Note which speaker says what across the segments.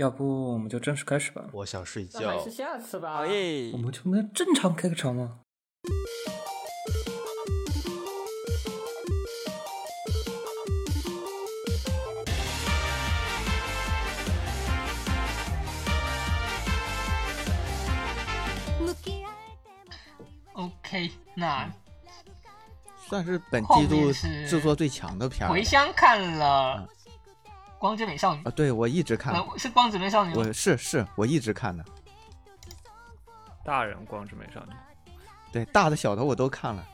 Speaker 1: 要不我们就正式开始吧？
Speaker 2: 我想睡
Speaker 3: 那还
Speaker 2: 觉
Speaker 3: 是。下次吧
Speaker 4: 好。耶
Speaker 1: 我！们就没有正常开个场吗？
Speaker 3: OK，那
Speaker 4: 算是本
Speaker 3: 后
Speaker 4: 季度
Speaker 3: 面是
Speaker 4: 制作最强的片儿
Speaker 3: 回乡看了《光之美少女》
Speaker 4: 啊！对，我一直看，
Speaker 3: 呃，是《光之美少女》吗
Speaker 4: 我是是我一直看的，
Speaker 5: 大人光之美少女，
Speaker 4: 对大的小的我都看了，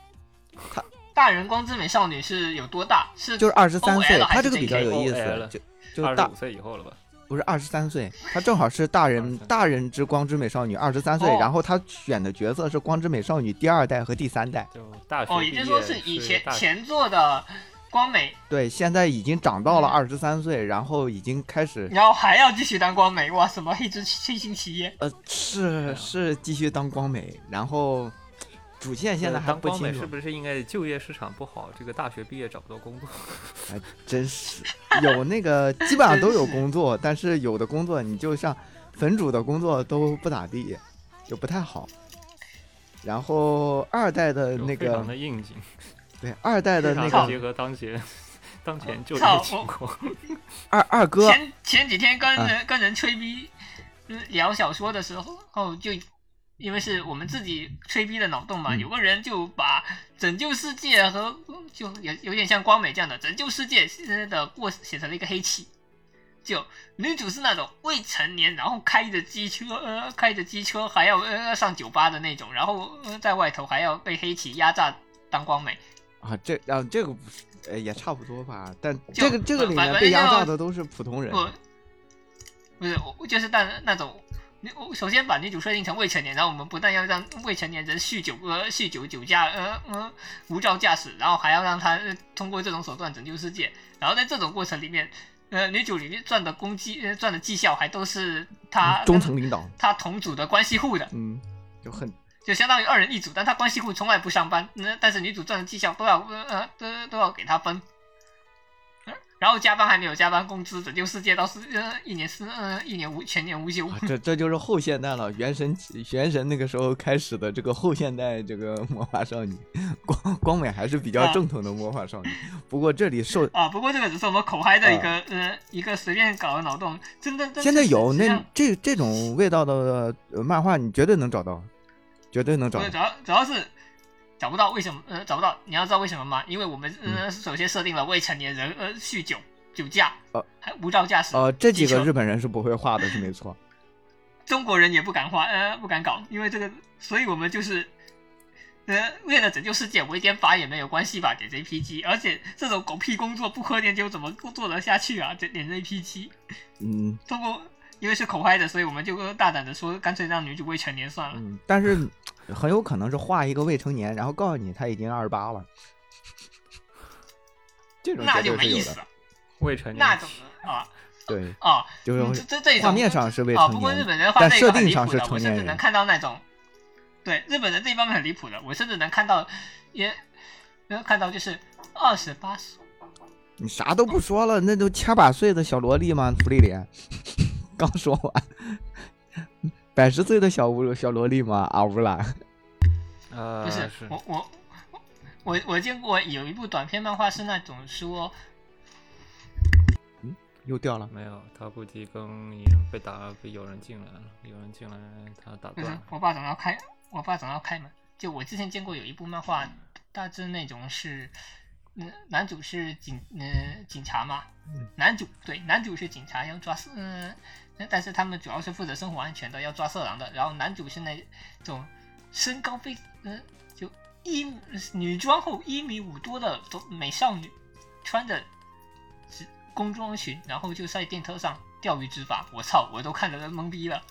Speaker 3: 大人《光之美少女》是有多大？是
Speaker 4: 就是二十三
Speaker 3: OL
Speaker 4: 岁，
Speaker 3: 还
Speaker 4: 他
Speaker 3: 是
Speaker 4: 这个比较有
Speaker 3: JK
Speaker 4: 意思
Speaker 5: OL，
Speaker 4: 就就
Speaker 5: 二十
Speaker 4: 大
Speaker 5: 五岁以后了吧？
Speaker 4: 不是二十三岁，他正好是大人大人之光之美少女二十三岁，
Speaker 3: 哦
Speaker 4: 然后他选的角色是光之美少女第二代和第三代，
Speaker 5: 就大学
Speaker 3: 哦，
Speaker 5: 毕
Speaker 3: 也就
Speaker 5: 业
Speaker 3: 是说是以前
Speaker 5: 大
Speaker 3: 前作的光美，
Speaker 4: 对，现在已经长到
Speaker 3: 嗯
Speaker 4: 了二十三岁，然后已经开始
Speaker 3: 然后还要继续当光美，哇，什么一直黑心企业？
Speaker 4: 呃
Speaker 5: 啊
Speaker 4: 是是继续当光美，然后主线现在
Speaker 5: 呃
Speaker 4: 还
Speaker 5: 当
Speaker 4: 不
Speaker 5: 光美
Speaker 4: 清楚
Speaker 5: 是，不是应该就业市场不好，这个大学毕业找不到工作？
Speaker 4: 哎，真是有那个基本上都有工作，但是有的工作你就像粉主的工作都不咋地，就不太好。然后二代的
Speaker 5: 就
Speaker 4: 那
Speaker 5: 非常
Speaker 4: 个
Speaker 5: 的应景，
Speaker 4: 对二代的 那
Speaker 5: 非常地
Speaker 4: 个
Speaker 5: 结合当前 当前就
Speaker 3: 操
Speaker 5: 业 情况，
Speaker 4: 二二哥，
Speaker 3: 前前几天跟
Speaker 4: 啊
Speaker 3: 人、跟人吹逼嗯聊小说的时候，哦，就因为是我们自己吹逼的脑洞嘛，
Speaker 4: 嗯
Speaker 3: 有个人就把《拯救世界》和就有有点像光美这样的《拯救世界》的过写成了一个黑棋。就女主是那种未成年，然后开着机车，呃，开着机车还要呃上酒吧的那种，然后、呃、在外头还要被黑棋压榨当光美，
Speaker 4: 啊，这啊这个不是，呃也差不多吧。但
Speaker 3: 就
Speaker 4: 这个这个里
Speaker 3: 反
Speaker 4: 面
Speaker 3: 反
Speaker 4: 被
Speaker 3: 正
Speaker 4: 压
Speaker 3: 就
Speaker 4: 榨的都是普通人，
Speaker 3: 不，不是我，就是但那种，你我首先把女主设定成未成年，然后我们不但要让未成年人酗酒，呃，酗酒酒驾，呃呃，无照驾驶，然后还要让他、呃通过这种手段拯救世界，然后在这种过程里面，呃，女主里面赚的攻击，呃，赚的绩效还都是她
Speaker 4: 中层领导，
Speaker 3: 她同组的关系户的，
Speaker 4: 嗯，就很
Speaker 3: 就相当于二人一组，但她关系户从来不上班，那、但是女主赚的绩效都要呃呃都都要给她分。呃然后加班还没有加班工资，拯救世界倒是呃一年是呃一年无全年无休
Speaker 4: 啊，这这就是后现代了。原神原神那个时候开始的这个后现代这个魔法少女，光光美还是比较
Speaker 3: 啊
Speaker 4: 正统的魔法少女，不过这里受
Speaker 3: 啊。不过这个只是我们口嗨的一个、呃一个随便搞的脑洞，真的真
Speaker 4: 啊现在
Speaker 3: 实
Speaker 4: 有
Speaker 3: 实际
Speaker 4: 那
Speaker 3: 上
Speaker 4: 这这种味道的呃漫画，你绝对能找到，绝对能找
Speaker 3: 不是主
Speaker 4: 到。
Speaker 3: 要主要是找不到为什么呃找不到，你要知道为什么吗？因为我们
Speaker 4: 嗯
Speaker 3: 呃首先设定了未成年人呃酗酒酒驾
Speaker 4: 呃，
Speaker 3: 还无照驾驶，
Speaker 4: 呃，这几
Speaker 3: 机
Speaker 4: 个
Speaker 3: 车
Speaker 4: 日本人是不会画的，是没 错。
Speaker 3: 中国人也不敢花，呃，不敢搞，因为这个，所以我们就是，呃，为了拯救世界，违点法也没有关系吧？点 JPG，而且这种狗屁工作不喝点酒怎么做得下去啊？点点 JPG，
Speaker 4: 嗯
Speaker 3: 通过因为是口嗨的，所以我们就大胆的说，干脆让女主未成年算了。
Speaker 4: 嗯，但是很有可能是画一个未成年，然后告诉你他已经二 十八了，这种
Speaker 3: 那
Speaker 4: 绝
Speaker 3: 就
Speaker 4: 对
Speaker 3: 没
Speaker 4: 是
Speaker 3: 意
Speaker 4: 有
Speaker 3: 思
Speaker 4: 的。嗯
Speaker 3: 了，
Speaker 5: 未成年
Speaker 3: 那怎么啊
Speaker 4: 对，
Speaker 3: 啊？
Speaker 4: 就
Speaker 3: 嗯
Speaker 4: 是
Speaker 3: 这这这
Speaker 4: 画
Speaker 3: 种
Speaker 4: 面上是未
Speaker 3: 啊，
Speaker 4: 成
Speaker 3: 不过日
Speaker 4: 年，
Speaker 3: 本人画
Speaker 4: 但
Speaker 3: 这
Speaker 4: 设
Speaker 3: 个很
Speaker 4: 定
Speaker 3: 离
Speaker 4: 上
Speaker 3: 谱
Speaker 4: 是
Speaker 3: 的，
Speaker 4: 成
Speaker 3: 我
Speaker 4: 年
Speaker 3: 甚至能
Speaker 4: 人。
Speaker 3: 看到那种，对日本人这一方面很离谱的，我甚至能看到，也能看到就是二十八岁。
Speaker 4: 你啥都不说了，那都掐把岁的小萝莉吗？福利莲 刚说完，百十岁的小乌小萝莉吗？啊乌啦。
Speaker 5: 呃
Speaker 3: 不是
Speaker 5: 是
Speaker 3: 我我我我我见过有一部短篇漫画是那种说，
Speaker 4: 又掉了。
Speaker 5: 没有，他估计更已经被打被有人进来了，有人进来他打
Speaker 3: 不
Speaker 5: 断
Speaker 3: 是
Speaker 5: 了，
Speaker 3: 嗯我爸总要开，我爸总要开门。就我之前见过有一部漫画，大致内容是，嗯、男主是警，嗯、警察嘛，男主对，男主是警察，要抓色，嗯、但是他们主要是负责生活安全的，要抓色狼的。然后男主是那种身高非，嗯、就一米女装后一米五多的美少女，穿着直工装裙，然后就在电车上钓鱼执法。我操，我都看得懵逼了。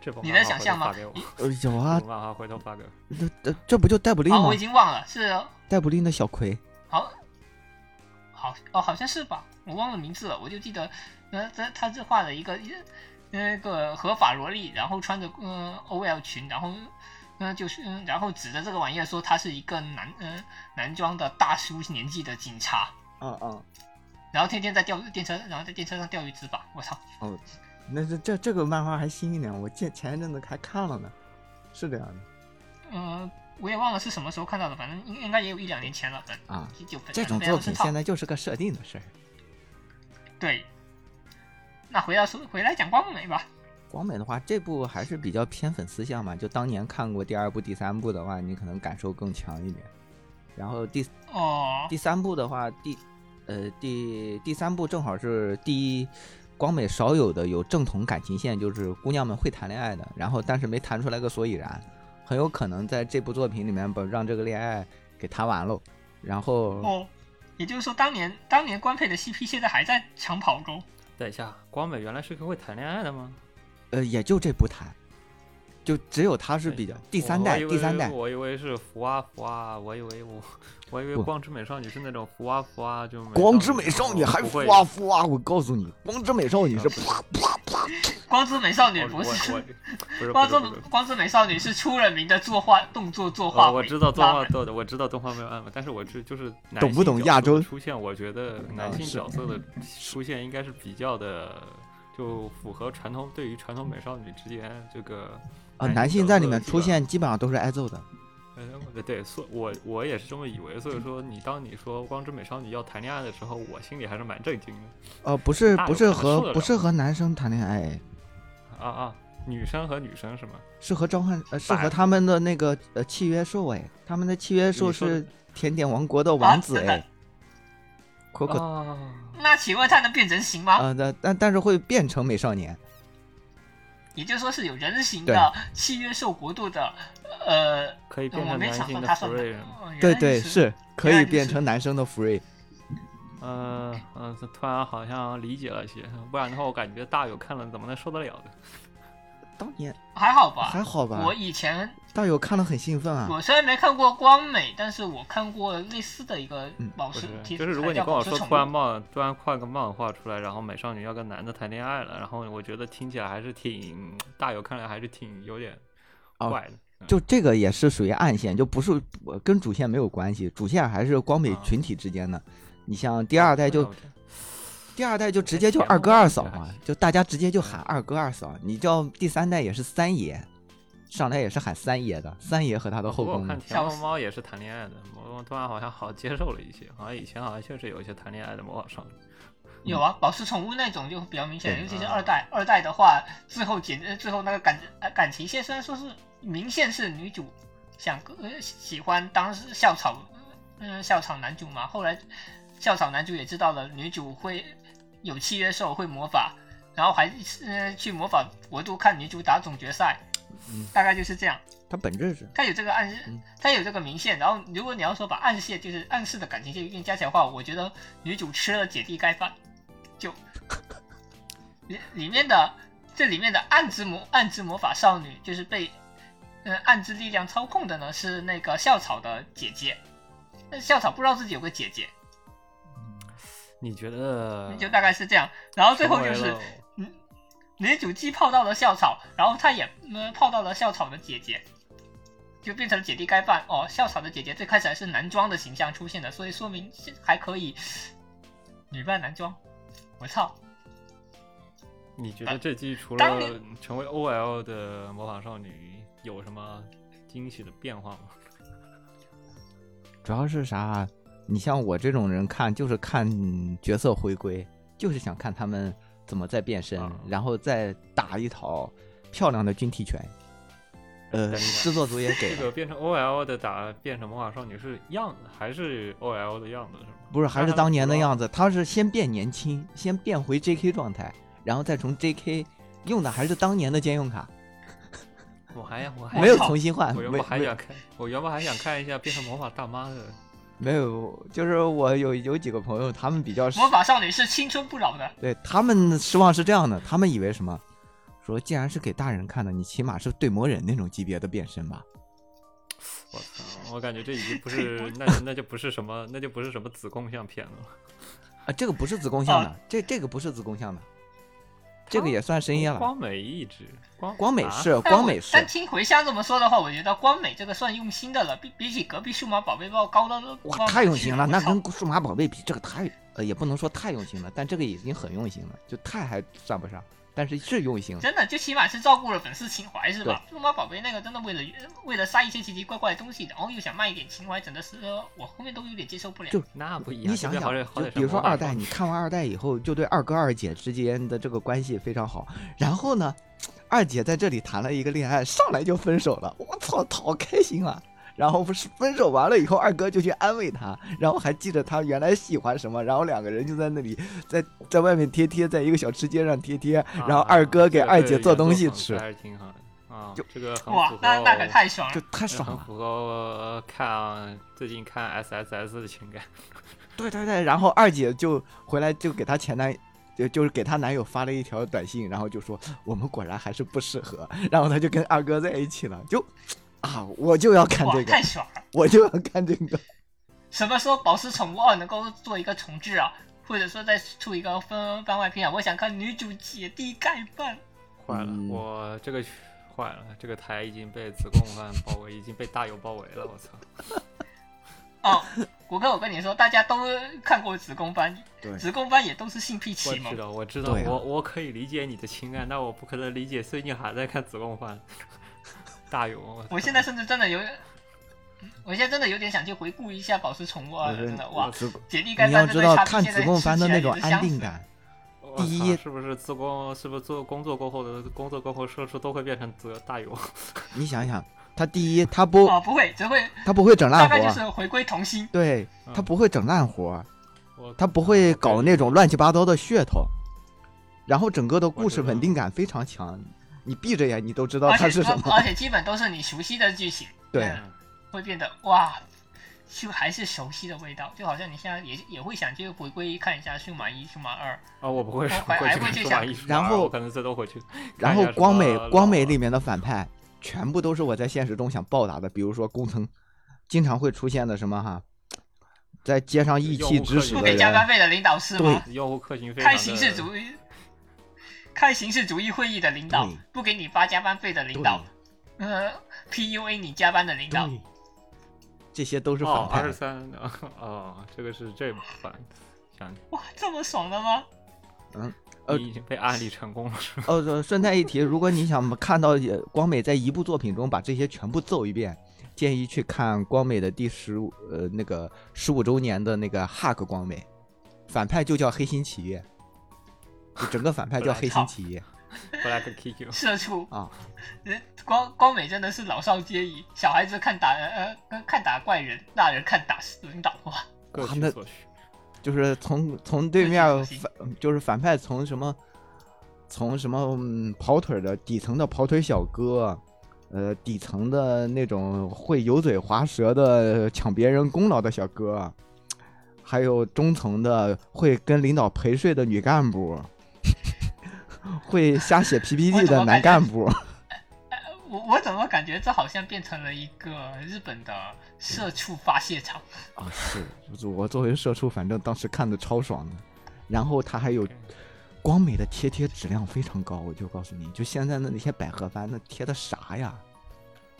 Speaker 5: 这不
Speaker 3: 你能想象吗
Speaker 5: 发给我，
Speaker 4: 呃，有啊
Speaker 5: 这，部漫画回头发给我。
Speaker 4: 这这这不就戴布利
Speaker 3: 好，
Speaker 4: 吗
Speaker 3: 我已？经忘了，是
Speaker 4: 戴布利那小葵，
Speaker 3: 好，好哦，好像是吧，我忘了名字了，我就记得，呃，他他这画了一个那个合法萝莉，然后穿着呃 OL 裙，然后嗯、呃就是、嗯然后指着这个呃玩意儿
Speaker 4: 啊
Speaker 3: 说他是一个男嗯、男装的大叔年纪的警察，
Speaker 4: 嗯嗯，
Speaker 3: 然后天天在钓电车，然后在电车上钓鱼执法，我操！
Speaker 4: 那这这这个漫画还新一点，我前前一阵子还看了呢，是这样的
Speaker 3: 嗯，我也忘了是什么时候看到的，反正应应该也有一两年前了。反
Speaker 4: 啊。
Speaker 3: 正就
Speaker 4: 这种作品现
Speaker 3: 在
Speaker 4: 在就是个设定的事儿。
Speaker 3: 对。那回到说回来讲光美吧，
Speaker 4: 广美的话，这部还是比较偏粉丝向嘛，就当年看过第二部、第三部的话，你可能感受更强一点。然后第
Speaker 3: 哦
Speaker 4: 第三部的话，第呃第第三部正好是第一光美少有的有正统感情线，就是姑娘们会谈恋爱的，然后但是没谈出来个所以然，很有可能在这部作品里面把让这个恋爱给谈完喽。然后
Speaker 3: 哦，也就是说当年当年官配的 CP 现在还在抢跑沟，
Speaker 5: 等一下，光美原来是个会谈恋爱的吗？
Speaker 4: 呃也就这部谈，就只有他是比较
Speaker 5: 哎呀
Speaker 4: 第三
Speaker 5: 我
Speaker 4: 代
Speaker 5: 我以为
Speaker 4: 第三代
Speaker 5: 我以为是福啊福啊，我以为我我以为
Speaker 4: 不
Speaker 5: 光之美少女是那种福啊福啊，就美哦
Speaker 4: 光之美少女还
Speaker 5: 不会
Speaker 4: 孵啊孵啊！我告诉你，光之美少女是
Speaker 5: 嗯
Speaker 4: 啪啪啪，
Speaker 3: 光之美少
Speaker 5: 我
Speaker 3: 女不是
Speaker 5: 哦我我不 是
Speaker 3: 光之
Speaker 5: 不是不是
Speaker 3: 光之美少女是出了名的作画动作作画
Speaker 5: 哦，
Speaker 3: 鬼，
Speaker 5: 我知道动
Speaker 3: 作
Speaker 5: 画做的，我知道动画没有按过，但是我是就是男
Speaker 4: 懂不
Speaker 5: 性
Speaker 4: 懂
Speaker 5: 角
Speaker 4: 亚
Speaker 5: 色的
Speaker 4: 洲
Speaker 5: 出现？我觉得男
Speaker 4: 啊
Speaker 5: 性
Speaker 4: 是
Speaker 5: 角色的出现应该是比较的，就符合传统对于传统美少女之间这个
Speaker 4: 啊，
Speaker 5: 男
Speaker 4: 男
Speaker 5: 性
Speaker 4: 性
Speaker 5: 角
Speaker 4: 在
Speaker 5: 色
Speaker 4: 里面
Speaker 5: 这
Speaker 4: 出
Speaker 5: 个
Speaker 4: 现基本上都是挨揍的。
Speaker 5: 呃，我对，所我我也是这么以为，所以说你当你说光之美少女要谈恋爱的时候，我心里还是蛮震惊的
Speaker 4: 呃，不是
Speaker 5: 那
Speaker 4: 不
Speaker 5: 有
Speaker 4: 是
Speaker 5: 可能受
Speaker 4: 和
Speaker 5: 得
Speaker 4: 不
Speaker 5: 了
Speaker 4: 是和男生谈恋爱，
Speaker 5: 啊啊！女生和女生是吗？
Speaker 4: 是和召唤呃是和
Speaker 5: 反
Speaker 4: 他们的那个呃契约兽哎，他们的契约兽
Speaker 5: 你说的
Speaker 4: 是甜点王国的王子
Speaker 3: 啊真的哦
Speaker 4: 哎，可可
Speaker 5: 啊，
Speaker 3: 那请问它能变人形吗？
Speaker 4: 呃但但但是会变成美少年，
Speaker 3: 也就是说是有人形的契约兽国度的，呃，
Speaker 5: 可以变
Speaker 3: 我
Speaker 5: 成
Speaker 3: 没
Speaker 5: 男
Speaker 3: 想
Speaker 5: 性
Speaker 3: 到
Speaker 5: 的
Speaker 3: 它算
Speaker 5: free 人。
Speaker 3: 哦原来
Speaker 4: 对
Speaker 3: 如
Speaker 4: 对
Speaker 3: 此
Speaker 4: 是可
Speaker 3: 原来
Speaker 4: 以
Speaker 3: 如
Speaker 4: 变
Speaker 3: 此
Speaker 4: 成男生的 free。
Speaker 5: 嗯嗯，突然好像理解了些，不然的话我感觉大友看了怎么能受得了呢？
Speaker 4: 当年
Speaker 3: 还好吧？
Speaker 4: 还好吧
Speaker 3: 我，以前
Speaker 4: 大友看了很兴奋啊，
Speaker 3: 我虽然没看过光美，但是我看过类似的一个
Speaker 4: 嗯
Speaker 3: 宝
Speaker 5: 不
Speaker 3: 石
Speaker 5: 是，，
Speaker 3: 题
Speaker 5: 就是如果你
Speaker 3: 材料
Speaker 5: 跟我
Speaker 3: 宝
Speaker 5: 说
Speaker 3: 石宠
Speaker 5: 突然
Speaker 3: 物
Speaker 5: 漫突然画个漫画出来，然后美少女要跟男的谈恋爱了，然后我觉得听起来还是挺大友看来还是挺有点
Speaker 4: 哦
Speaker 5: 怪的。嗯
Speaker 4: 就这个也是属于暗线，就不是我跟主线没有关系，主线还是光美
Speaker 5: 啊
Speaker 4: 群体之间的。你像
Speaker 3: 啊
Speaker 4: 第二代就
Speaker 5: 嗯我想
Speaker 4: 第二代就直接就
Speaker 5: 前
Speaker 4: 二
Speaker 5: 后
Speaker 4: 哥
Speaker 5: 吧
Speaker 4: 二
Speaker 5: 应
Speaker 4: 嫂
Speaker 5: 该还
Speaker 4: 嘛
Speaker 5: 行，
Speaker 4: 就大家直接就喊二哥二嫂。你叫第三代也是三爷，上来也是喊三爷的，三爷和他的后
Speaker 5: 嗯不过我
Speaker 4: 宫
Speaker 5: 看
Speaker 4: 嘛。
Speaker 5: 田螺猫也是谈恋爱的，我我突然好像好接受了一些，好像以前好像确实有一些谈恋爱的模仿少女。
Speaker 3: 有啊，宝石宠物那种就比较明显，
Speaker 4: 对
Speaker 3: 尤其是
Speaker 5: 啊
Speaker 3: 二代，二代的话，最后简直最后那个感呃感情线，虽然说是明线是女主想呃喜欢当时校草，嗯、校草男主嘛，后来校草男主也知道了女主会有契约兽会魔法，然后还呃去魔法国度看女主打总决赛，
Speaker 4: 嗯
Speaker 3: 大概就是这样。
Speaker 4: 他本质是
Speaker 3: 它有这个暗示
Speaker 4: 嗯，
Speaker 3: 它有这个明线。然后如果你要说把暗线就是暗示的感情线硬加起来的话，我觉得女主吃了姐弟盖饭，就 里里面的这里面的暗之魔暗之魔法少女就是被嗯暗之力量操控的呢是那个校草的姐姐，但是校草不知道自己有个姐姐，
Speaker 5: 你觉得？
Speaker 3: 就大概是这样。然后最后就
Speaker 5: 嗯成为
Speaker 3: 是
Speaker 5: 了
Speaker 3: 嗯女主既泡到了校草，然后她也嗯泡到了校草的姐姐，就变成姐弟该办哦。校草的姐姐最开始还是男装的形象出现的，所以说明是还可以呃女扮男装。我操，
Speaker 5: 你觉得这季除
Speaker 3: 当
Speaker 5: 了成为 OL 的魔法少女有什么惊喜的变化吗？
Speaker 4: 主要是啥？你像我这种人看就是看角色回归，就是想看他们怎么再变身
Speaker 5: 啊，
Speaker 4: 然后再打一套漂亮的军体拳。呃，
Speaker 5: 等一下
Speaker 4: 制作组也给
Speaker 5: 这
Speaker 4: 了，
Speaker 5: 个变成 OL 的打变成魔法少女是样子，还是 OL 的样子是吗？
Speaker 4: 不是还
Speaker 5: 那
Speaker 4: 是
Speaker 5: 他
Speaker 4: 当
Speaker 5: 们
Speaker 4: 年
Speaker 5: 服
Speaker 4: 的
Speaker 5: 装
Speaker 4: 样子，他是先变年轻，先变回 J.K. 状态，然后再从 J.K. 用的还是当年的兼用卡。
Speaker 5: 我还我还
Speaker 4: 没有
Speaker 3: 操
Speaker 4: 重新换，
Speaker 5: 我
Speaker 4: 没
Speaker 5: 原本还
Speaker 4: 没
Speaker 5: 想看，我原本还想看一下变成魔法大妈的。
Speaker 4: 没有，就是我有有几个朋友，他们比较失
Speaker 3: 魔法少女是青春不老的，
Speaker 4: 对他们失望是这样的，他们以为什么？说既然是给大人看的，你起码是对魔人那种级别的变身吧？
Speaker 5: 我操！我感觉这已经不是那就那就不是什么那就不是什么子贡像片了。
Speaker 4: 啊，这个不是子宫像的，
Speaker 3: 啊
Speaker 4: 这这个不是子宫像的，这个也算深夜了。
Speaker 5: 光美一直光
Speaker 4: 啊光美
Speaker 5: 啊
Speaker 4: 是
Speaker 3: 但我
Speaker 4: 光美是
Speaker 3: 但听回香这么说的话，我觉得光美这个算用心的了，比比起隔壁数码宝贝报高的
Speaker 4: 哇，太用心了，那
Speaker 3: 我操
Speaker 4: 跟数码宝贝比，这个太呃，也不能说太用心了，但这个已经很用心了，就太还算不上，但是是用心。
Speaker 3: 真的，最起码是照顾了粉丝情怀，是吧？数码宝贝那个真的为了为了塞一些奇奇怪怪的东西，然后又想卖一点情怀，真的是呃我后面都有点接受不了。
Speaker 4: 就
Speaker 5: 那不一样。
Speaker 4: 你想
Speaker 5: 这边好
Speaker 4: 想，
Speaker 5: 歹好
Speaker 4: 就
Speaker 5: 歹
Speaker 4: 比如说二代，
Speaker 5: 你
Speaker 4: 你看完二代以后，就对二哥二姐之间的这个关系非常好。然后呢，二姐在这里谈了一个恋爱，上来就分手了，我操，好开心啊！然后不是分手完了以后，二哥就去安慰她，然后还记得她原来喜欢什么，然后两个人就在那里在在外面贴贴，在一个小吃街上贴贴，
Speaker 5: 啊
Speaker 4: 然后二哥给二姐做东西吃，
Speaker 5: 还是挺好的啊。
Speaker 4: 就
Speaker 5: 这个很
Speaker 3: 哇
Speaker 5: 符，
Speaker 3: 那
Speaker 5: 合
Speaker 3: 那可
Speaker 5: 我
Speaker 3: 太爽
Speaker 4: 哦就
Speaker 3: 了！
Speaker 4: 太
Speaker 5: 这
Speaker 4: 爽
Speaker 5: 很
Speaker 4: 了。
Speaker 5: 符合我看最近看 SSS 的情感。
Speaker 4: 对对对，然后二姐就回来就给她前男，就就是给她男友发了一条短信，然后就说我们果然还是不适合， 然后她就跟二哥在一起了，就啊，我就要看
Speaker 3: 哇
Speaker 4: 这，个
Speaker 3: 太，爽了！
Speaker 4: 我就要看这个，
Speaker 3: 什么时候《宝石宠物二》能够做一个重置啊？或者说再出一个番番外篇啊？我想看女主姐弟盖饭。
Speaker 5: 坏了，
Speaker 4: 嗯
Speaker 5: 我这个坏了，这个台已经被子贡饭包围，已经被大友包围了，我操！
Speaker 3: 哦，谷歌，我跟你说，大家都看过子宫番，
Speaker 4: 对
Speaker 3: 子宫番也都是性癖
Speaker 5: 我
Speaker 3: 启蒙
Speaker 5: 知。道，我知道，
Speaker 4: 对啊
Speaker 5: 我我可以理解你的情感，但我不可能理解最近还在看子贡饭。 大友，我操
Speaker 3: 我现在甚至真的有，我现在真的有点想去回顾一下《宝石宠物二》了，真的哇！
Speaker 4: 子
Speaker 3: 姐弟盖
Speaker 4: 你要
Speaker 3: 饭这
Speaker 4: 知
Speaker 3: 对
Speaker 4: 道
Speaker 3: 差
Speaker 4: 看
Speaker 3: 别现
Speaker 4: 子
Speaker 3: 在
Speaker 4: 贡番的那种
Speaker 3: 吃起来也是
Speaker 4: 安定
Speaker 3: 相似。
Speaker 4: 感，
Speaker 5: 我
Speaker 4: 第
Speaker 5: 操
Speaker 4: 一
Speaker 5: 是不是自贡？是不是做工作过后的工作过后社畜都会变成子大友？
Speaker 4: 你想想，他第一 他不
Speaker 3: 哦，不会，只会
Speaker 4: 他不会整
Speaker 3: 大
Speaker 4: 烂
Speaker 3: 概就
Speaker 4: 活
Speaker 3: 是
Speaker 4: 儿，
Speaker 3: 回归童心。
Speaker 4: 对他不会整烂活
Speaker 5: 嗯
Speaker 4: 儿，
Speaker 5: 我
Speaker 4: 他不会搞那种
Speaker 5: 我
Speaker 4: 乱七八糟的噱头，然后整个的故
Speaker 5: 我
Speaker 4: 事
Speaker 5: 知道
Speaker 4: 稳定感非常强，你闭着眼你都知道
Speaker 3: 而
Speaker 4: 它
Speaker 3: 且呃
Speaker 4: 是什么。
Speaker 3: 而且基本都是你熟悉的剧情，
Speaker 4: 对
Speaker 5: 嗯
Speaker 3: 会变得哇，就还是熟悉的味道，就好像你现在也也会想去回归看一下《数码一》《数码二
Speaker 5: 啊，我不会
Speaker 3: 我
Speaker 5: 说
Speaker 3: 本
Speaker 5: 回
Speaker 3: 来
Speaker 5: 去
Speaker 3: 会
Speaker 5: 看
Speaker 3: 去
Speaker 5: 数
Speaker 3: 想
Speaker 5: 码艺术
Speaker 4: 然
Speaker 5: 啊
Speaker 4: 后
Speaker 5: 我可能最多回去。
Speaker 4: 然后光美光美里
Speaker 5: 面
Speaker 4: 面的反派全部都是我在现实中想报答的，比如说工藤，经常会出现的什么哈，在街上意气指使
Speaker 5: 是
Speaker 3: 不
Speaker 5: 的
Speaker 4: 的
Speaker 3: 给加班
Speaker 4: 人，
Speaker 3: 费的领导是吗？
Speaker 5: 用户客群非常
Speaker 3: 开
Speaker 5: 的哦
Speaker 3: 形式主义，开形式主义会议的领导
Speaker 4: 对，
Speaker 3: 不给你发加班费的领导，呃，PUA 你加班的领导，
Speaker 4: 对，这些都是反
Speaker 5: 哦，二
Speaker 4: 派
Speaker 5: 十。三哦，这个是这版，想
Speaker 3: 哇，这么爽的吗？
Speaker 4: 呃
Speaker 5: 你已经被安利成功了，是吧？
Speaker 4: 哦，对顺带一提，如果你想看到也光美在一部作品中把这些全部揍一遍，建议去看光美的第十五呃那个十五周年的那个 Hug 光美，反派就叫黑心企业，就整个反派叫黑心企业。
Speaker 5: Black Kick，you
Speaker 3: 社畜
Speaker 4: 啊！
Speaker 3: 人光光美真的是老少皆宜，小孩子看打呃呃看打怪人，大人看打领导哇！
Speaker 5: 各
Speaker 4: 那
Speaker 5: 取所需。
Speaker 4: 就是从从对面
Speaker 3: 对是
Speaker 4: 反，就是反派从什么，从什么、嗯、跑腿的底层的跑腿小哥，呃，底层的那种会油嘴滑舌的抢别人功劳的小哥，还有中层的会跟领导陪睡的女干部， 会瞎写 PPT 的男干部，
Speaker 3: 呃我我怎么感觉这好像变成了一个日本的社畜发泄场？
Speaker 4: 啊，是我作为社畜，反正当时看的超爽的。然后他还有光美的贴贴质量非常高，我就告诉你，就现在的那些百合番，那贴的啥呀？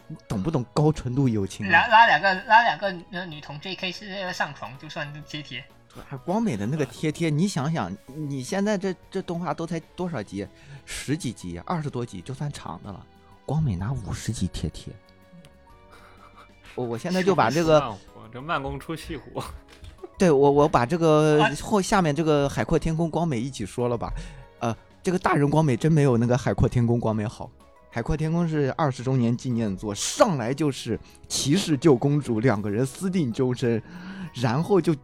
Speaker 4: 你懂不懂高纯度友情
Speaker 3: 拉
Speaker 4: 啊？
Speaker 3: 拉两个拉两个呃女童 JK 是上床就算贴贴，
Speaker 4: 还光美的那个贴贴，你想想，你现在这这动画都才多少集？十几集、二十多集就算长的了，光美拿五十集贴贴。我我现在就把这个
Speaker 5: 慢活这慢工出细活，
Speaker 4: 对我，我把这个
Speaker 3: 啊
Speaker 4: 后下面这个海阔天空光美一起说了吧。呃，这个大人光美真没有那个海阔天空光美好。海阔天空是二十周年纪念作，上来就是骑士救公主，两个人私定终身，然后就，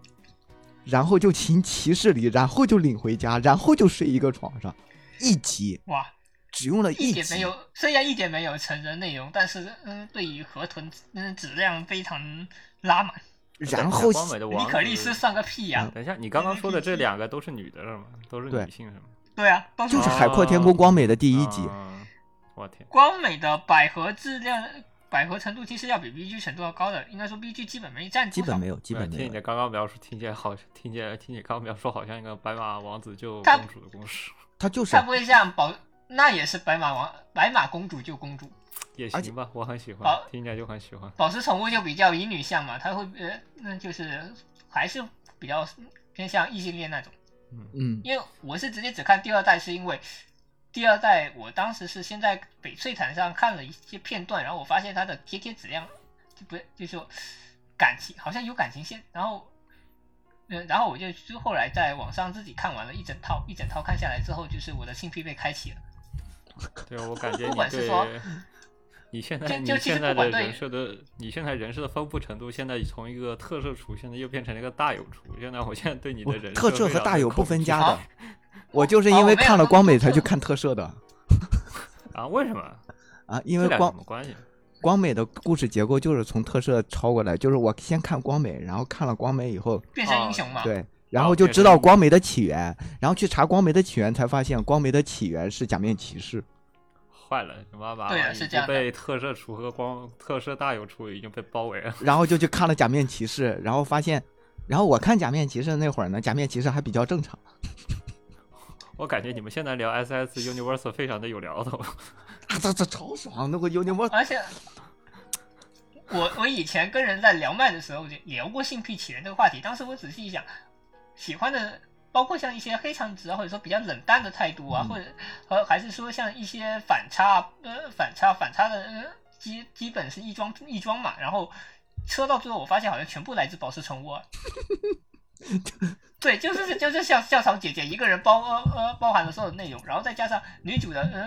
Speaker 4: 然后就行骑士礼，然后就领回家，然后就睡一个床上，一集
Speaker 3: 哇！
Speaker 4: 只用了
Speaker 3: 一
Speaker 4: 集
Speaker 3: 点，没有，虽然一点没有成人内容，但是嗯，对于河豚嗯质量非常拉满。
Speaker 4: 然后
Speaker 5: 光美的
Speaker 3: 尼
Speaker 5: 王
Speaker 3: 可丽丝算个屁呀、
Speaker 5: 等一下，你刚刚说的这两个都是女的是吗？都是
Speaker 4: 对
Speaker 5: 女性是吗？
Speaker 3: 对啊，都是
Speaker 4: 就是海阔天空光美的第一集，
Speaker 5: 嗯我天，
Speaker 3: 光美的百合质量、百合程度其实要比 BG 程度要高的，应该说 BG 基本没占多
Speaker 4: 基
Speaker 3: 少
Speaker 4: 本没有，基
Speaker 5: 没有
Speaker 4: 本没
Speaker 5: 听啊你
Speaker 4: 有
Speaker 5: 的。刚刚描述，听起来好，听起来听你刚刚描述好像一个白马王子救
Speaker 3: 他
Speaker 5: 公主的故事，
Speaker 4: 他就是
Speaker 3: 它不会像宝，那也是白马王、白马公主救公主，
Speaker 5: 也
Speaker 4: 而且
Speaker 5: 行吧，我很喜欢
Speaker 3: 好，
Speaker 5: 听起来就很喜 欢。
Speaker 3: 宝石宠物就比较以女向嘛，它会呃，那就是还是比较偏向异性恋那种。
Speaker 4: 嗯
Speaker 3: 因为我是直接只看第二代，是因为第二代我当时是先在翡翠毯上看了一些片段，然后我发现它的贴贴质量就不就是说感情好像有感情线，然后嗯，然后我就就后来在网上自己看完了一整套，一整套看下来之后，就是我的性癖被开启了。
Speaker 5: 对，我感觉
Speaker 3: 不
Speaker 5: 你
Speaker 3: 管是说
Speaker 5: 对你现
Speaker 3: 就
Speaker 5: 在你
Speaker 3: 就其实
Speaker 5: 现在
Speaker 3: 不管
Speaker 5: 的
Speaker 3: 对
Speaker 5: 人设的你现在人设的丰富程度，现在从一个特色厨，现在又变成了一个大有厨。现在我现在对你的
Speaker 4: 我
Speaker 5: 人
Speaker 4: 特摄
Speaker 5: 设非
Speaker 4: 和
Speaker 5: 常
Speaker 4: 大
Speaker 5: 有
Speaker 4: 有不
Speaker 5: 恐
Speaker 4: 分
Speaker 5: 惧
Speaker 4: 家
Speaker 3: 好
Speaker 4: 的， 我就是
Speaker 3: 好
Speaker 4: 因
Speaker 3: 我
Speaker 4: 为
Speaker 3: 没有
Speaker 4: 看了
Speaker 3: 那
Speaker 4: 光
Speaker 3: 就
Speaker 4: 美才
Speaker 3: 特
Speaker 4: 去看特摄的
Speaker 5: 啊？为什么？
Speaker 4: 啊，因
Speaker 5: 这
Speaker 4: 为
Speaker 5: 俩有
Speaker 4: 光
Speaker 5: 什么关系？
Speaker 4: 光美的故事结构就是从特摄抄过来，就是我先看光美，然后看了光美以后，
Speaker 3: 变身英雄嘛，
Speaker 4: 哦对，然后就
Speaker 5: 啊哦变
Speaker 4: 知
Speaker 5: 成
Speaker 4: 道
Speaker 5: 一
Speaker 4: 光美的起源，然后去查光美的起源，才发现光美的起源是假面骑士。
Speaker 5: 坏了，你妈把
Speaker 3: 对啊
Speaker 5: 已
Speaker 3: 是这
Speaker 5: 经
Speaker 3: 样的
Speaker 5: 被特摄厨和光特摄大有厨已经被包围了。
Speaker 4: 然后就去看了假面骑士，然后发现，然后我看假面骑士那会儿呢，假面骑士还比较正常。
Speaker 5: 我感觉你们现在聊 SS Universe 非常的有聊头。
Speaker 4: 啊，这这超爽！那个有点我
Speaker 3: 而且我我以前跟人在聊麦的时候也聊过性癖起源这个话题，当时我仔细一想，喜欢的包括像一些黑长直啊，或者说比较冷淡的态度啊，
Speaker 4: 嗯
Speaker 3: 或者和还是说像一些反差呃反差反差的、呃、基基本是异装异装嘛，然后车到最后我发现好像全部来自宝石宠物、啊。对，就是就是校校草姐姐一个人包呃呃包含了所有内容，然后再加上女主的嗯、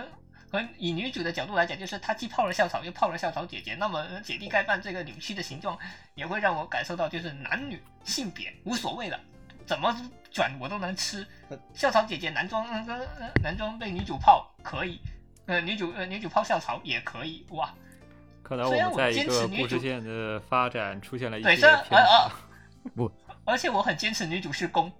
Speaker 3: 和以女主的角度来讲，就是她既泡了校草，又泡了校草姐姐。那么呃姐弟盖饭这个扭曲的形状，也会让我感受到，就是男女性别无所谓了，怎么转我都能吃。
Speaker 4: 呃
Speaker 3: 校草姐姐男装，呃呃呃男装被女主泡可以，呃，女主呃女主泡校草也可以，哇，
Speaker 5: 看来我
Speaker 3: 虽然
Speaker 5: 们
Speaker 3: 我
Speaker 5: 在一
Speaker 3: 坚
Speaker 5: 个
Speaker 3: 持女
Speaker 5: 故事
Speaker 3: 主
Speaker 5: 线的发展出现了一些
Speaker 3: 对，虽然呃
Speaker 5: 偏
Speaker 3: 而
Speaker 5: 差
Speaker 3: 而。
Speaker 4: 不，
Speaker 3: 而且我很坚持女主是攻，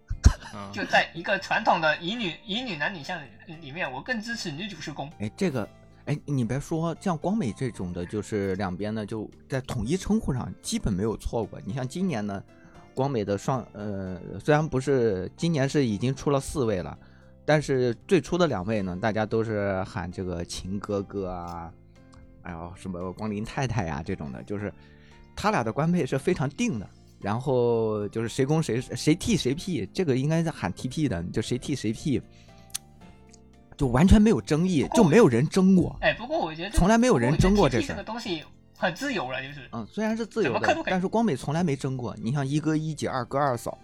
Speaker 5: 嗯
Speaker 3: 呃就在一个传统的以女以女男女向里面，我更支持女主是攻。
Speaker 4: 哎，这个哎，你别说，像光美这种的，就是两边呢就在统一称呼上基本没有错过。你像今年呢，光美的双呃，虽然不是今年是已经出了四位了，但是最初的两位呢，大家都是喊这个秦哥哥啊，哎呦什么光临太太呀、这种的，就是他俩的官配是非常定的。然后就是谁攻谁谁替谁 P，这个应该是喊 TP 的，就谁替谁 P，就完全没有争议，就没有人争过。
Speaker 3: 哎，不过我觉得这
Speaker 4: 从来没有人争过
Speaker 3: 这
Speaker 4: 这事
Speaker 3: 这
Speaker 4: 儿
Speaker 3: 个东西很自由了，就是
Speaker 4: 嗯，虽然是自
Speaker 3: 怎
Speaker 4: 由
Speaker 3: 么看
Speaker 4: 的
Speaker 3: 都，可以
Speaker 4: 但是光美从来没争过。你像一哥一姐、二哥二嫂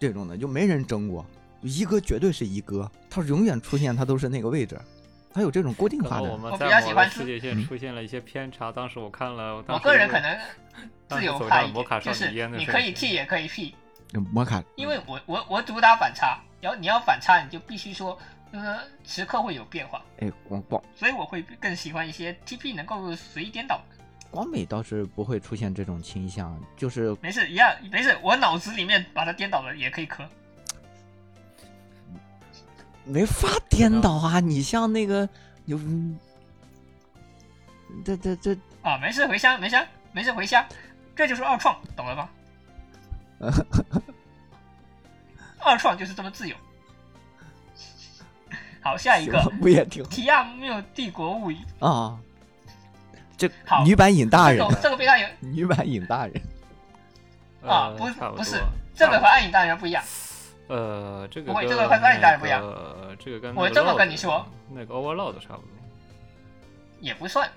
Speaker 4: 这种的，就没人争过。一哥绝对是一哥，他永远出现，他都是那个位置，他有这种固定
Speaker 5: 可
Speaker 4: 化
Speaker 5: 能
Speaker 4: 的
Speaker 5: 我。们
Speaker 3: 我
Speaker 5: 在
Speaker 3: 比较喜
Speaker 5: 某
Speaker 3: 欢
Speaker 5: 个世
Speaker 3: 吃
Speaker 5: 界线出现了一些偏差。当时我看了，当
Speaker 3: 我
Speaker 5: 时
Speaker 3: 个人
Speaker 5: 就
Speaker 3: 可能 自
Speaker 5: 当时
Speaker 3: 由
Speaker 5: 走
Speaker 3: 派
Speaker 5: 上
Speaker 3: 一
Speaker 5: 摩卡
Speaker 3: 点，就
Speaker 5: 少女一
Speaker 3: 是
Speaker 5: 样的
Speaker 3: 你
Speaker 5: 事
Speaker 3: 可以
Speaker 5: 情
Speaker 3: T 也可以 P，
Speaker 4: 嗯摩卡，
Speaker 3: 因
Speaker 5: 嗯
Speaker 3: 为我我我主打反差，然后你要反差，你就必须说，呃，时刻会有变化，
Speaker 4: 哎，光光
Speaker 3: 所以我会更喜欢一些 TP 能够随意颠倒。
Speaker 4: 光美倒是不会出现这种倾向，就是
Speaker 3: 没事，一样没事，我脑子里面把它颠倒了也可以磕。
Speaker 4: 没法颠倒啊！你像那个有，嗯这这这
Speaker 3: 啊，没事回乡，没事，没事回乡，这就是二创，懂了吧？二创就是这么自由。好，下一个《
Speaker 4: 行 不也 挺好
Speaker 3: 提亚缪帝国物语
Speaker 4: 啊？这
Speaker 3: 好
Speaker 4: 女版尹》大人
Speaker 3: 这，个这个非常有
Speaker 4: 女版尹大人，
Speaker 3: 啊
Speaker 5: 呃
Speaker 3: 不是
Speaker 5: 差不
Speaker 3: 不是
Speaker 5: 多
Speaker 3: 这
Speaker 5: 差
Speaker 3: 个
Speaker 5: 不
Speaker 3: 和暗影大人不一样。
Speaker 5: 多呃，这个
Speaker 3: 不会
Speaker 5: 跟
Speaker 3: 这个和暗影大人不一样
Speaker 5: 样，这个跟
Speaker 3: 我
Speaker 5: 那个
Speaker 3: 这么
Speaker 5: Load-
Speaker 3: 跟你说，
Speaker 5: 那个 Overload 差不多。
Speaker 3: 也不算。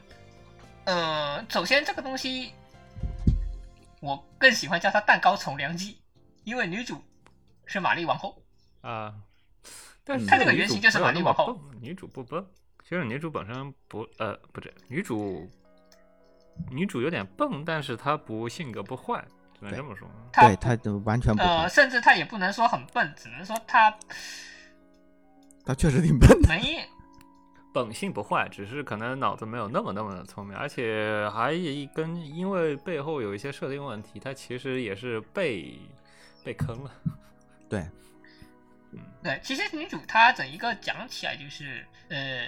Speaker 3: 呃，首先这个东西，我更喜欢叫它蛋糕从良机，因为女主是玛丽王后。
Speaker 5: 啊，但是
Speaker 4: 它
Speaker 5: 这
Speaker 4: 这个
Speaker 5: 个女
Speaker 3: 原
Speaker 5: 主
Speaker 3: 型就是
Speaker 5: 没有
Speaker 3: 玛
Speaker 5: 那
Speaker 3: 丽
Speaker 5: 么
Speaker 3: 皇后
Speaker 5: 笨，女主不笨，其实女主本身不呃不对，女主女主有点笨，但是她不性格不坏，只能
Speaker 4: 对
Speaker 5: 这么说。
Speaker 3: 她
Speaker 4: 对他就完全不会
Speaker 3: 呃，，甚至她也不能说很笨，只能说她
Speaker 4: 他确实挺笨的。
Speaker 3: 没
Speaker 5: 本性不坏，只是可能脑子没有那么那么的聪明，而且还一跟因为背后有一些设定问题，她其实也是被被坑了。
Speaker 4: 对，
Speaker 3: 对，其实女主她整一个讲起来就是，呃，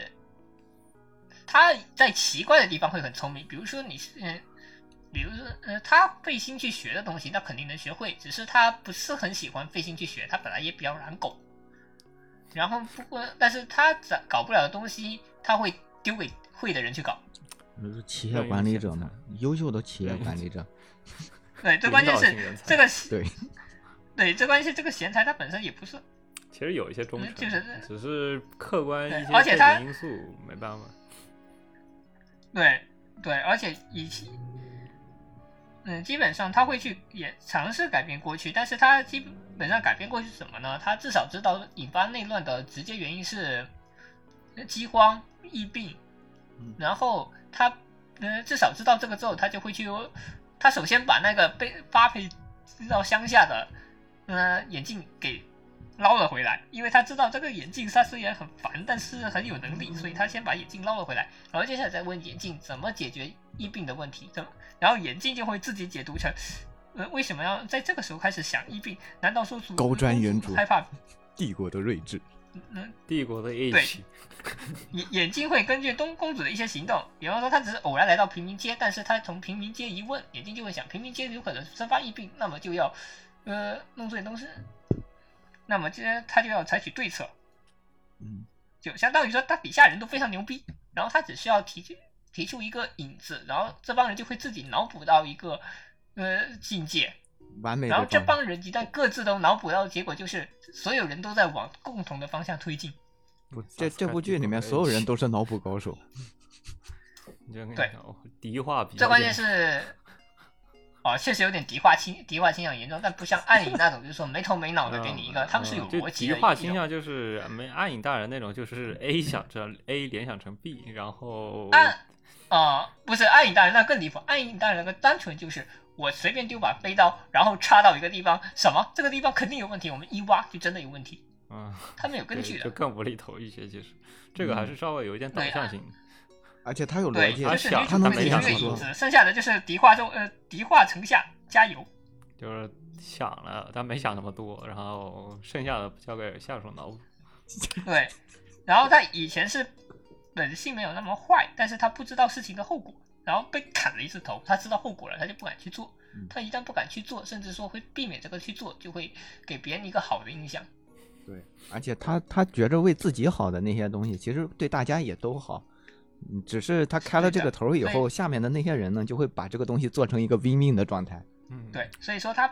Speaker 3: 她在奇怪的地方会很聪明，比如说你是，嗯、比如说，呃，她费心去学的东西，那肯定能学会，只是她不是很喜欢费心去学，她本来也比较懒狗，然后不过，但是她搞搞不了的东西，她会丢给会的人去搞。
Speaker 4: 企业管理者嘛，优秀的企业
Speaker 5: 任意
Speaker 4: 管理者，
Speaker 3: 对，最关键
Speaker 5: 领导
Speaker 3: 是
Speaker 5: 型人才
Speaker 3: 这个是
Speaker 4: 对，
Speaker 3: 对，最关键是这个贤才他本身也不是，
Speaker 5: 其实有一些忠诚，
Speaker 3: 嗯就是
Speaker 5: 只是客观一些
Speaker 3: 对而且他
Speaker 5: 背景因素没办法。
Speaker 3: 对对，而且以前，嗯，基本上他会去也尝试改变过去，但是他基本上改变过去是什么呢？他至少知道引发内乱的直接原因是饥荒、疫病
Speaker 4: 嗯，
Speaker 3: 然后他嗯至少知道这个之后，他就会去，他首先把那个被发配到乡下的嗯眼镜给。捞了回来，因为他知道这个眼镜他虽然很烦，但是很有能力，所以他先把眼镜捞了回来。然后接下来再问眼镜怎么解决疫病的问题，怎么，然后眼镜就会自己解读成，呃，为什么要在这个时候开始想疫病？难道说主
Speaker 4: 高瞻远
Speaker 3: 公主
Speaker 4: 瞩
Speaker 3: 害怕？
Speaker 4: 帝国的锐志，
Speaker 3: 嗯，
Speaker 5: 帝国的义气，
Speaker 3: 眼眼镜会根据东公主的一些行动，比方说她只是偶然来到平民街，但是她从平民街一问，眼镜就会想平民街有可能生发疫病，那么就要，呃，弄这些东西，那么这她就要采取对策，
Speaker 4: 嗯，
Speaker 3: 就相当于说他底下人都非常牛逼，然后他只需要提出提出一个引子，然后这帮人就会自己脑补到一个呃境界，
Speaker 4: 完美的
Speaker 3: 然后
Speaker 4: 方
Speaker 3: 这
Speaker 4: 法。
Speaker 3: 帮人一旦各自都脑补到，结果就是所有人都在往共同的方向推进。
Speaker 5: 我操
Speaker 4: 这这部剧里面所有人，都是脑补高手，
Speaker 5: 你就跟你
Speaker 3: 对
Speaker 5: 讲，迪化哦比较
Speaker 3: 最关键
Speaker 5: 严
Speaker 3: 是，哦，确实有点迪化倾迪化倾向严重，但不像暗影那种，就是说没头没脑的给你一个，
Speaker 5: 嗯
Speaker 3: 他们是有
Speaker 5: 嗯就
Speaker 3: 逻辑的
Speaker 5: 极化
Speaker 3: 一
Speaker 5: 倾
Speaker 3: 种。嗯
Speaker 5: 向就是没暗影大人那种，就是 A 想着 A 联想成 B，然后
Speaker 3: 暗啊、不是暗影大人那更离谱，暗影大人那个单纯就是我随便丢把飞刀，然后插到一个地方，什么这个地方肯定有问题，我们一挖就真的有问题，
Speaker 5: 嗯，
Speaker 3: 他们有根据
Speaker 5: 对就
Speaker 3: 的。
Speaker 5: 更无厘头一些。其实这个还是稍微有一点导
Speaker 3: 对啊
Speaker 5: 向性的。
Speaker 4: 而且他有
Speaker 3: 对，
Speaker 4: 逻辑，
Speaker 3: 就是
Speaker 5: 他
Speaker 3: 女
Speaker 4: 他
Speaker 3: 主
Speaker 4: 能
Speaker 5: 啊他
Speaker 3: 本身
Speaker 4: 自己
Speaker 5: 没
Speaker 3: 有
Speaker 5: 想
Speaker 3: 一个
Speaker 5: 出
Speaker 4: 说
Speaker 3: 影
Speaker 5: 来
Speaker 3: 子，剩下的就是迪化中呃迪化城下加油。
Speaker 5: 就是想了，但没想那么多，然后剩下的交给下属脑补。
Speaker 3: 对，然后他以前是本性没有那么坏，但是他不知道事情的后果，然后被砍了一次头，他知道后果了，他就不敢去做
Speaker 4: 嗯。
Speaker 3: 他一旦不敢去做，甚至说会避免这个去做，就会给别人一个好的印象。
Speaker 4: 对，而且他他觉着为自己好的那些东西，其实对大家也都好。嗯只是他开
Speaker 3: 对
Speaker 4: 了
Speaker 3: 的
Speaker 4: 这个头儿以后，下面的那些人呢，就会把这个东西做成一个 win win 的状态。
Speaker 5: 嗯，
Speaker 3: 对，，所以说他，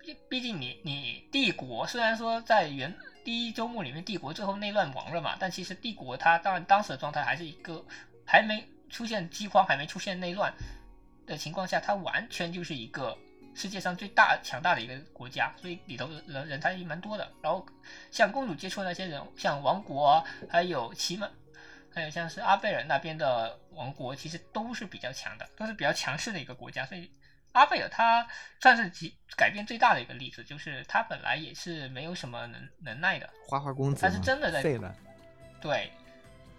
Speaker 3: 毕毕竟你你帝国虽然说在原第一周末里面，帝国最后内乱亡了嘛，但其实帝国它当然当时的状态还是一个还没出现饥荒、还没出现内乱的情况下，它完全就是一个世界上最大强大的一个国家，所以里头人人才也蛮多的。然后像公主接触的那些人，像王国啊、还有骑马。还有像是阿贝尔那边的王国，其实都是比较强的，都是比较强势的一个国家，所以阿贝尔他算是极改变最大的一个例子，就是他本来也是没有什么能能耐的，
Speaker 4: 花花公子
Speaker 3: 他
Speaker 4: 嘛
Speaker 3: 是真的在
Speaker 4: 废了，
Speaker 3: 对，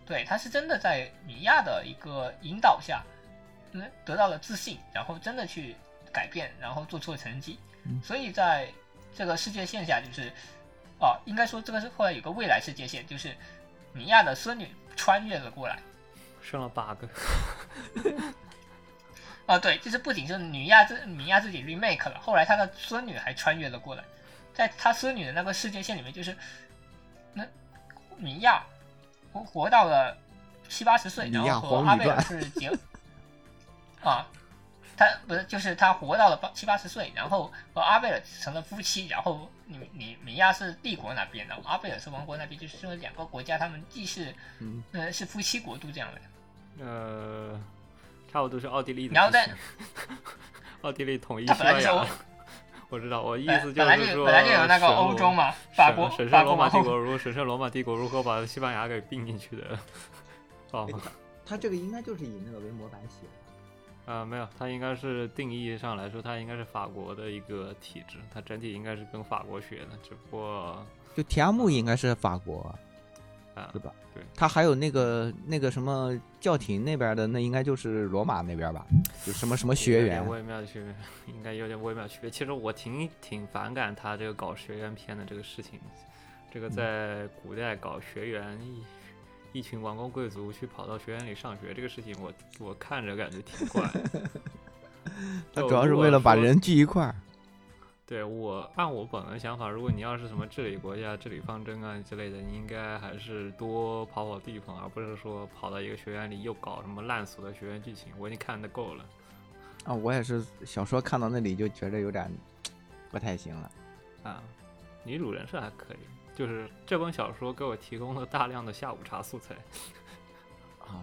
Speaker 3: 对，他是真的在米亚的一个引导下，嗯，得到了自信，然后真的去改变，然后做出了成绩
Speaker 4: 嗯。
Speaker 3: 所以在这个世界线下，就是啊，应该说这个是后来有个未来世界线，就是米亚的孙女穿越了过来。
Speaker 5: 生了八个，
Speaker 3: 啊，对，就是不仅是女亚自米亚自己 remake 了，后来她的孙女还穿越了过来，在她孙女的那个世界线里面，就是那米亚活活到了七八十岁，
Speaker 4: 米
Speaker 3: 然
Speaker 4: 娅
Speaker 3: 后和
Speaker 4: 黄
Speaker 3: 阿
Speaker 4: 米
Speaker 3: 贝尔
Speaker 4: 饭
Speaker 3: 是结啊，她不是就是她活到了八七八十岁，然后和阿贝尔成了夫妻，然后你你米亚是帝国那边的，然后阿贝尔是王国那边，就是说两个国家他们既是
Speaker 4: 嗯，
Speaker 3: 呃是夫妻国度这样的，
Speaker 5: 呃，差不多是奥地利的。
Speaker 3: 然后再，
Speaker 5: 奥地利统一
Speaker 3: 他本来
Speaker 5: 西
Speaker 3: 就是
Speaker 5: 班牙
Speaker 3: 欧。
Speaker 5: 我知道，我意
Speaker 3: 本
Speaker 5: 思就
Speaker 3: 本来
Speaker 5: 是
Speaker 3: 就
Speaker 5: 说，
Speaker 3: 本来就有那个欧洲嘛，法国
Speaker 5: 神
Speaker 3: 法
Speaker 5: 圣
Speaker 3: 国
Speaker 5: 罗
Speaker 3: 往
Speaker 5: 马帝
Speaker 3: 后
Speaker 5: 国如神圣罗马帝国如何把西班牙给并进去的？ 哦，
Speaker 4: 他这个应该就是以那个为模板写。
Speaker 5: 呃，没有，它应该是定义上来说，它应该是法国的一个体制，它整体应该是跟法国学的，只不过
Speaker 4: 就提亚木应该是法国，
Speaker 5: 啊
Speaker 4: 是，吧？
Speaker 5: 对
Speaker 4: 他还有那个那个什么教廷那边的，那应该就是罗马那边吧？就什么什么
Speaker 5: 有
Speaker 4: 学
Speaker 5: 点
Speaker 4: 员，。
Speaker 5: 微妙的区别， 应该有点微妙的区别。其实我挺挺反感他这个搞学员片的这个事情，这个在古代搞学员一。一群王公贵族去跑到学院里上学，这个事情我我看着感觉挺怪的
Speaker 4: 他
Speaker 5: 就
Speaker 4: 主要是
Speaker 5: 如果
Speaker 4: 为了把
Speaker 5: 说
Speaker 4: 人聚一块儿。
Speaker 5: 对我按我本人想法，如果你要是什么治理国家、治理方针啊之类的，你应该还是多跑跑地方，而不是说跑到一个学院里又搞什么烂俗的学院剧情。我已经看的够了。
Speaker 4: 啊，我也是小说看到那里就觉得有点嗯不太行了。
Speaker 5: 啊，女主人设还可以，就是这本小说给我提供了大量的下午茶素材。
Speaker 4: 啊，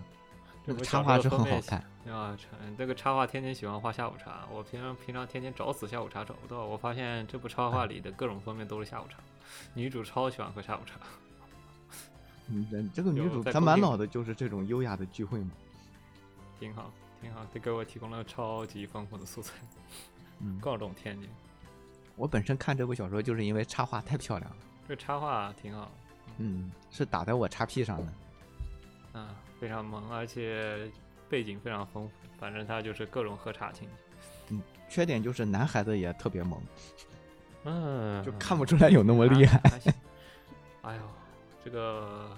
Speaker 5: 这
Speaker 4: 那个
Speaker 5: 本
Speaker 4: 插
Speaker 5: 小
Speaker 4: 画
Speaker 5: 说
Speaker 4: 是
Speaker 5: 的
Speaker 4: 很
Speaker 5: 封
Speaker 4: 好
Speaker 5: 面
Speaker 4: 看，
Speaker 5: 啊，成这个插画天天喜欢画下午茶，我平常平常天天找死下午茶找不到，我发现这部插画里的各种封面都是下午茶，女主超喜欢喝下午茶。
Speaker 4: 嗯，这这个女
Speaker 5: 有
Speaker 4: 主
Speaker 5: 在
Speaker 4: 她
Speaker 5: 固
Speaker 4: 满
Speaker 5: 定
Speaker 4: 脑的就是这种优雅的聚会嘛，
Speaker 5: 挺好，挺好，这给我提供了超级丰富的素材，
Speaker 4: 嗯，
Speaker 5: 各种天津。
Speaker 4: 我本身看这部小说就是因为插画太漂亮了，
Speaker 5: 这插画挺好，
Speaker 4: 嗯，是打在我叉 P 上的，
Speaker 5: 啊，非常萌，而且背景非常丰富。反正它就是各种喝茶情节，
Speaker 4: 嗯，缺点就是男孩子也特别萌，
Speaker 5: 嗯，
Speaker 4: 就看不出来有那么厉害。，
Speaker 5: 还。还行哎呦，这个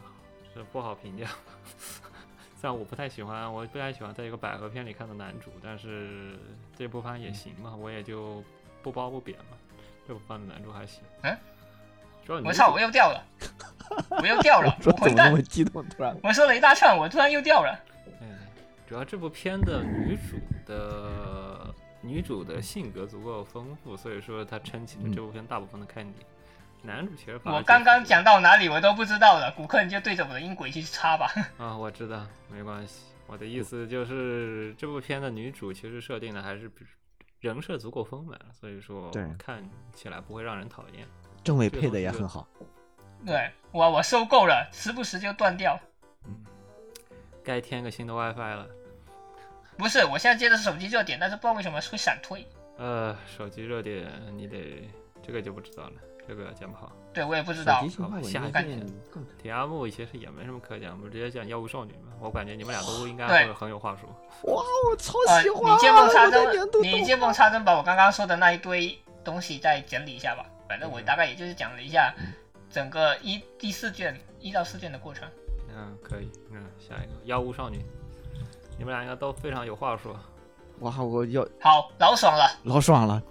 Speaker 5: 这不好评价。 虽然我不太喜欢，我不太喜欢在一个百合片里看到男主，但是这部番也
Speaker 3: 嗯
Speaker 5: 行嘛，我也就不褒不贬嘛。这部番的男主还行。
Speaker 3: 嗯，
Speaker 5: 主要女
Speaker 3: 我
Speaker 5: 主
Speaker 3: 操，我又掉 了，我又
Speaker 5: 嗯
Speaker 3: 掉了
Speaker 4: 说
Speaker 3: 我混
Speaker 4: 怎么那
Speaker 3: 蛋！
Speaker 4: 么激动？突然，
Speaker 3: 我说了一大串，我突然又掉了。
Speaker 5: 嗯，主要这部片的女主的女主的性格足够丰富，所以说她撑起了这部片大部分的看点。男主其实反
Speaker 3: 嗯
Speaker 5: 而
Speaker 3: 我
Speaker 5: 啊就
Speaker 3: 刚刚
Speaker 5: 是
Speaker 3: 讲到哪里我都不知道了，骨科你就对着我的音轨去插吧。
Speaker 5: 啊，我知道，没关系。我的意
Speaker 3: 嗯
Speaker 5: 思就是，这部片的女主其实设定的还是比人设足够丰满，所以说
Speaker 4: 对
Speaker 5: 看起来不会让人讨厌。
Speaker 4: 政委配的也很好，
Speaker 3: 对我我受够了，时不时就断掉。
Speaker 5: 该添个新的 WiFi 了。
Speaker 3: 不是，我现在接的是手机热点，但是不知道为什么会闪退。
Speaker 5: 呃，手机热点你得这个就不知道了，这个讲不好。
Speaker 3: 对我也不知
Speaker 4: 手
Speaker 3: 道
Speaker 4: 机，信号
Speaker 5: 好吧
Speaker 4: 稳定
Speaker 5: 下一
Speaker 4: 性
Speaker 5: 个
Speaker 4: 更
Speaker 5: 提阿木其实也没什么可讲，我们直接讲药物少女吧。我感觉你们俩都应该
Speaker 3: 哦对
Speaker 5: 会很有话说。
Speaker 4: 哇，我超
Speaker 3: 呃，
Speaker 4: 喜欢！啊
Speaker 3: 你见缝插
Speaker 4: 我的
Speaker 3: 针
Speaker 4: 年度，
Speaker 3: 你
Speaker 4: 动
Speaker 3: 见缝插针把我刚刚说的那一堆东西再整理一下吧。反正我
Speaker 5: 嗯
Speaker 3: 大概也就是讲了一下整个一第四卷一到四卷的过程。
Speaker 5: 嗯，可以。嗯，下一个药物少女，你们俩应该都非常有话
Speaker 3: 啊
Speaker 5: 说。
Speaker 4: 哇，我要
Speaker 3: 好，老爽了，
Speaker 4: 老爽了！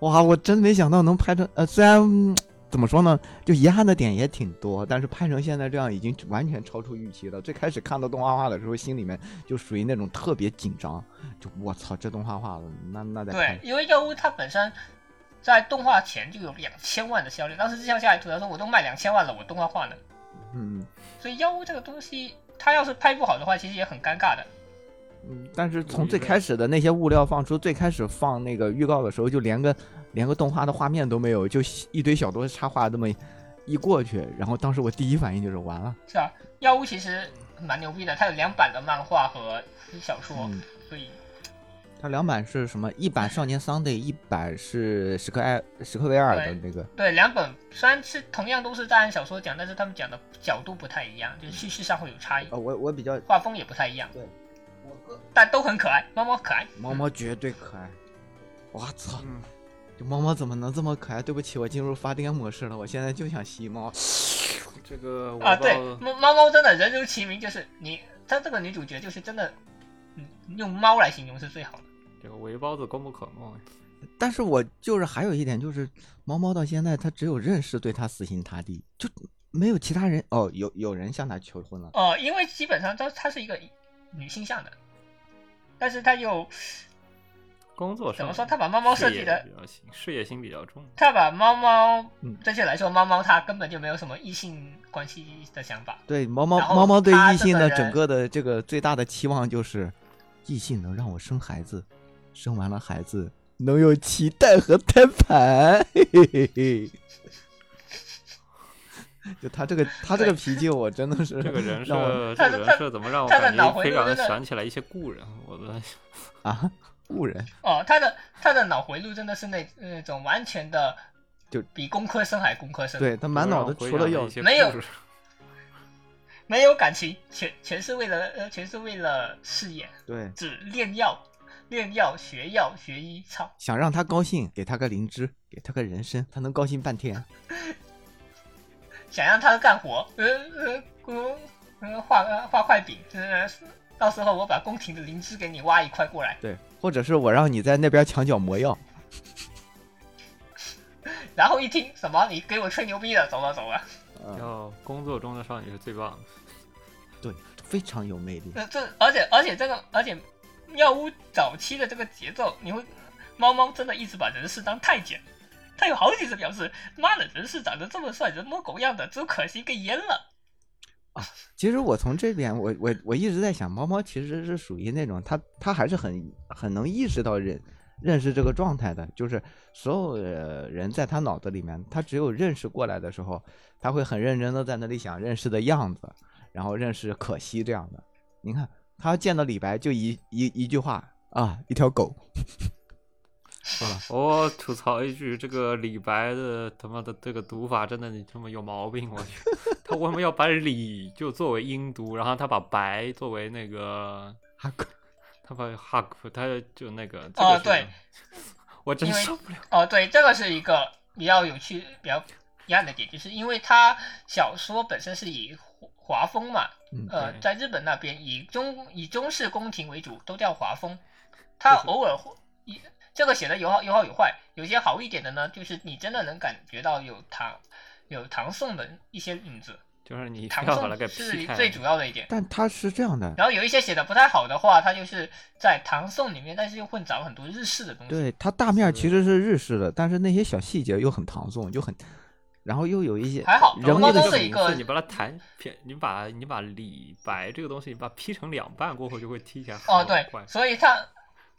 Speaker 4: 哇，我真没想到能拍成，呃，虽然、嗯怎么说呢，就遗憾的点也挺多，但是拍成现在这样已经完全超出预期了。最开始看到动画化的时候，心里面就属于那种特别紧张，就我操，这动画化了，那那得
Speaker 3: 对
Speaker 4: 拍，，
Speaker 3: 因为药物它本身在动画前就有两千万的销量，当时这下来吐槽说我都卖两千万了，我动画化呢。
Speaker 4: 嗯
Speaker 3: 所以药物这个东西，它要是拍不好的话，其实也很尴尬的。
Speaker 4: 嗯。但是从最开始的那些物料放出，最开始放那个预告的时候，就连个连个动画的画面都没有，就一堆小多插画这么一过去，然后当时我第一反应就是完了，
Speaker 3: 是吧？药屋其实蛮牛逼的，它有两版的漫画和小说，
Speaker 4: 嗯。
Speaker 3: 所以
Speaker 4: 它两版是什么？一版少年 Sunday，一版是史克艾史克威尔的那个。
Speaker 3: 对两本虽然是同样都是在按小说讲，但是他们讲的角度不太一样，就是叙事上会有差异，
Speaker 4: 呃，我我比较
Speaker 3: 画风也不太一样，
Speaker 4: 对，
Speaker 3: 但都很可爱，猫猫可爱。
Speaker 4: 猫猫绝对可爱。我操，
Speaker 5: 嗯，
Speaker 4: 这猫猫怎么能这么可爱？对不起，我进入发癫模式了，我现在就想吸猫。
Speaker 5: 这个我
Speaker 3: 啊，
Speaker 5: 到
Speaker 3: 对，猫猫猫真的人如其名，就是你，她这个女主角就是真的，嗯用猫来形容是最好的。
Speaker 5: 这个围包子功不可没。
Speaker 4: 但是我就是还有一点就是，猫猫到现在它只有认识对它死心塌地，就没有其他人哦，有有人向它求婚了。
Speaker 3: 哦、因为基本上她她是一个女性向的，但是她又
Speaker 5: 工作上
Speaker 3: 怎么说他把猫猫设计的
Speaker 5: 事业比较行，事业心比较 重。
Speaker 3: 他把猫猫
Speaker 4: 嗯，
Speaker 3: 正确来说，猫猫它根本就没有什么异性关系的想法。
Speaker 4: 对，猫猫
Speaker 3: 然后
Speaker 4: 猫猫对
Speaker 3: 它
Speaker 4: 异
Speaker 3: 这
Speaker 4: 性
Speaker 3: 个
Speaker 4: 的
Speaker 3: 人
Speaker 4: 整个的这个最大的期望就是，异性能让我生孩子，生完了孩子能有脐带和胎盘，嘿嘿嘿嘿。 就他这个他这个脾气，我真的是
Speaker 5: 这个人
Speaker 4: 让我
Speaker 5: 设，
Speaker 3: 他
Speaker 5: 这
Speaker 3: 的
Speaker 5: 个人设怎么让我
Speaker 3: 他的
Speaker 5: 感
Speaker 3: 脑
Speaker 5: 觉
Speaker 3: 回
Speaker 5: 非
Speaker 3: 路
Speaker 5: 常的
Speaker 3: 真的
Speaker 5: 想起来一些故人？我的
Speaker 4: 啊误人，
Speaker 3: 哦，他的他的脑回路真的是那那种完全的，
Speaker 4: 就
Speaker 3: 比工科生还工科生，
Speaker 4: 对他 满脑子除了
Speaker 5: 有
Speaker 4: 要
Speaker 5: 一些
Speaker 3: 没有
Speaker 5: 故事
Speaker 3: 没有感情，全全是为了呃，全是为了事业，
Speaker 4: 对
Speaker 3: 只炼药、炼药、学药、学医，操！
Speaker 4: 想让他高兴，给他个灵芝，给他个人参，他能高兴半天。
Speaker 3: 想让他干活，呃呃，工呃画呃画块饼，呃，到时候我把宫廷的灵芝给你挖一块过来，
Speaker 4: 对，或者是我让你在那边墙角磨药，
Speaker 3: 然后一听什么，你给我吹牛逼了，走了走了，
Speaker 4: 嗯
Speaker 5: 要工作中的少女是最棒的。
Speaker 4: 对，非常有魅力。
Speaker 3: 呃这这，而且而且这个，而且妙屋早期的这个节奏，你会猫猫真的一直把人事当太监，他有好几次表示，妈的，人是长得这么帅，人模狗样的，只可惜给阉了。
Speaker 4: 其实我从这边，我我我一直在想，猫猫其实是属于那种，它它还是很很能意识到认认识这个状态的，就是所有呃人在它脑子里面，它只有认识过来的时候，它会很认真的在那里想认识的样子，然后认识可惜这样的。你看，它见到李白就一一一句话啊，一条狗。
Speaker 5: 我吐槽一句，这个李白的他妈的这个读法真的你他妈有毛病！我 去，他为什么要把李就作为音读，然后他把白作为那个
Speaker 4: 哈克，
Speaker 5: 他把哈克，他就那个这
Speaker 3: 哦
Speaker 5: 个是
Speaker 3: 对，
Speaker 5: 我真
Speaker 3: 因为
Speaker 5: 受不了。
Speaker 3: 哦，对，这个是一个比较有趣、比较一样的点，就是因为他小说本身是以华华风嘛，
Speaker 4: 嗯
Speaker 3: 呃，
Speaker 5: 对
Speaker 3: 在日本那边以中以中式宫廷为主，都叫华风。它
Speaker 5: 就是
Speaker 3: 偶尔会一这个写的有好有好有坏，有些好一点的呢，就是你真的能感觉到有唐有唐宋的一些影子，
Speaker 5: 就是你非
Speaker 3: 唐
Speaker 5: 要把它
Speaker 3: 宋
Speaker 5: 给劈
Speaker 3: 是
Speaker 5: 开，
Speaker 3: 最主要的一点。
Speaker 4: 但它是这样的，
Speaker 3: 然后有一些写的不太好的话，它就是在唐宋里面，但是又混杂了很多日式的东西。
Speaker 4: 对，它大面儿
Speaker 5: 是
Speaker 4: 其实是日式的，但是那些小细节又很唐宋，就很，然后又有一些
Speaker 3: 还好
Speaker 4: 人
Speaker 3: 龙
Speaker 4: 物
Speaker 3: 猫
Speaker 5: 这
Speaker 4: 的
Speaker 3: 都是一
Speaker 5: 名
Speaker 3: 个
Speaker 5: 字你把它弹偏，你把你把李白这个东西，你把它劈成两半过后，就会踢起来
Speaker 3: 哦，
Speaker 5: 很
Speaker 3: 对
Speaker 5: 怪，。
Speaker 3: 所以他，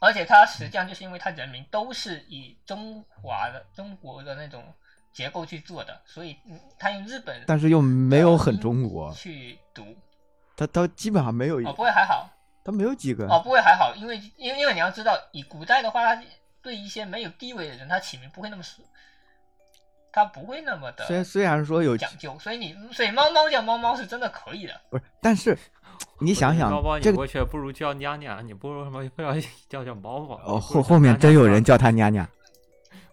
Speaker 3: 而且他实际上就是因为他人民都是以中华的中国的那种结构去做的，所以嗯他用日本
Speaker 4: 但是又没有很中国，
Speaker 3: 去读，
Speaker 4: 它它基本上没有，
Speaker 3: 嗯哦，不会还好，
Speaker 4: 它没有几个，
Speaker 3: 哦，不会还好，因为因为因为你要知道，以古代的话，他对一些没有地位的人，他起名不会那么俗，他不会那么的
Speaker 4: 虽虽然说有，
Speaker 3: 讲究，所以你所以猫猫叫猫猫是真的可以的，
Speaker 4: 不是，但是你想想
Speaker 5: 猫猫，你
Speaker 4: 这个
Speaker 5: 过去不如叫娘娘，你不如什么不要 叫叫毛毛。
Speaker 4: 哦
Speaker 5: 你
Speaker 4: 后
Speaker 5: 不如
Speaker 4: 后面
Speaker 5: 娘
Speaker 4: 真
Speaker 5: 娘
Speaker 4: 有
Speaker 5: 吧
Speaker 4: 人，叫它娘娘，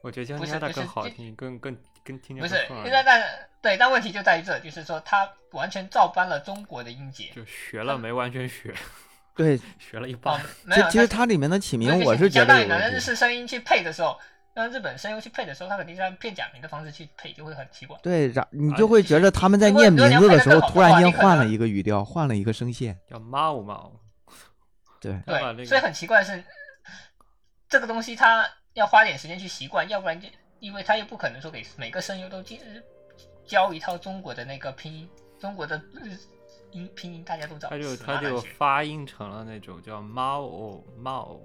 Speaker 5: 我觉得叫
Speaker 3: 不是
Speaker 5: 娘娘
Speaker 3: 不是
Speaker 5: 更好
Speaker 3: 这
Speaker 5: 听，更更更听着
Speaker 3: 不
Speaker 5: 更
Speaker 3: 是
Speaker 5: 顺，
Speaker 3: 但
Speaker 5: 耳。
Speaker 3: 但对，但问题就在于这，就是说他完全照搬了中国的音节。
Speaker 5: 就学了没完全学，
Speaker 4: 对，
Speaker 5: 学了一
Speaker 3: 哦
Speaker 5: 半。，
Speaker 3: 没有，
Speaker 4: 这其实它里面的起名我
Speaker 3: 是
Speaker 4: 是觉
Speaker 3: 相当
Speaker 4: 得
Speaker 3: 于
Speaker 4: 有
Speaker 3: 拿着
Speaker 4: 问
Speaker 3: 日
Speaker 4: 题，
Speaker 3: 式声音去配的时候，让日本声优去配的时候，他肯定是按片假名的方式去配，就会很奇怪。
Speaker 4: 对，然你
Speaker 5: 而
Speaker 4: 就会觉得他们在
Speaker 3: 啊如果
Speaker 4: 念
Speaker 3: 如果
Speaker 4: 名
Speaker 3: 你要
Speaker 4: 字的
Speaker 3: 配
Speaker 4: 时
Speaker 3: 得
Speaker 4: 候
Speaker 3: 好的
Speaker 4: 突然
Speaker 3: 话
Speaker 4: 间
Speaker 3: 你可
Speaker 4: 换了
Speaker 3: 能
Speaker 4: 一个语调，换了一个声线，
Speaker 5: 叫猫猫，
Speaker 4: 对。
Speaker 5: 他把那
Speaker 3: 对，所以
Speaker 5: 个
Speaker 3: 很奇怪的是，这个东西他要花点时间去习惯，要不然就因为他又不可能说给每个声优都教教一套中国的那个拼音，中国的日音拼音大家都找，
Speaker 5: 他就
Speaker 3: 死
Speaker 5: 他
Speaker 3: 拉难
Speaker 5: 就
Speaker 3: 学
Speaker 5: 发音成了那种叫猫哦猫哦，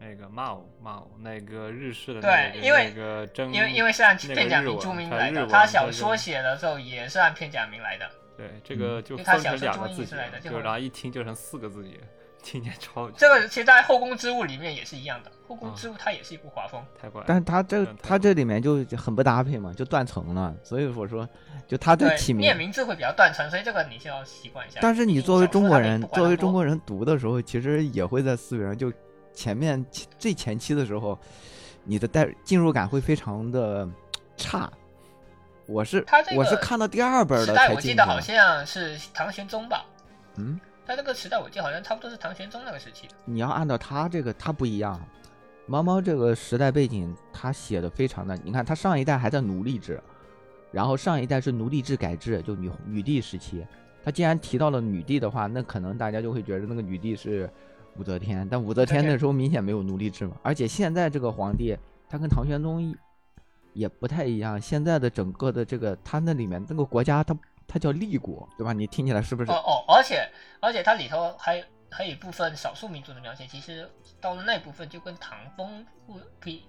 Speaker 5: 那个猫猫那个日式的那
Speaker 3: 对
Speaker 5: 个
Speaker 3: 因为
Speaker 5: 那个真
Speaker 3: 因为因为是按
Speaker 5: 那个
Speaker 3: 片假
Speaker 5: 日
Speaker 3: 名
Speaker 5: 文
Speaker 3: 注明
Speaker 5: 它
Speaker 3: 来
Speaker 5: 日
Speaker 3: 的，
Speaker 5: 文
Speaker 3: 他
Speaker 5: 它
Speaker 3: 小
Speaker 5: 就
Speaker 3: 说写的时候也是按片假名来的。
Speaker 5: 对，这个就
Speaker 3: 因为他
Speaker 5: 分
Speaker 3: 小
Speaker 5: 成
Speaker 3: 时候
Speaker 5: 两个
Speaker 3: 中
Speaker 5: 字
Speaker 3: 译出
Speaker 5: 节
Speaker 3: 来的，就
Speaker 5: 就
Speaker 3: 很
Speaker 5: 然后一听就成四个字节，听起来超级
Speaker 3: 这个其实，在《后宫之物》里面也是一样的，《后宫
Speaker 5: 嗯
Speaker 3: 之物》它也是一部华风。
Speaker 5: 太怪了。
Speaker 4: 但是他这
Speaker 5: 嗯
Speaker 4: 他这里面就很不搭配嘛，就断层了，所以我说，就他这
Speaker 3: 对，
Speaker 4: 起名
Speaker 3: 念，名字会比较断层，所以这个你就要习惯一下。
Speaker 4: 但是你作为中国人，作为中国
Speaker 3: 人，
Speaker 4: 人读的时候，其实也会在思维上，就前面前最前期的时候，你的代进入感会非常的差。我是
Speaker 3: 他这个
Speaker 4: 我是看到第二本
Speaker 3: 时
Speaker 4: 了
Speaker 3: 代
Speaker 4: 才
Speaker 3: 我记
Speaker 4: 进去
Speaker 3: 得好
Speaker 4: 的，
Speaker 3: 像是唐玄宗吧，
Speaker 4: 嗯，
Speaker 3: 他这个时代我记得好像差不多是唐玄宗那个时期的。
Speaker 4: 你要按照他这个，他不一样。猫猫这个时代背景，他写的非常的，你看他上一代还在奴隶制，然后上一代是奴隶制改制，就女女帝时期。他既然提到了女帝的话，那可能大家就会觉得那个女帝是武则天，但武则天
Speaker 3: 对
Speaker 4: 那时候明显没有奴隶制嘛。而且现在这个皇帝，他跟唐玄宗一也不太一样。现在的整个的这个，他那里面那个国家，他他叫立国，对吧？你听起来是不是
Speaker 3: 哦？哦，而且而且它里头还还有一部分少数民族的描写，其实到了那部分就跟唐风不比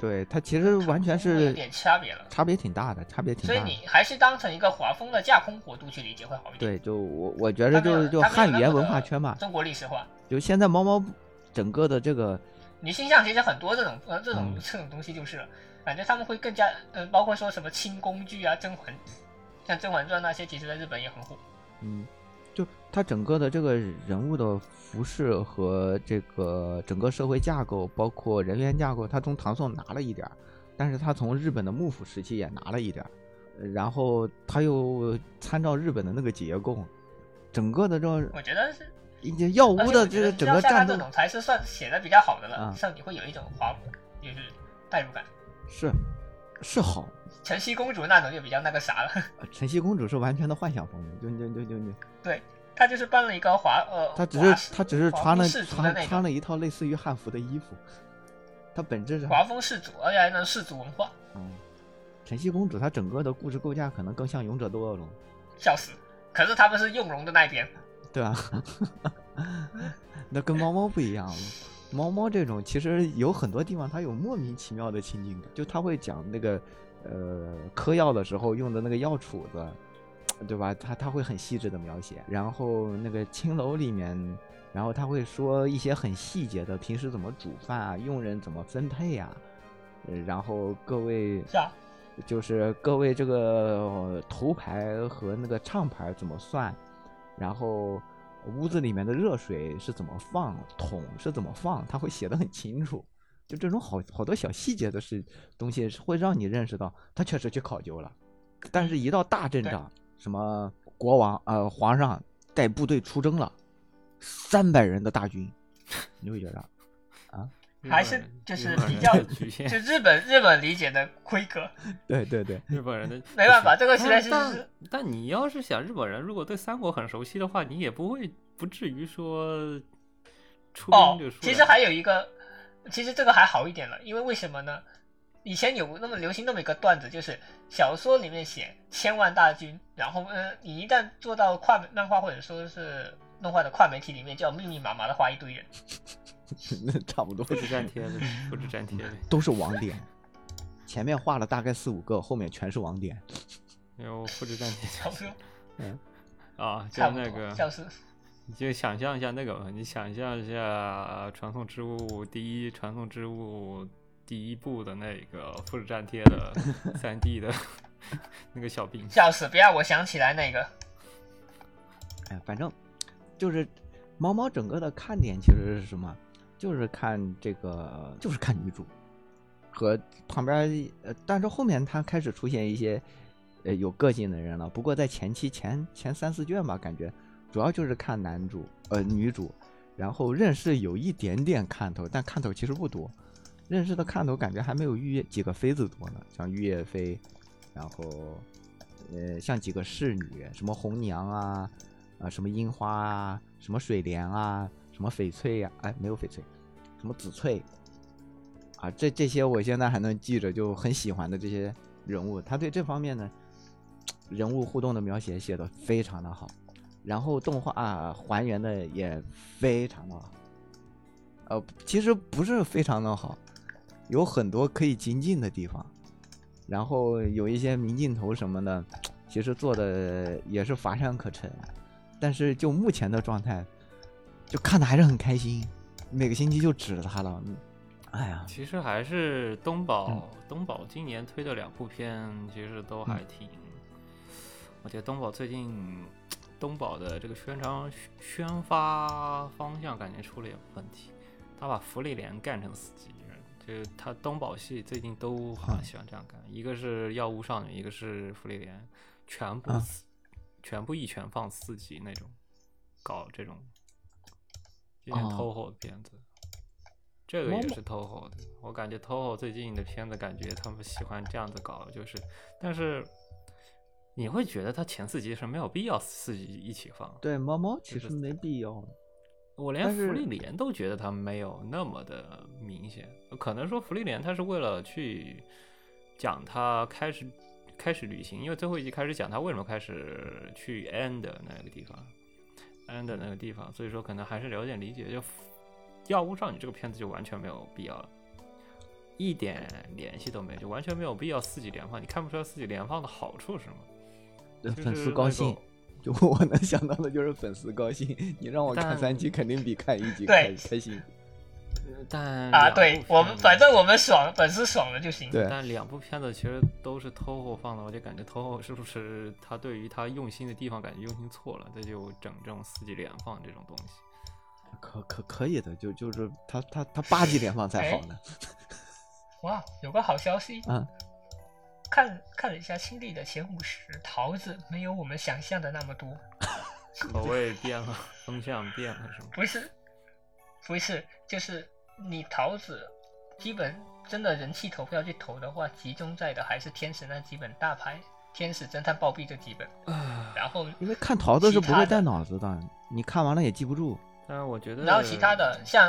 Speaker 4: 对，他其实完全
Speaker 3: 唐风有
Speaker 4: 是
Speaker 3: 点差别了。
Speaker 4: 差别挺大的，差别挺
Speaker 3: 所
Speaker 4: 大
Speaker 3: 以
Speaker 4: 的。
Speaker 3: 你还是当成一个华风的架空国度去理解会好一点。
Speaker 4: 对，就我我觉
Speaker 3: 它
Speaker 4: 得
Speaker 3: 没有
Speaker 4: 就就
Speaker 3: 它没有
Speaker 4: 汉语
Speaker 3: 那
Speaker 4: 言
Speaker 3: 么
Speaker 4: 文
Speaker 3: 的
Speaker 4: 化圈吧，
Speaker 3: 中国历史化。
Speaker 4: 就现在猫猫整个的这个，
Speaker 3: 女性向其实很多这种呃这种
Speaker 4: 嗯
Speaker 3: 这种东西就是了，感觉他们会更加呃，包括说什么清宫剧啊、甄嬛，像《甄嬛传》那些，其实在日本也很火。
Speaker 4: 嗯，就它整个的这个人物的服饰和这个整个社会架构，包括人员架构，它从唐宋拿了一点儿，但是它从日本的幕府时期也拿了一点儿，呃然后它又参照日本的那个结构，整个的这种
Speaker 3: 我觉得是，
Speaker 4: 一些药
Speaker 3: 而
Speaker 4: 屋
Speaker 3: 且我
Speaker 4: 的
Speaker 3: 觉
Speaker 4: 这
Speaker 3: 得
Speaker 4: 个整个
Speaker 3: 像他
Speaker 4: 战
Speaker 3: 这
Speaker 4: 斗
Speaker 3: 种才是算写的比较好的了，
Speaker 4: 啊
Speaker 3: 像你会有一种华，就是代入感。
Speaker 4: 是是好，
Speaker 3: 晨曦公主那种就比较那个啥了，
Speaker 4: 呃晨曦公主是完全的幻想风格，就就就就就。
Speaker 3: 她就是搬了一个华呃，
Speaker 4: 他只
Speaker 3: 华
Speaker 4: 是
Speaker 3: 氏
Speaker 4: 他只是穿
Speaker 3: 华
Speaker 4: 了
Speaker 3: 夫士族的
Speaker 4: 穿
Speaker 3: 那
Speaker 4: 穿
Speaker 3: 种
Speaker 4: 了一套类似于汉服的衣服，他本质上
Speaker 3: 哎华风氏族，而且还能氏族文化。
Speaker 4: 嗯，晨曦公主她整个的故事构架可能更像勇者斗恶龙，
Speaker 3: 笑死！可是他们是用龙的那一边，
Speaker 4: 对吧？那跟猫猫不一样，猫猫这种其实有很多地方它有莫名其妙的亲近感，就它会讲那个呃嗑药的时候用的那个药杵子，对吧？它它会很细致的描写，然后那个青楼里面。然后他会说一些很细节的，平时怎么煮饭啊，佣人怎么分配呀、呃然后各位
Speaker 3: 是 吧？
Speaker 4: 就是各位这个呃头牌和那个唱牌怎么算，然后屋子里面的热水是怎么放，桶是怎么放，他会写的很清楚。就这种好好多小细节的事东西，是会让你认识到他确实去考究了。但是，一到大阵仗，什么国王呃皇上带部队出征了，三百人的大军，你会觉得
Speaker 5: 日
Speaker 3: 还
Speaker 5: 本
Speaker 3: 是
Speaker 5: 人
Speaker 3: 就是
Speaker 5: 日本
Speaker 3: 比
Speaker 5: 人
Speaker 3: 较
Speaker 5: 的局限
Speaker 3: 就，日本日本理解的规格，
Speaker 4: 对对对，
Speaker 5: 日本人的
Speaker 3: 没办法，这个实在
Speaker 5: 但
Speaker 3: 是
Speaker 5: 但但你要是想日本人，如果对三国很熟悉的话，你也不会不至于说出
Speaker 3: 哦
Speaker 5: 兵就输。，
Speaker 3: 其实还有一个，其实这个还好一点了，因为为什么呢？以前有那么流行那么一个段子，就是小说里面写千万大军，然后呃，你一旦做到跨漫画或者说是动画的跨媒体里面，就要密密麻麻的画一堆人。
Speaker 4: 差不多
Speaker 5: 复制粘贴 呗，复制粘贴呗。
Speaker 3: 嗯
Speaker 4: 都是网点，前面画了大概四五个，后面全是网点。
Speaker 5: 因为我复制粘贴
Speaker 3: 差不多，
Speaker 5: 啊，就
Speaker 3: 差不
Speaker 5: 那
Speaker 3: 多，
Speaker 5: 个，
Speaker 3: 嗯像是
Speaker 5: 你就想象一下那个吧，你想象一下呃传送之物第一传送之物第一部的那个复制粘贴的三 D 的 那个小兵，
Speaker 3: 笑死！别让我想起来那个，
Speaker 4: 哎呀，反正就是猫猫整个的看点其实是什么？就是看这个，就是看女主和旁边儿呃，但是后面他开始出现一些呃有个性的人了。不过在前期前前三四卷吧，感觉主要就是看男主呃女主，然后认识有一点点看头，但看头其实不多。认识的看头感觉还没有玉叶几个妃子多呢，像玉叶妃，然后呃像几个侍女，什么红娘啊，啊，什么樱花啊，什么水莲啊，什么翡翠呀、哎，没有翡翠，什么紫翠啊，这这些我现在还能记着，就很喜欢的这些人物，他对这方面呢，人物互动的描写写的非常的好，然后动画、啊还原的也非常的好，呃，其实不是非常的好，有很多可以精进的地方，然后有一些明镜头什么的，其实做的也是乏善可陈。但是就目前的状态，就看的还是很开心，每个星期就指着它了。嗯哎呀，
Speaker 5: 其实还是东宝，东宝今年推的两部片其实都还挺，我觉得东宝最近东宝的这个宣传宣发方向感觉出了点问题，他把福利连干成死机器人，就是他东宝系最近都好像喜欢这样干，一个是药物少女，一个是福利连，全部
Speaker 4: 啊
Speaker 5: 死、全部一拳放四集那种，搞这种有点
Speaker 4: 哦
Speaker 5: 偷吼的片子。这个
Speaker 4: 猫
Speaker 5: 也
Speaker 4: 猫
Speaker 5: 是 Toho 的，我感觉 Toho 最近的片子，感觉他们喜欢这样子搞，就是，但是你会觉得他前四集是没有必要四集一起放的，
Speaker 4: 对猫猫其
Speaker 5: 是
Speaker 4: 实没必要。
Speaker 5: 我连
Speaker 4: 但
Speaker 5: 福
Speaker 4: 是
Speaker 5: 利莲都觉得它没有那么的明显，呃可能说福利莲它是为了去讲他开始开始旅行，因为最后一集开始讲他为什么开始去 end 那个地方，end 那个地方，所以说可能还是有点理解。就《药物少女》这个片子就完全没有必要了，一点联系都没有，就完全没有必要四级连放，你看不出来四级连放的好处是什么。
Speaker 4: 对
Speaker 5: 就
Speaker 4: 呃粉
Speaker 5: 是
Speaker 4: 丝
Speaker 5: 那
Speaker 4: 高
Speaker 5: 个
Speaker 4: 兴，就我能想到的就是粉丝高兴。你让我看
Speaker 5: 但
Speaker 4: 三集，肯定比看一集
Speaker 3: 对
Speaker 4: 开开心。
Speaker 5: 呃但
Speaker 3: 啊，
Speaker 5: 两
Speaker 3: 对
Speaker 5: 部
Speaker 3: 我们
Speaker 5: 片
Speaker 3: 反正我们爽，粉丝爽了就行。
Speaker 4: 对，
Speaker 5: 但两部片子其实都是 Toho 放的，我就感觉 Toho 是不是他对于他用心的地方，感觉用心错了，他就整这种四季连放这种东西。
Speaker 4: 可可可以的，就就是他他他八级连放才好呢。
Speaker 3: 哇，有个好消息，
Speaker 4: 嗯，
Speaker 3: 看看了一下清历的前五十，桃子没有我们想象的那么多。
Speaker 5: 口味变了，风向变了，是吗？
Speaker 3: 不是，不是，就是你桃子，基本真的人气投票去投的话，集中在的还是天使那几本大牌，天使侦探暴毙这几本。
Speaker 5: 啊，
Speaker 3: 然后，
Speaker 4: 因为看桃子是不
Speaker 3: 其他
Speaker 4: 会
Speaker 3: 的
Speaker 4: 带脑子的，你看完了也记不住。
Speaker 5: 但是我觉得，
Speaker 3: 然后其他的像，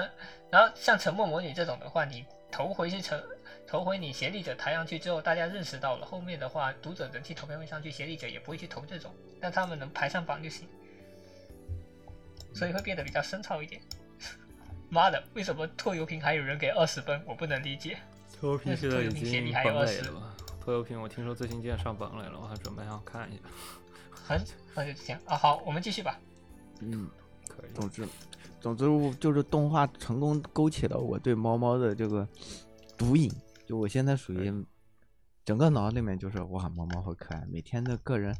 Speaker 3: 然后像沉默魔女这种的话，你投回去沉头回你协力者抬上去之后，大家认识到了，后面的话读者人气投票会上去，协力者也不会去投这种，让他们能排上榜就行，所以会变得比较深造一点。 妈的，为什么拖油瓶还有人给二十分？我不能理解。
Speaker 5: 拖油瓶现在已经
Speaker 3: 还有
Speaker 5: 榜
Speaker 3: 二
Speaker 5: 垒
Speaker 3: 十
Speaker 5: 了吧？拖油瓶我听说最新卷上榜垒了，我还准备想看一下。
Speaker 3: 很，那就这样啊。好，我们继续吧。
Speaker 4: 嗯，
Speaker 5: 可以，
Speaker 4: 总之，总之我就是动画成功勾起了我对猫猫的这个毒瘾，就我现在属于整个脑里面就是哇，猫猫好可爱，每天的个人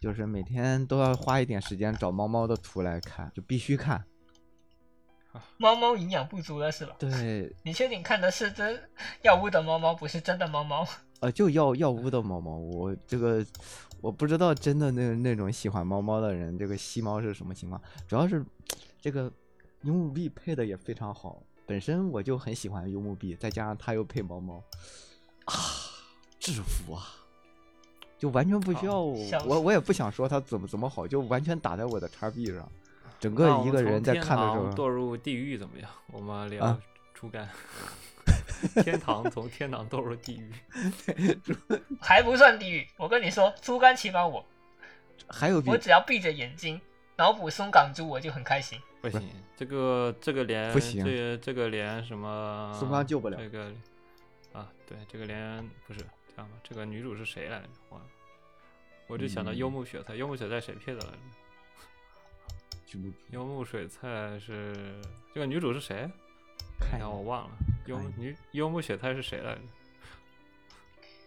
Speaker 4: 就是每天都要花一点时间找猫猫的图来看，就必须看。
Speaker 3: 猫猫营养不足了是吧？
Speaker 4: 对，
Speaker 3: 你确定看的是真药物的猫猫，不是真的猫 猫？
Speaker 4: 呃，就药药屋的猫猫，我这个我不知道真的那那种喜欢猫猫的人，这个吸猫是什么情况？主要是这个优木碧配的也非常好，本身我就很喜欢优木碧，再加上他又配猫猫，啊，制服啊，就完全不需
Speaker 5: 啊
Speaker 4: 要我
Speaker 3: 笑，
Speaker 4: 我我也不想说他怎么怎么好，就完全打在我的叉 B 上，整
Speaker 5: 那
Speaker 4: 个
Speaker 5: 啊我
Speaker 4: 一
Speaker 5: 们
Speaker 4: 个
Speaker 5: 从
Speaker 4: 人在
Speaker 5: 天
Speaker 4: 看的时候，
Speaker 5: 堂堕入地狱怎么样？我们聊
Speaker 4: 啊
Speaker 5: 猪肝。 天堂从天堂堕入地狱，
Speaker 3: 还不算地狱。我跟你说，猪肝起码我，
Speaker 4: 还有比
Speaker 3: 我只要闭着眼睛脑补松港猪，我就很开心。
Speaker 5: 不行，这个这个连
Speaker 4: 不行
Speaker 5: 这个这个连什么
Speaker 4: 苏芳救不了
Speaker 5: 这个啊，对，这个连不是这样吧？这个女主是谁来着？忘了，我就想到
Speaker 4: 嗯
Speaker 5: 幽木雪菜，幽木雪菜谁配的来着？
Speaker 4: 巨鹿
Speaker 5: 幽木水菜是这个女主是谁？
Speaker 4: 看一
Speaker 5: 你看我
Speaker 4: 眼，
Speaker 5: 忘了，幽
Speaker 4: 看一
Speaker 5: 女幽木雪菜是谁来着？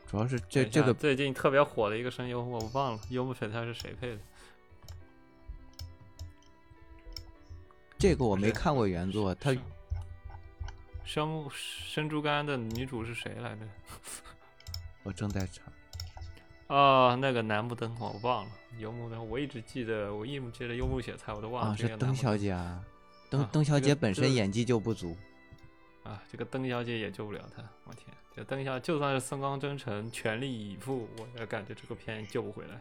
Speaker 4: 主要是这
Speaker 5: 等一下
Speaker 4: 这个
Speaker 5: 最近特别火的一个声优，我忘了幽木雪菜是谁配的。
Speaker 4: 这个我没
Speaker 5: 是
Speaker 4: 看过原作，他
Speaker 5: 是生木生猪肝的女主是谁来着？
Speaker 4: 我正在查。
Speaker 5: 啊，那个楠木灯火我忘了，游牧灯火，我一直记得，我一直记得幽木雪菜，我都忘
Speaker 4: 啊，
Speaker 5: 了这
Speaker 4: 是
Speaker 5: 个楠
Speaker 4: 邓
Speaker 5: 木
Speaker 4: 小
Speaker 5: 灯
Speaker 4: 姐啊，邓
Speaker 5: 啊
Speaker 4: 邓小
Speaker 5: 这个
Speaker 4: 姐本
Speaker 5: 这
Speaker 4: 身
Speaker 5: 个
Speaker 4: 演技就不足，
Speaker 5: 啊，这个灯小姐也救不了她，我天，这灯小就算是森冈真诚全力以赴，我也感觉这个片救不回来。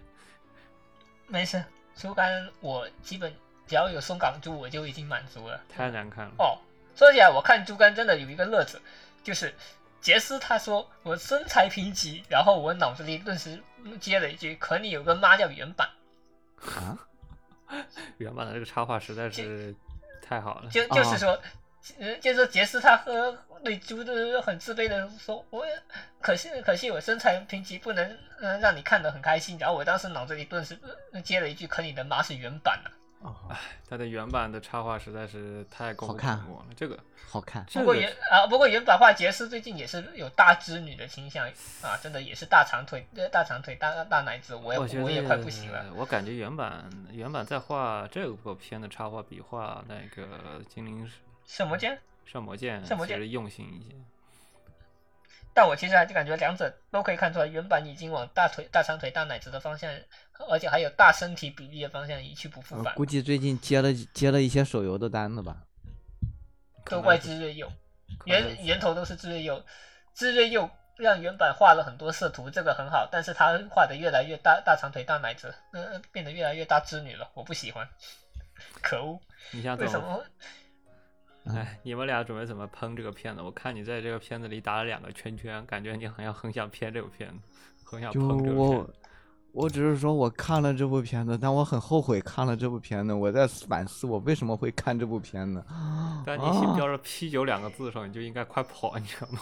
Speaker 3: 没事，猪肝我基本只要有松港猪，我就已经满足了。
Speaker 5: 太难看了。
Speaker 3: 哦，说起来，我看猪肝真的有一个乐子，就是杰斯他说我身材贫瘠，然后我脑子里顿时接了一句：“可你有个妈叫原版。
Speaker 5: 原版的这个插画实在是太好了，
Speaker 3: 就
Speaker 4: 啊
Speaker 3: 就是说，呃，就是说杰斯他和对猪都很自卑的说，我也可惜可惜我身材贫瘠，不能嗯、呃让你看得很开心。然后我当时脑子里顿时、呃接了一句：“可你的妈是原版啊。
Speaker 4: 哦，
Speaker 5: 它的原版的插画实在是太功
Speaker 4: 好
Speaker 5: 不
Speaker 4: 看
Speaker 5: 可没了。这个
Speaker 4: 好看，
Speaker 5: 这
Speaker 3: 不过
Speaker 5: 个
Speaker 3: 原啊，不过原版画杰斯最近也是有大织女的倾向啊，真的也是大长腿、呃大长腿、大大奶子，我也
Speaker 5: 我觉得
Speaker 3: 我也快不行了。
Speaker 5: 我感觉原版原版在画这个片的插画比画那个精灵
Speaker 3: 什么剑？
Speaker 5: 圣魔剑
Speaker 3: 圣魔
Speaker 5: 其
Speaker 3: 剑
Speaker 5: 实用心一些。
Speaker 3: 但我其实还是感觉两者都可以看出来，原版已经往大腿、大长腿、大奶子的方向，而且还有大身体比例的方向一去不复
Speaker 4: 呃
Speaker 3: 返。
Speaker 4: 估计最近接了接了一些手游的单子吧，
Speaker 3: 都
Speaker 5: 可能
Speaker 3: 怪
Speaker 5: 是
Speaker 3: 知瑞佑，
Speaker 5: 可能
Speaker 3: 源源头都是知瑞佑，知瑞佑让原版画了很多色图，这个很好，但是他画的越来越大大长腿大奶子，嗯、呃，变得越来越大织女了，我不喜欢，可恶，
Speaker 5: 你想
Speaker 3: 为
Speaker 5: 怎
Speaker 3: 什
Speaker 5: 么？
Speaker 3: 么？
Speaker 5: 哎，你们俩准备怎么喷这个片子？我看你在这个片子里打了两个圈圈，感觉你好像很想偏这个片子，很想
Speaker 4: 就
Speaker 5: 喷这个片
Speaker 4: 我
Speaker 5: 子。
Speaker 4: 我只是说我看了这部片子，但我很后悔看了这部片子，我在反思我为什么会看这部片子。
Speaker 5: 但你心
Speaker 4: 啊
Speaker 5: 标着“啤酒”两个字上，你就应该快跑，你知道吗？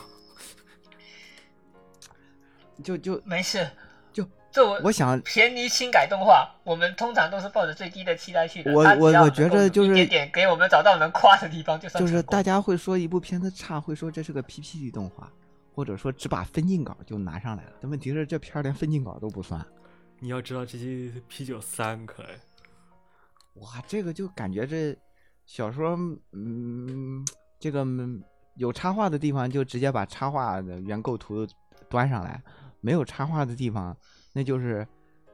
Speaker 4: 就就
Speaker 3: 没事，
Speaker 4: 就
Speaker 3: 作为
Speaker 4: 我想，
Speaker 3: 便宜轻改动画，我们通常都是抱着最低的期待去的。
Speaker 4: 我
Speaker 3: 它只
Speaker 4: 我
Speaker 3: 要
Speaker 4: 我觉
Speaker 3: 能够
Speaker 4: 着
Speaker 3: 有
Speaker 4: 就是
Speaker 3: 一点点给我们找到能夸的地方，就算
Speaker 4: 就是
Speaker 3: 成功
Speaker 4: 大家会说一部片子差，会说这是个 PPT 动画，或者说只把分镜稿就拿上来了，但问题是这片儿连分镜稿都不算。
Speaker 5: 你要知道，这些啤酒三颗，哎
Speaker 4: 哇，这个就感觉这小说，嗯，这个嗯有插画的地方就直接把插画的原构图端上来，没有插画的地方，那就是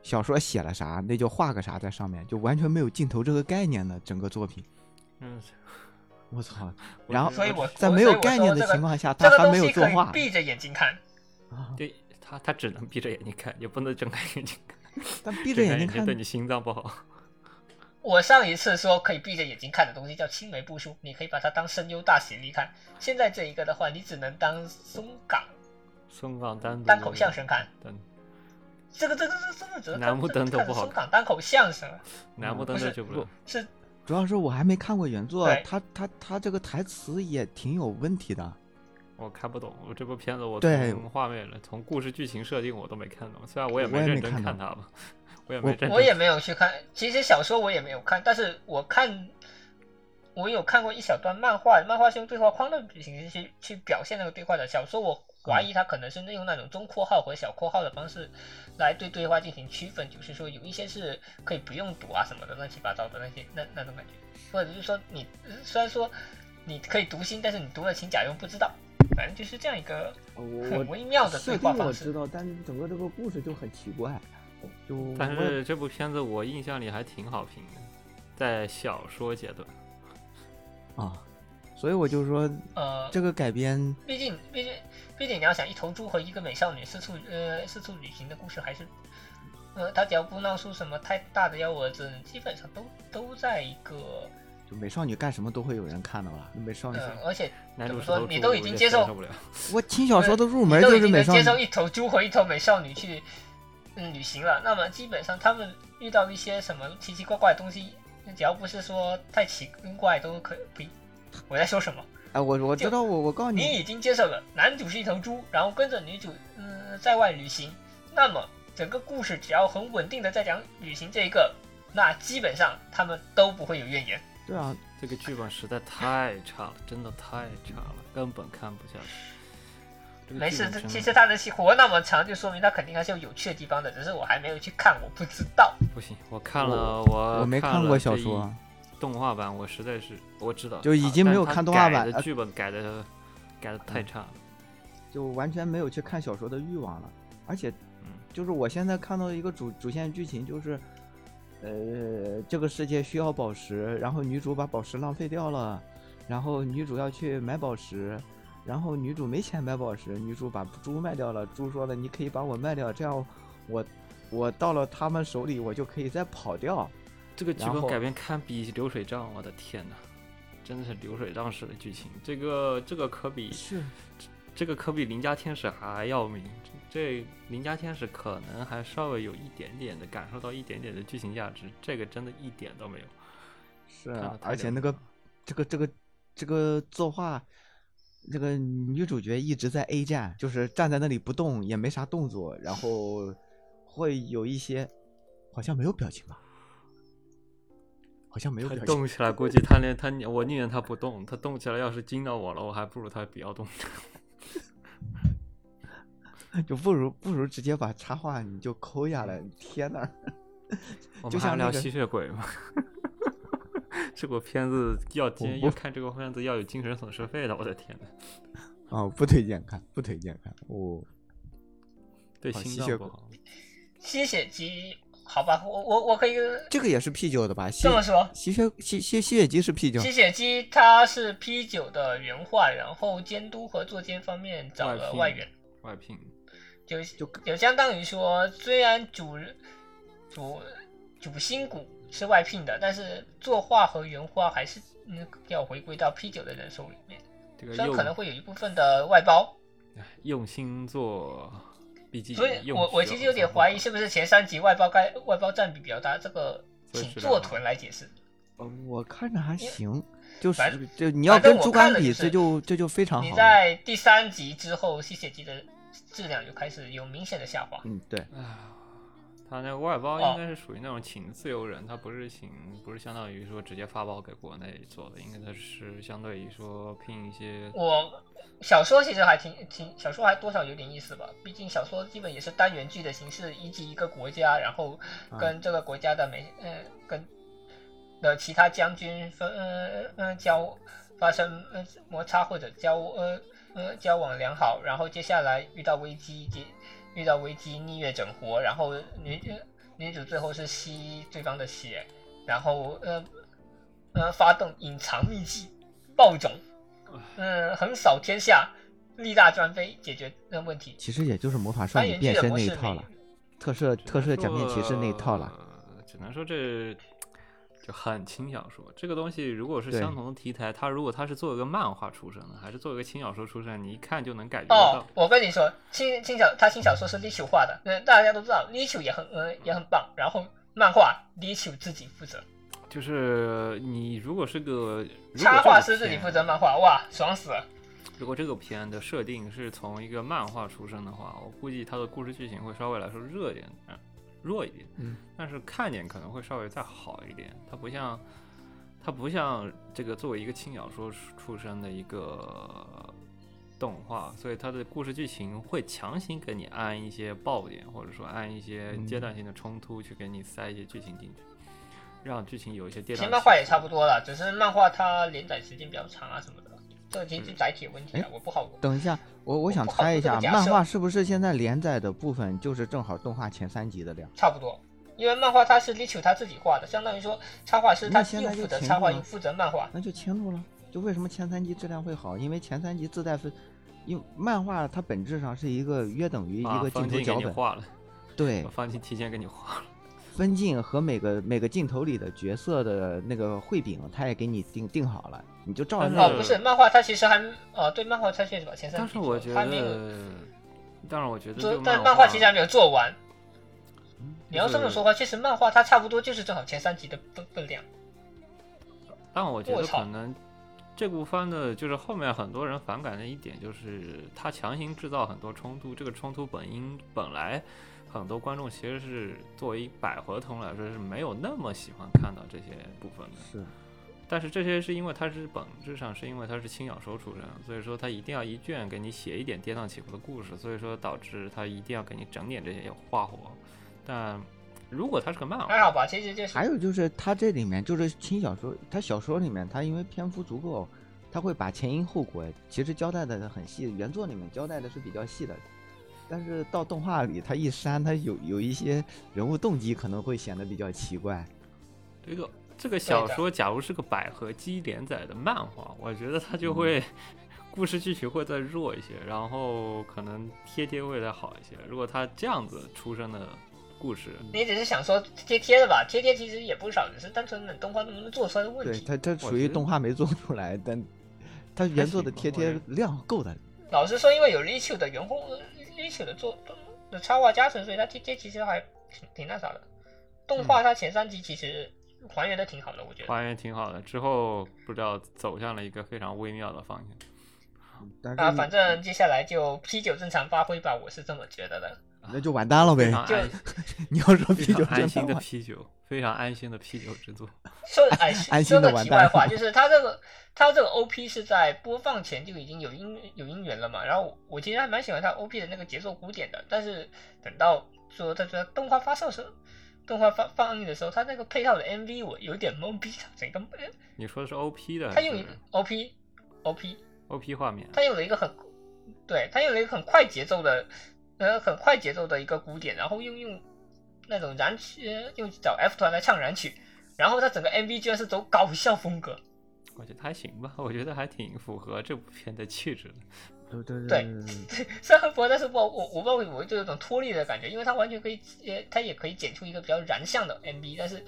Speaker 4: 小说写了啥，那就画个啥在上面，就完全没有镜头这个概念的整个作品。
Speaker 5: 嗯，
Speaker 4: 我操！
Speaker 5: 我
Speaker 4: 然
Speaker 5: 觉
Speaker 4: 后
Speaker 5: 得
Speaker 3: 所以我
Speaker 4: 在没
Speaker 3: 所以
Speaker 4: 有
Speaker 3: 我
Speaker 4: 概
Speaker 3: 说
Speaker 4: 念的
Speaker 3: 这个
Speaker 4: 情况下，
Speaker 3: 这
Speaker 4: 他
Speaker 3: 个
Speaker 4: 还
Speaker 3: 东
Speaker 4: 没有
Speaker 3: 西
Speaker 4: 作
Speaker 3: 可以
Speaker 4: 画。
Speaker 3: 闭着眼睛看，
Speaker 5: 对他他只能闭着眼睛看，也不能睁开眼睛看。
Speaker 4: 但闭着
Speaker 5: 睁
Speaker 4: 眼
Speaker 5: 开
Speaker 4: 睛
Speaker 5: 眼睛
Speaker 4: 看
Speaker 5: 对，你心脏不好。
Speaker 3: 我上一次说可以闭着眼睛看的东西叫青梅部书，你可以把它当声优大喜力看。现在这一个的话，你只能当松岗
Speaker 5: 松冈单独
Speaker 3: 单口相声看，
Speaker 5: 等
Speaker 3: 这个这个这个这个这个
Speaker 5: 楠木灯都不好
Speaker 3: 看松冈单口相声啊
Speaker 5: 南
Speaker 4: 嗯
Speaker 5: 木灯
Speaker 3: 不
Speaker 5: 的
Speaker 3: 是
Speaker 5: 就不
Speaker 4: 不
Speaker 5: 能
Speaker 3: 是
Speaker 4: 主要是我还没看过原作
Speaker 3: 对，
Speaker 4: 他他他这个台词也挺有问题的。
Speaker 5: 我看不懂，我这部片子我
Speaker 4: 对
Speaker 5: 从画面了，从故事剧情设定我都没看懂，虽然我也
Speaker 4: 我也没
Speaker 5: 认真
Speaker 4: 看
Speaker 5: 看
Speaker 4: 懂
Speaker 5: 它吧，我也
Speaker 4: 我
Speaker 5: 没 认真，
Speaker 3: 我也没有去看，其实小说我也没有看，但是我看我有看过一小段漫画，漫画是用对话框的形式去去表现那个对话的。小说我怀疑它可能是用那种中括号和小括号的方式来对对话进行区分，就是说有一些是可以不用读啊什么的乱七八糟的那些那那种感觉，或者是说你虽然说你可以读心，但是你读了请假用不知道，反正就是这样一个很 微妙的对
Speaker 4: 哦设
Speaker 3: 话
Speaker 4: 定
Speaker 3: 方
Speaker 4: 我
Speaker 3: 式
Speaker 4: 知。道，但是整个这个故事就很奇怪，就
Speaker 5: 但
Speaker 4: 我也
Speaker 5: 是这部片子我印象里还挺好评的，在小说阶段，
Speaker 4: 啊，所以我就说
Speaker 3: 呃，
Speaker 4: 这个改编
Speaker 3: 毕竟，毕竟，毕竟你要想一头猪和一个美少女四处呃四处旅行的故事，还是呃，他只要不闹出什么太大的幺蛾子，基本上都都在一个
Speaker 4: 就美少女干什么都会有人看到吧？美少女，
Speaker 3: 呃，而且
Speaker 5: 男
Speaker 3: 怎
Speaker 5: 主
Speaker 3: 么
Speaker 5: 是
Speaker 3: 说
Speaker 5: 头
Speaker 3: 你
Speaker 5: 猪
Speaker 3: 都
Speaker 5: 我
Speaker 3: 已
Speaker 5: 也
Speaker 3: 经
Speaker 5: 接
Speaker 3: 接受
Speaker 5: 受不了，
Speaker 4: 我听小说的入门
Speaker 3: 都
Speaker 4: 就
Speaker 3: 已
Speaker 4: 是
Speaker 3: 经
Speaker 4: 美
Speaker 3: 能
Speaker 4: 少
Speaker 3: 接受
Speaker 4: 女，
Speaker 3: 一头猪和一头美少女去嗯旅行了，那么基本上他们遇到一些什么奇奇怪怪的东西，只要不是说太奇嗯怪都可以。我在说什么？
Speaker 4: 哎，我我知道，我我告诉
Speaker 3: 你
Speaker 4: 你，
Speaker 3: 已经接受了男主是一头猪，然后跟着女主嗯、呃在外旅行，那么整个故事只要很稳定的在讲旅行这一个，那基本上他们都不会有怨言。
Speaker 4: 对啊，
Speaker 5: 这个剧本实在太差了，真的太差了，根本看不下去。这个
Speaker 3: 没
Speaker 5: 剧
Speaker 3: 事
Speaker 5: 本，真的
Speaker 3: 其实他的戏活那么长，就说明他肯定还是有有趣的地方的，只是我还没有去看，我不知道。
Speaker 5: 不行，我看了我
Speaker 4: 我没
Speaker 5: 看了
Speaker 4: 过小
Speaker 5: 这一
Speaker 4: 说，啊
Speaker 5: 动画版，我实在是我知道
Speaker 4: 就已
Speaker 5: 它
Speaker 4: 经没
Speaker 5: 但
Speaker 4: 有
Speaker 5: 它
Speaker 4: 看动画
Speaker 5: 改
Speaker 4: 版
Speaker 5: 的
Speaker 4: 呃嗯
Speaker 5: 剧本改的改的太差了，
Speaker 4: 就完全没有去看小说的欲望了。而且
Speaker 5: 嗯，
Speaker 4: 就是我现在看到一个主主线剧情，就是，呃，这个世界需要宝石，然后女主把宝石浪费掉了，然后女主要去买宝石，然后女主没钱买宝石，女主把猪卖掉了，猪说了你可以把我卖掉，这样我我到了他们手里，我就可以再跑掉。
Speaker 5: 这个剧
Speaker 4: 然
Speaker 5: 本
Speaker 4: 后
Speaker 5: 改编堪比流水账，我的天哪！真的是流水账式的剧情，这个这个可比
Speaker 4: 是，
Speaker 5: 这个可比邻家天使还要明。这邻家天使可能还稍微有一点点的感受到一点点的剧情价值，这个真的一点都没有。
Speaker 4: 是
Speaker 5: 看得
Speaker 4: 啊，
Speaker 5: 太
Speaker 4: 而且那
Speaker 5: 流畅
Speaker 4: 个这个这个这个作画，这个女主角一直在 A 站，就是站在那里不动，也没啥动作，然后会有一些好像没有表情吧，好像没有
Speaker 5: 他
Speaker 4: 表情。
Speaker 5: 动起来，估计他连他我宁愿他不动，他动起来要是惊到我了，我还不如他不要动。
Speaker 4: 就不如不如直接把插画你就抠下来贴那儿。
Speaker 5: 我
Speaker 4: 就
Speaker 5: 们还
Speaker 4: 像那
Speaker 5: 聊
Speaker 4: 个
Speaker 5: 吸血鬼吗？ 这部片子要今要看这个片子要有精神损失费的，我的天呐，
Speaker 4: 哦，不推荐看，不推荐看。哦我、
Speaker 5: 对
Speaker 4: 哦
Speaker 5: 心
Speaker 4: 吸血
Speaker 5: 脏不
Speaker 4: 鬼
Speaker 5: 好。
Speaker 3: 吸血姬，好吧，我我我可以
Speaker 4: 这个也是 P 九的吧？吸
Speaker 3: 这么说，
Speaker 4: 吸血吸吸吸血姬是 P 九
Speaker 3: 吸，血姬它是 P 九的原画，然后监督和作监方面找了
Speaker 5: 聘
Speaker 3: 外援。
Speaker 5: 外聘，
Speaker 3: 就
Speaker 4: 就
Speaker 3: 就相当于说，虽然主主主心骨是外聘的，但是作画和原画还是嗯要回归到 P 九的人手里面，
Speaker 5: 这个
Speaker 3: 虽然可能
Speaker 5: 呃用
Speaker 3: 会有一部分的外包，
Speaker 5: 用心做笔记，
Speaker 3: 所以
Speaker 5: 用
Speaker 3: 我我
Speaker 5: 心
Speaker 3: 其实
Speaker 5: 做
Speaker 3: 有点
Speaker 5: 做
Speaker 3: 怀
Speaker 5: 好
Speaker 3: 疑是不是前三集外包该外包占比比较大，这个
Speaker 5: 所以
Speaker 3: 请
Speaker 5: 质量
Speaker 3: 作
Speaker 5: 好
Speaker 3: 团来解释。
Speaker 4: 呃我看着还
Speaker 3: 嗯因为
Speaker 4: 行，就
Speaker 3: 反
Speaker 4: 是就你
Speaker 3: 反
Speaker 4: 要
Speaker 3: 正
Speaker 4: 跟
Speaker 3: 我
Speaker 4: 主
Speaker 3: 看
Speaker 4: 管
Speaker 3: 了
Speaker 4: 比，
Speaker 3: 就是
Speaker 4: 这就这就非常
Speaker 3: 你
Speaker 4: 好。
Speaker 3: 在第三集之后，吸血姬的质量就开始有明显的下滑。
Speaker 4: 嗯，对，
Speaker 5: 啊，他那个外包
Speaker 3: 哦
Speaker 5: 应该是属于那种请自由人，他不是请，不是相当于说直接发包给国内做的，应该他是相对于说聘一些，
Speaker 3: 我小说其实还挺挺，小说还多少有点意思吧。毕竟小说基本也是单元剧的形式，以及一个国家，然后跟这个国家的美，嗯、呃，跟的其他将军分，嗯、呃、嗯交发生呃摩擦或者交呃呃交往良好，然后接下来遇到危机，接遇到危机逆月整活，然后女呃女主最后是吸对方的血，然后呃呃发动隐藏秘技爆种。嗯，横扫天下，力大专飞，解决那问题。
Speaker 4: 其实也就是魔法少
Speaker 3: 单
Speaker 4: 女
Speaker 3: 元剧
Speaker 4: 变
Speaker 3: 的
Speaker 4: 身
Speaker 3: 模
Speaker 4: 那一
Speaker 3: 式
Speaker 4: 套
Speaker 3: 没
Speaker 4: 了，特摄特摄假面骑士那一套了。
Speaker 5: 呃。只能说这就很轻小说。这个东西如果是
Speaker 4: 对
Speaker 5: 相同的题材，它如果它是做一个漫画出身的，还是做一个轻小说出身，你一看就能感觉
Speaker 3: 哦
Speaker 5: 到，。
Speaker 3: 我跟你说，轻轻小他轻小说是 l i 画的，嗯，大家都知道 l i 也很呃也很棒，然后漫画 l i 自己负责，
Speaker 5: 就是你如果是个如果
Speaker 3: 插画
Speaker 5: 这
Speaker 3: 师
Speaker 5: 个
Speaker 3: 自己
Speaker 5: 片啊
Speaker 3: 负责漫画，哇，爽死了！
Speaker 5: 如果这个片的设定是从一个漫画出身的话，我估计它的故事剧情会稍微来说热一点，嗯，弱一点，
Speaker 4: 嗯，
Speaker 5: 但是看点可能会稍微再好一点。它不像，它不像这个作为一个轻小说出身的一个动画，所以它的故事剧情会强行给你安一些爆点，或者说安一些阶段性的冲突，去给你塞一些剧情进去，让剧情有一些跌
Speaker 3: 其
Speaker 5: 宕起
Speaker 3: 实
Speaker 5: 伏。
Speaker 3: 漫画也差不多了，只是漫画它连载时间比较长啊什么的，这已经是载体问题啊
Speaker 4: 嗯
Speaker 3: 了，我不好。
Speaker 4: 等一下，我我想
Speaker 3: 不好
Speaker 4: 猜一
Speaker 3: 做这个
Speaker 4: 下，
Speaker 3: 假
Speaker 4: 漫
Speaker 3: 设
Speaker 4: 画是不是现在连载的部分就是正好动画前三集的量？
Speaker 3: 差不多，因为漫画它是 l i 他自己画的，相当于说插画师他
Speaker 4: 那现
Speaker 3: 又
Speaker 4: 在就
Speaker 3: 负责
Speaker 4: 停
Speaker 3: 插画
Speaker 4: 住
Speaker 3: 又
Speaker 4: 了
Speaker 3: 负责漫画，
Speaker 4: 那就迁入了。就为什么前三集质量会好？因为前三集自带分，因为漫画它本质上是一个约等于一
Speaker 5: 啊
Speaker 4: 个镜
Speaker 5: 方
Speaker 4: 头
Speaker 5: 进给
Speaker 4: 脚
Speaker 5: 你
Speaker 4: 本，
Speaker 5: 画了，
Speaker 4: 对
Speaker 5: 方进提前给你画了。
Speaker 4: 分镜和每个每个镜头里的角色的那个绘饼，它也给你定定好了，你就照着
Speaker 5: 但
Speaker 4: 那嗯
Speaker 3: 哦，
Speaker 5: 是
Speaker 4: 个。
Speaker 3: 不是漫画，它其实还哦，对，漫画它确实把前三
Speaker 5: 但
Speaker 3: 集
Speaker 5: 是
Speaker 3: 做
Speaker 5: 我
Speaker 3: 了
Speaker 5: 觉
Speaker 3: 它没有
Speaker 5: 得，当然我觉得这
Speaker 3: 做
Speaker 5: 个，
Speaker 3: 但漫
Speaker 5: 漫
Speaker 3: 画其实还没有做完。你要
Speaker 5: 就
Speaker 3: 这么
Speaker 5: 是
Speaker 3: 说的话，其实漫画它差不多就是正好前三集的分分量。
Speaker 5: 但我觉
Speaker 3: 我
Speaker 5: 得
Speaker 3: 操
Speaker 5: 可能这部番的就是后面很多人反感的一点就是他强行制造很多冲突，这个冲突本应本来很多观众其实是作为百合同来说是没有那么喜欢看到这些部分的，
Speaker 4: 是，
Speaker 5: 但是这些是因为它是本质上是因为它是轻小说出身，所以说它一定要一卷给你写一点跌宕起伏的故事，所以说导致它一定要给你整点这些花活。但如果它是个漫
Speaker 3: 还
Speaker 5: 画，
Speaker 3: 好吧，其实就是
Speaker 4: 啊还有就是它这里面就是轻小说，它小说里面它因为篇幅足够，它会把前因后果其实交代的很细，原作里面交代的是比较细的，但是到动画里它一删，它有有一些人物动机可能会显得比较奇怪。
Speaker 5: 这个这个小
Speaker 3: 对的
Speaker 5: 说假如是个百合姬连载的漫画，我觉得它就
Speaker 4: 嗯
Speaker 5: 会、 故事剧情会再弱一些，然后可能贴贴会再好一些。如果它这样子出生的故事，
Speaker 3: 你只是想说贴贴的吧，贴贴其实也不少，只是单纯的东方能不能做出来的问
Speaker 4: 对，
Speaker 3: 题。
Speaker 4: 它它
Speaker 5: 觉
Speaker 4: 属于
Speaker 5: 得
Speaker 4: 动画没做出来，但它原作的
Speaker 5: 行吧
Speaker 4: 贴贴
Speaker 5: 我啊认
Speaker 4: 量够的。
Speaker 3: 老实说，因为有 l i c h 的员工 l i c h 的做的插画加成，所以它贴贴其实还挺挺那啥的。动画它前三集其实还原的挺好的，我觉得。
Speaker 5: 还原挺好的，之后不知道走向了一个非常微妙的方向。
Speaker 4: 但是
Speaker 3: 啊，反正接下来就啤酒正常发挥吧，我是这么觉得 的。
Speaker 4: 那就完蛋了
Speaker 5: 非
Speaker 4: 呗
Speaker 5: 常。安
Speaker 4: 你要说
Speaker 5: 非
Speaker 4: 啤
Speaker 5: 常
Speaker 4: 酒
Speaker 5: 安
Speaker 4: 真
Speaker 5: 心的
Speaker 4: 话
Speaker 5: 啤酒，非常安心的啤酒制作。
Speaker 3: 说哎，
Speaker 4: 安
Speaker 3: 说
Speaker 4: 心
Speaker 3: 个
Speaker 4: 地
Speaker 3: 题
Speaker 4: 完蛋
Speaker 3: 外话，就是他这个他这个 OP 是在播放前就已经有音有音源了嘛，然后我我其实还蛮喜欢他 OP 的那个节奏鼓点的，但是等到说他说动画发售时候，动画发放映的时候，他那个配套的 MV 我有点懵逼，他整个
Speaker 5: 你说的是 O P 的
Speaker 3: 他
Speaker 5: 还
Speaker 3: 用一
Speaker 5: 是
Speaker 3: 个 OP OP，
Speaker 5: O P 画面？
Speaker 3: 他用了一个很对他用了一个很快节奏的呃很快节奏的一个鼓点，然后用用那种燃曲呃用找 F 团来唱燃曲，然后他整个 MV 居然是走搞笑风格。
Speaker 5: 我觉得还行吧，我觉得还挺符合这部片的气质的。
Speaker 4: 对对
Speaker 3: 对
Speaker 4: 对对
Speaker 3: 虽然佛，但是我我我不知道为什么就有种脱力的感觉，因为它完全可以，呃，它也可以剪出一个比较燃向的 MV，但是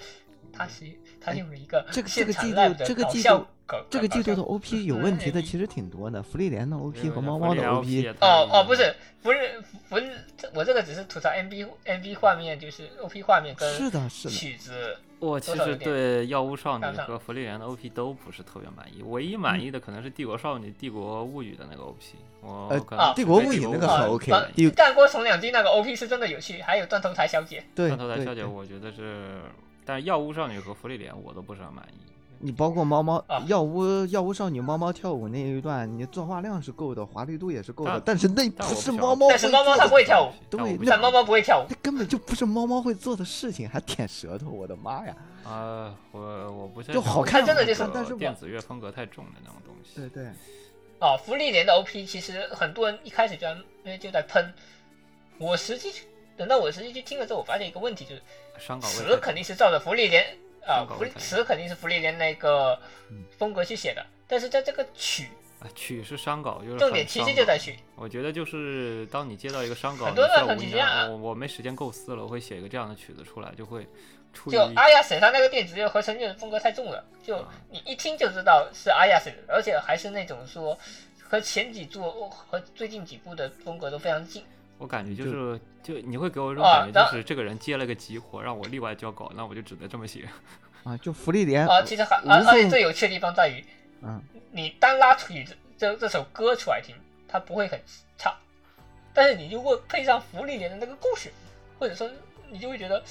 Speaker 3: 它是它用了一个
Speaker 4: 哎这个这
Speaker 3: 现
Speaker 4: 个
Speaker 3: 场
Speaker 4: 季
Speaker 3: live
Speaker 4: 度
Speaker 3: 的
Speaker 4: 这个
Speaker 3: 搞
Speaker 4: 季
Speaker 3: 笑
Speaker 4: 度
Speaker 3: 搞
Speaker 4: 这个季度的 OP 有问题的
Speaker 3: 嗯
Speaker 4: 其实挺多的，福利连的 OP
Speaker 5: 因为
Speaker 4: 和猫猫的
Speaker 5: Free LP
Speaker 4: OP
Speaker 5: 也太
Speaker 3: 哦哦不是不是不是，这我这个只是吐槽 MV MV 画面，就是 OP 画面跟
Speaker 4: 是的是的
Speaker 3: 曲子，
Speaker 5: 我其实对《药物少女
Speaker 3: 看》看
Speaker 5: 和《福利莲》的 OP 都不是特别满意，唯一满意的可能是《帝国少女》《帝国物语》的那个 OP。我
Speaker 4: 呃
Speaker 5: 可能
Speaker 3: 啊
Speaker 5: 只
Speaker 4: 帝国
Speaker 5: 对
Speaker 4: 物语
Speaker 5: 帝
Speaker 4: 那个
Speaker 5: 物
Speaker 4: 很
Speaker 5: 语
Speaker 4: OK
Speaker 5: 满
Speaker 4: 的
Speaker 5: 意
Speaker 4: 帝
Speaker 3: 干锅从两季那个 OP 是真的有趣，还有断头台小姐，
Speaker 4: 对
Speaker 5: 断头台
Speaker 4: 对
Speaker 5: 小姐，
Speaker 4: 对
Speaker 5: 我觉得是，但《药物少女》和《福利莲》我都不是很满意。
Speaker 4: 你包括猫猫
Speaker 3: 啊
Speaker 4: 药屋药屋少女猫猫跳舞那一段，你作画量是够的，华丽度也是够的
Speaker 5: 但，
Speaker 4: 但是那不
Speaker 5: 但我
Speaker 4: 是
Speaker 5: 不想
Speaker 4: 猫
Speaker 3: 但
Speaker 4: 猫会
Speaker 3: 是
Speaker 4: 做
Speaker 3: 猫猫它不会
Speaker 4: 的，
Speaker 3: 跳舞，
Speaker 5: 但
Speaker 4: 对
Speaker 5: 我不
Speaker 4: 那
Speaker 5: 想
Speaker 3: 但猫猫不会跳舞。
Speaker 4: 那根本就不是猫猫会做的事情，还舔舌头，我的妈呀！
Speaker 5: 啊，我我不是
Speaker 4: 就好看
Speaker 3: 它真的就是
Speaker 4: 但是我
Speaker 5: 电子乐风格太重的那种东西。
Speaker 4: 对对，
Speaker 3: 哦，福利连的 OP 其实很多人一开始就在就在喷，我实际去等到我实际去听了之后，我发现一个问题就是
Speaker 5: 伤感味太
Speaker 3: 词
Speaker 5: 重
Speaker 3: 肯定是照着福利连啊
Speaker 5: 香港
Speaker 3: 福
Speaker 5: 味太
Speaker 3: 词肯定是福利连那个
Speaker 4: 嗯
Speaker 3: 风格去写的，但是在这个曲
Speaker 5: 啊，曲是商稿，就是
Speaker 3: 重
Speaker 5: 很
Speaker 3: 点其实
Speaker 5: 伤
Speaker 3: 就
Speaker 5: 稿
Speaker 3: 在曲，
Speaker 5: 我觉得就是当你接到一个商稿，
Speaker 3: 很
Speaker 5: 你哎
Speaker 3: 多
Speaker 5: 需
Speaker 3: 的
Speaker 5: 要
Speaker 3: 很
Speaker 5: 无
Speaker 3: 直
Speaker 5: 音
Speaker 3: 接啊
Speaker 5: 我我没时间构思了，我会写一个这样的曲子出来，就会出于
Speaker 3: 就啊阿亚写上那个电子乐和陈俊的风格太重了，就你一听就知道是阿亚写的，而且还是那种说和前几作和最近几部的风格都非常近。
Speaker 5: 我感觉
Speaker 3: 嗯
Speaker 5: 就是就你会给我一种
Speaker 3: 啊
Speaker 5: 感觉，就
Speaker 3: 当
Speaker 5: 是这个人接了个急活，让我另外交稿，那我就只能这么写。
Speaker 4: 啊，就福利连，
Speaker 3: 啊，其实还
Speaker 4: 无
Speaker 3: 而而且
Speaker 4: 缝
Speaker 3: 最有趣的地方在于，
Speaker 4: 嗯，
Speaker 3: 你单拉出去这这这首歌出来听，它不会很差，但是你如果配上福利莲的那个故事，或者说你就会觉得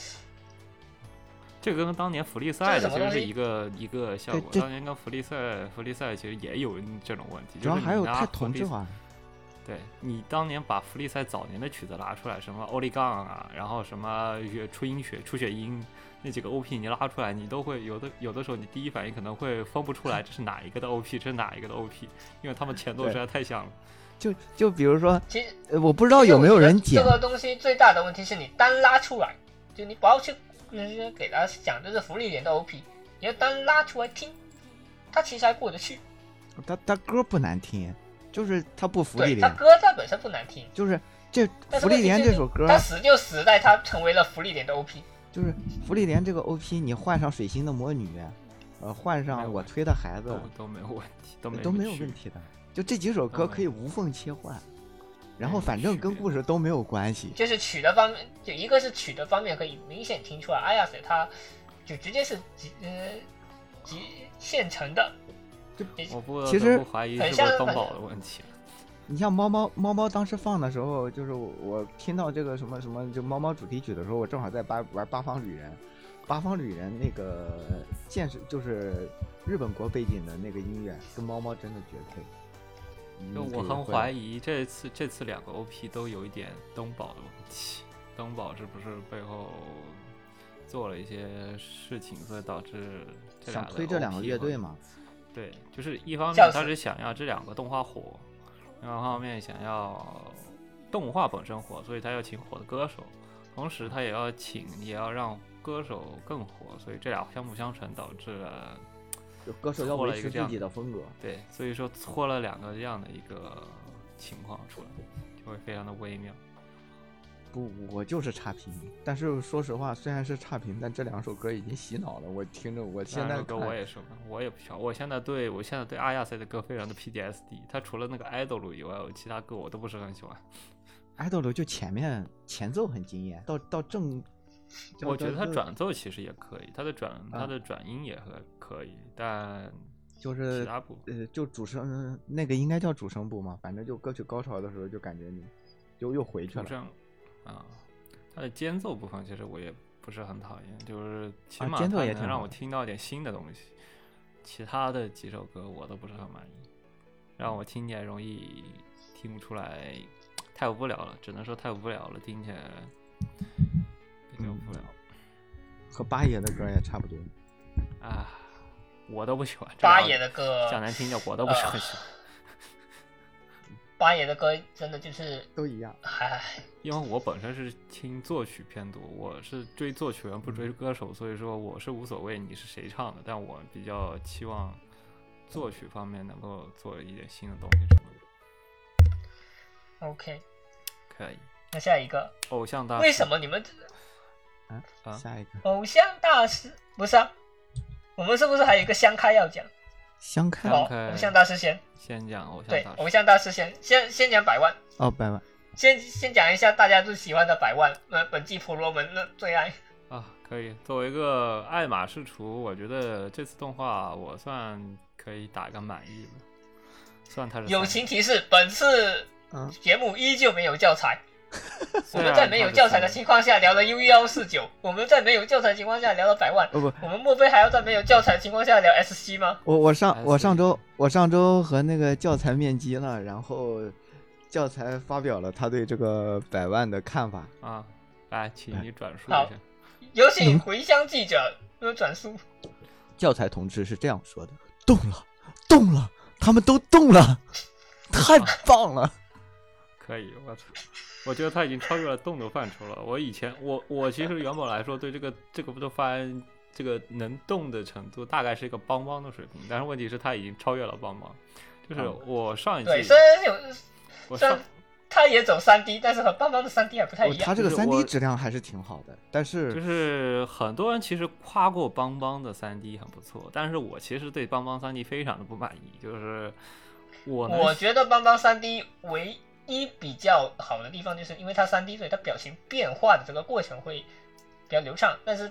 Speaker 5: 这个跟当年福利赛
Speaker 3: 这是
Speaker 5: 的
Speaker 3: 什
Speaker 5: 其
Speaker 3: 么
Speaker 5: 实是
Speaker 3: 东西
Speaker 5: 一个一个效
Speaker 4: 对
Speaker 5: 果。
Speaker 4: 这
Speaker 5: 当年跟福利赛，福利赛其实也有这种问题，
Speaker 4: 主要
Speaker 5: 就是
Speaker 4: 还
Speaker 5: 你
Speaker 4: 有
Speaker 5: 拿
Speaker 4: 太
Speaker 5: 福
Speaker 4: 同
Speaker 5: 利
Speaker 4: 质化了。
Speaker 5: 对你当年把福利赛早年的曲子拿出来，什么欧利杠啊，然后什么月初音雪、初雪音那几个 OP 你拉出来，你都会有的有的时候你第一反应可能会分不出来这是哪一个的 OP，这是哪一个的 OP，因为他们前奏
Speaker 4: 对
Speaker 5: 实在太像了。
Speaker 4: 就就比如说，
Speaker 3: 其实
Speaker 4: 呃我不知道有没有人
Speaker 3: 其实
Speaker 4: 剪
Speaker 3: 哎我觉得这个东西最大的问题是你单拉出来，就你不要去嗯给他讲这是福利莲的 OP，你要单拉出来听，它其实还过得去。
Speaker 4: 他他歌不难听，就是他不福利
Speaker 3: 对，它
Speaker 4: 连，
Speaker 3: 歌它本身不难听，
Speaker 4: 就是这
Speaker 3: 但是
Speaker 4: 福利
Speaker 3: 问题
Speaker 4: 连
Speaker 3: 就是
Speaker 4: 这首歌，啊
Speaker 3: 它死就死在它成为了福利莲的 OP。
Speaker 4: 就是福利连这个 OP，你换上水星的魔女，呃，换
Speaker 5: 没
Speaker 4: 上
Speaker 5: 有
Speaker 4: 我推的孩子
Speaker 5: 都，都没有问题，都没
Speaker 4: 都没有
Speaker 5: 有嗯
Speaker 4: 问。题的。就这几首歌可以无缝切换，然后
Speaker 5: 没有
Speaker 4: 反正
Speaker 5: 区
Speaker 4: 跟
Speaker 5: 别
Speaker 4: 故事都没有关系。
Speaker 3: 就是曲的方面，就一个是曲的方面可以明显听出来，哎阿亚斯他就直接是即呃即现成的，
Speaker 5: 我不
Speaker 4: 其实
Speaker 5: 得不怀疑
Speaker 3: 很
Speaker 5: 是不
Speaker 3: 像
Speaker 5: 是东
Speaker 3: 很
Speaker 5: 宝的问题了。
Speaker 4: 你像猫猫猫猫当时放的时候，就是我我听到这个什么什么就猫猫主题曲的时候，我正好在八玩八方旅人，八方旅人那个建设就是日本国背景的那个音乐，跟猫猫真的绝配。
Speaker 5: 就
Speaker 4: 嗯
Speaker 5: 我很怀
Speaker 4: 疑，
Speaker 5: 疑这次这次两个 OP 都有一点东宝的问题，东宝是不是背后做了一些事情，所以导致这
Speaker 4: 想
Speaker 5: 俩的
Speaker 4: 推这两个
Speaker 5: OP
Speaker 4: 乐队
Speaker 5: 会
Speaker 4: 嘛？
Speaker 5: 对，就是一方
Speaker 3: 笑
Speaker 5: 面
Speaker 3: 死
Speaker 5: 他是想要这两个动画火，另外一方面想要动画本身火，所以他要请火的歌手，同时他也要请，也要让歌手更火，所以这俩相辅相成，导致了
Speaker 4: 就歌手要
Speaker 5: 凑了
Speaker 4: 维
Speaker 5: 一
Speaker 4: 持
Speaker 5: 个这
Speaker 4: 自
Speaker 5: 样
Speaker 4: 己的风格。
Speaker 5: 对，所以说搓了两个这样的一个情况出来，就会非常的微妙。
Speaker 4: 不，我就是差评。但是说实话，虽然是差评，但这两首歌已经洗脑了。我听着，我现
Speaker 5: 那
Speaker 4: 在
Speaker 5: 首歌
Speaker 4: 看
Speaker 5: 我也是，我也不喜欢。我现在对我现在对阿亚塞的歌非常的 PTSD，他除了那个 idol 以外，我其他歌我都不是很喜欢。
Speaker 4: idol 哎就前面前奏很惊艳，到到正，
Speaker 5: 我觉得他
Speaker 4: 到
Speaker 5: 转奏其实也可以，他的转
Speaker 4: 啊
Speaker 5: 他的转音也很可以，但
Speaker 4: 就是
Speaker 5: 其他部
Speaker 4: 呃，就主声那个应该叫主声部嘛，反正就歌曲高潮的时候就感觉你就又回去
Speaker 5: 主
Speaker 4: 了。
Speaker 5: 唱啊，他的间奏部分其实我也不是很讨厌，就是起
Speaker 4: 啊
Speaker 5: 码
Speaker 4: 间奏
Speaker 5: 它
Speaker 4: 也
Speaker 5: 能
Speaker 4: 挺好
Speaker 5: 让我
Speaker 4: 的
Speaker 5: 听到点新的东西。其他的几首歌我都不是很满意，让我听起来容易听不出来，太无聊了，只能说太无聊了，听起来比较无聊。
Speaker 4: 嗯和八爷的歌也差不多。
Speaker 5: 啊，我都不喜欢。这
Speaker 3: 八
Speaker 5: 两
Speaker 3: 爷的歌，呃
Speaker 5: 讲难听点，我都不是很喜欢，
Speaker 3: 八爷的歌真的就是，哎
Speaker 4: 都一样，
Speaker 3: 唉，
Speaker 5: 因为我本身是听作曲偏多，我是追作曲人不追歌手，所以说我是无所谓你是谁唱的，但我比较期望作曲方面能够做一点新的东西出来。
Speaker 3: OK，
Speaker 5: 可以，
Speaker 3: 那下一个，
Speaker 5: 偶像大
Speaker 3: 为什
Speaker 5: 么
Speaker 3: 么你们
Speaker 5: 啊
Speaker 4: 下一个
Speaker 3: 偶像大师不是啊？我们是不是还有一个相开要讲？
Speaker 4: 相看
Speaker 5: 相
Speaker 3: 好，
Speaker 5: 开
Speaker 3: 偶像大师先，
Speaker 5: 先讲偶像
Speaker 3: 对
Speaker 5: 大，
Speaker 3: 偶
Speaker 5: 师？
Speaker 3: 像大师先，先先讲百万，
Speaker 4: 哦，百万
Speaker 3: 先先讲一下大家最喜欢的百万，呃，本季婆罗门的最爱。
Speaker 5: 啊，可以。作为一个爱马仕厨，我觉得这次动画我算可以打个满意了，算它是
Speaker 3: 友
Speaker 5: 三
Speaker 3: 情提示：本次
Speaker 4: 嗯啊
Speaker 3: 节目依旧没有教材，我
Speaker 5: 虽
Speaker 3: 们
Speaker 5: 然
Speaker 3: 在没有教材
Speaker 5: 它
Speaker 3: 的
Speaker 5: 是三
Speaker 3: 情况下聊了 U 幺四九，我们在没有教材的情况下聊了百万，
Speaker 4: 哦不，
Speaker 3: 我们莫非还要在没有教材的情况下聊 SC 吗？
Speaker 4: 我我上
Speaker 5: 还
Speaker 4: 我
Speaker 5: 是
Speaker 4: 上周我上周和那个教材面基了，然后教材发表了他对这个百万的看法。
Speaker 5: 啊，来，请你转述一
Speaker 3: 好
Speaker 5: 下。
Speaker 3: 有
Speaker 4: 嗯
Speaker 3: 请回乡记者呃转述。
Speaker 4: 教材同志是这样说的：动了，动了，他们都动了， 太棒了！
Speaker 5: 可以，我操！我觉得他已经超越了动的范畴了。我以前，我我其实原本来说对这个这个不都翻这个能动的程度，大概是一个邦邦的水平，但是
Speaker 4: 嗯
Speaker 5: 问题是他已经超越了邦邦。就是我上一
Speaker 3: 嗯对，
Speaker 5: 季
Speaker 3: 虽，然有
Speaker 5: 我
Speaker 3: 虽
Speaker 5: 上
Speaker 3: 然他也走三 D，但是和邦邦的三 D 还不太
Speaker 4: 哦
Speaker 3: 一样。
Speaker 4: 它这个
Speaker 5: 就是
Speaker 4: 三
Speaker 5: 我
Speaker 4: D 质量还是挺好的，但
Speaker 5: 就是是很多人其实夸过邦邦的三 D 很不错，但是我其实对邦邦三 D 非常的不满意，就是我能
Speaker 3: 我觉得邦邦三 D 唯一比较好的地方，就是因为它三 D，所以它表情变化的这个过程会比较流畅。但是，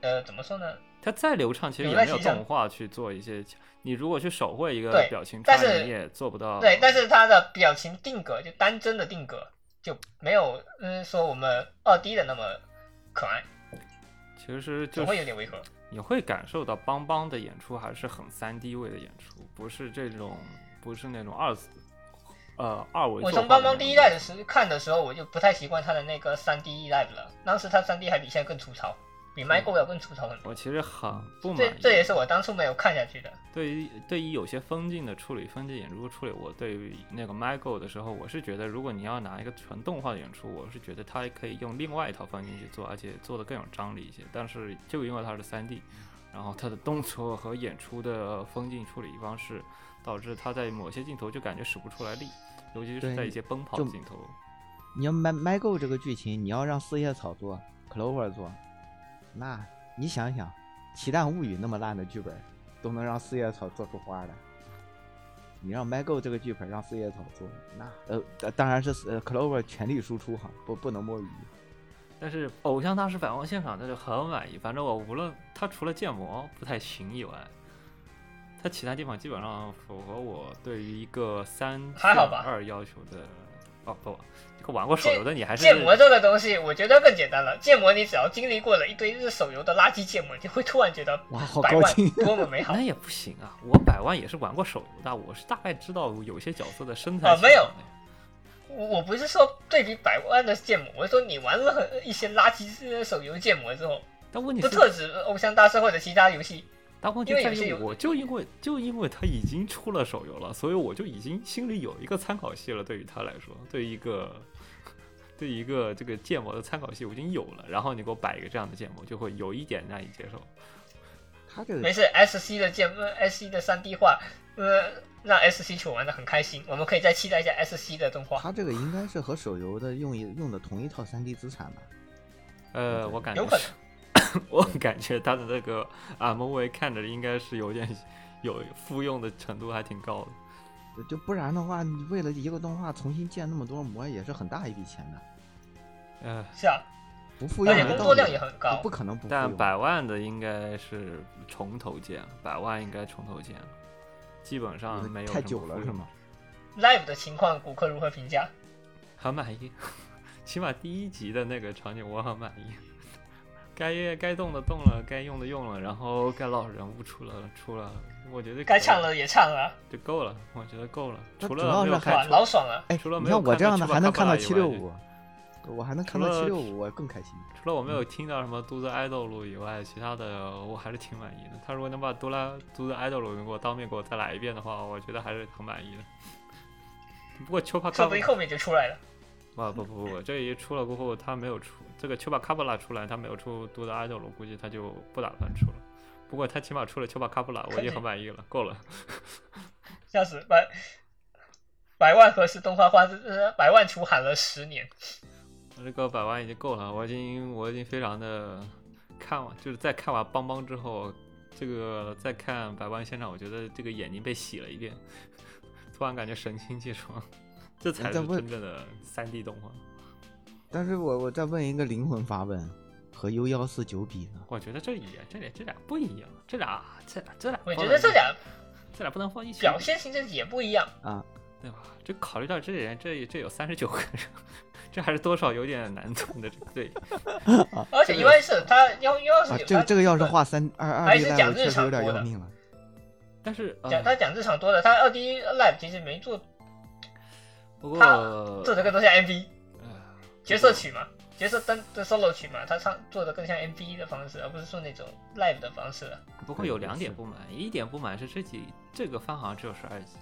Speaker 3: 呃，怎么说呢？
Speaker 5: 它再流畅，其实
Speaker 3: 有
Speaker 5: 也
Speaker 3: 在
Speaker 5: 没有
Speaker 3: 形象
Speaker 5: 动画去做一些。你如果去手绘一个
Speaker 3: 对
Speaker 5: 表情
Speaker 3: 但
Speaker 5: 串联，
Speaker 3: 是
Speaker 5: 你也做不到。
Speaker 3: 对，但是它的表情定格就单帧的定格就没有，嗯，说我们二 D 的那么可爱，
Speaker 5: 其实就
Speaker 3: 总会有
Speaker 5: 是
Speaker 3: 点违和。
Speaker 5: 你会感受到邦邦的演出还是很三 D 位的演出，不是这种不是那种二次呃二维
Speaker 3: 我
Speaker 5: 作画的那种。
Speaker 3: 从邦邦第一代的时候看的时候，我就不太习惯它的那个三 D live 了。当时它三 D 还比现在更粗糙，比 Michael 要更粗糙很多。
Speaker 5: 我其实很不满
Speaker 3: 这
Speaker 5: 意。
Speaker 3: 这也是我当初没有看下去的。
Speaker 5: 对于对于有些风景的处理、风景演出的处理，我对于那个 Michael 的时候，我是觉得，如果你要拿一个纯动画的演出，我是觉得它可以用另外一套风景去做，而且做的更有张力一些。但是就因为它是3 D，然后它的动作和演出的风景处理方式，导致它在某些镜头就感觉使不出来力，尤其是
Speaker 4: 对
Speaker 5: 在一些奔跑
Speaker 4: 就
Speaker 5: 镜头。
Speaker 4: 你要 m i g o 这个剧情，你要让四叶草做，Clover 做，那你想想，《奇蛋物语》那么烂的剧本，都能让四叶草做出花来。你让 m i g o 这个剧本让四叶草做，那呃，当当然是呃 Clover 全力输出哈，不不能摸鱼。
Speaker 5: 但是《偶像大师反光现场》那就很满意，反正我无论他除了建模不太行以外，他其他地方基本上符合我对于一个三
Speaker 3: 还好
Speaker 5: 选
Speaker 3: 吧
Speaker 5: 二要求的。哦不，这个玩过手游的你还是
Speaker 3: 建模这个东西，我觉得更简单了。建模你只要经历过了一堆日手游的垃圾建模，你就会突然觉得
Speaker 4: 哇好
Speaker 3: 百
Speaker 4: 高
Speaker 3: 万
Speaker 4: 兴
Speaker 3: 多么美好
Speaker 5: 那。也不行啊！我百万也是玩过手游的，我是大概知道有些角色的身材
Speaker 3: 啊
Speaker 5: 情况的。
Speaker 3: 没有我我不是说对比百万的建模，我是说你玩了很一些垃圾呃手游建模之后，
Speaker 5: 但问题
Speaker 3: 不
Speaker 5: 是，
Speaker 3: 特指偶像大师或者其他游戏，
Speaker 5: 但问题
Speaker 3: 因为
Speaker 5: 在
Speaker 3: 有些
Speaker 5: 于
Speaker 3: 游
Speaker 5: 我就因为就因为他已经出了手游了，所以我就已经心里有一个参考系了。对于他来说，对于一个 对于一个这个建模的参考系我已经有了，然后你给我摆一个这样的建模，就会有一点难以接受。
Speaker 4: 他这
Speaker 3: 没
Speaker 4: 个
Speaker 3: 事，S C 的建呃 S C 的三 D 化，呃，让 S C 去玩的很开心。我们可以再期待一下 S C 的动画，
Speaker 4: 他这个应该是和手游的用一用的同一套 3D 资产吧？
Speaker 5: 呃，我感觉
Speaker 3: 有可
Speaker 5: 是我感觉他的那个 MV 看着应该是有点有复用的程度还挺高的。
Speaker 4: 就不然的话，你为了一个动画重新建那么多模，也是很大一笔钱的，
Speaker 5: 呃，
Speaker 3: 是啊，
Speaker 4: 不复
Speaker 3: 而
Speaker 4: 用
Speaker 3: 且
Speaker 4: 没
Speaker 3: 工
Speaker 4: 道
Speaker 3: 作
Speaker 4: 理
Speaker 3: 量也很高
Speaker 4: 就不。可能不复
Speaker 5: 但
Speaker 4: 用。
Speaker 5: 百万的应该是重头建，百万应该重头建，基本上没有
Speaker 4: 太
Speaker 5: 什么
Speaker 4: 久了
Speaker 5: 复
Speaker 4: 是
Speaker 5: 用
Speaker 4: 吗？
Speaker 3: Live 的情况，骨科如何评价？
Speaker 5: 很满意， 起码第一集的那个场景我很满意。该该动的动了，该用的用了，然后该老人物出了出了，我觉得
Speaker 3: 该
Speaker 5: 可以
Speaker 3: 唱了也唱了，
Speaker 5: 就够了，我觉得够了。
Speaker 4: 那
Speaker 5: 除
Speaker 4: 主要
Speaker 5: 了没有
Speaker 4: 是
Speaker 3: 是吧
Speaker 5: 看？出，
Speaker 3: 老爽了。
Speaker 4: 哎，
Speaker 5: 除了
Speaker 4: 你
Speaker 5: 没有
Speaker 4: 看我
Speaker 5: 看
Speaker 4: 这
Speaker 5: 到
Speaker 4: 样的
Speaker 5: 丘巴
Speaker 4: 还能
Speaker 5: 卡
Speaker 4: 看
Speaker 5: 巴
Speaker 4: 到
Speaker 5: 以
Speaker 4: 七
Speaker 5: 外
Speaker 4: 六五，我还能看到
Speaker 5: 除了
Speaker 4: 七六五，我更开心。
Speaker 5: 除了我没有听到什么嘟子 idol 以外，其他的我还是挺满意的。他如果能把嘟啦嘟子 idol 给我当面给我再来一遍的话，我觉得还是很满意的。不过丘巴
Speaker 3: 说
Speaker 5: 卡
Speaker 3: 不定后面就出来了。
Speaker 5: 啊不不不，这一出了过后，他没有出这个丘巴卡布拉出来，他没有出多的阿修罗，估计他就不打算出了。不过他起码出了丘巴卡布拉，我已经很满意了，够了。
Speaker 3: 笑死，百百万合适动画化，呃，百万厨喊了十年，
Speaker 5: 这个百万已经够了，我已经我已经非常的看完，就是在看完邦邦之后，这个再看百万现场，我觉得这个眼睛被洗了一遍，突然感觉神清气爽，这才
Speaker 4: 哎
Speaker 5: 是
Speaker 4: 再问
Speaker 5: 真正的三 D 动画。
Speaker 4: 但是我我再问一个灵魂发问，和 U 幺四九比呢？
Speaker 5: 我觉得这也这俩这俩不一样，这俩这俩这俩不
Speaker 3: 我
Speaker 5: 能，
Speaker 3: 觉得这俩
Speaker 5: 这俩不能放一起
Speaker 3: 表现形式也不一样。
Speaker 4: 啊，
Speaker 5: 对吧？这考虑到这人，这这有三十九个人，这还是多少有点难度的。这对， 哦
Speaker 3: 而且尤其是他幺幺
Speaker 4: 啊
Speaker 3: 是，
Speaker 4: 这个这个要是画三二二
Speaker 3: 还
Speaker 4: D
Speaker 3: 是
Speaker 4: live
Speaker 3: 哎讲日
Speaker 4: 确实
Speaker 3: 常
Speaker 4: 有点
Speaker 3: 播
Speaker 4: 要
Speaker 3: 的
Speaker 4: 命了。
Speaker 5: 但是
Speaker 3: 讲他
Speaker 5: 呃，
Speaker 3: 讲日常多的，他二 D live 其实没做
Speaker 5: 不过
Speaker 3: 他做的
Speaker 5: 呃，
Speaker 3: 更多像 MV 角色曲嘛，角色单的 solo 曲嘛，他唱做的更像 MV 的方式，而不是说那种 live 的方式了。
Speaker 5: 不过有两点不满，一点不满是这集这个番好像只有十二集，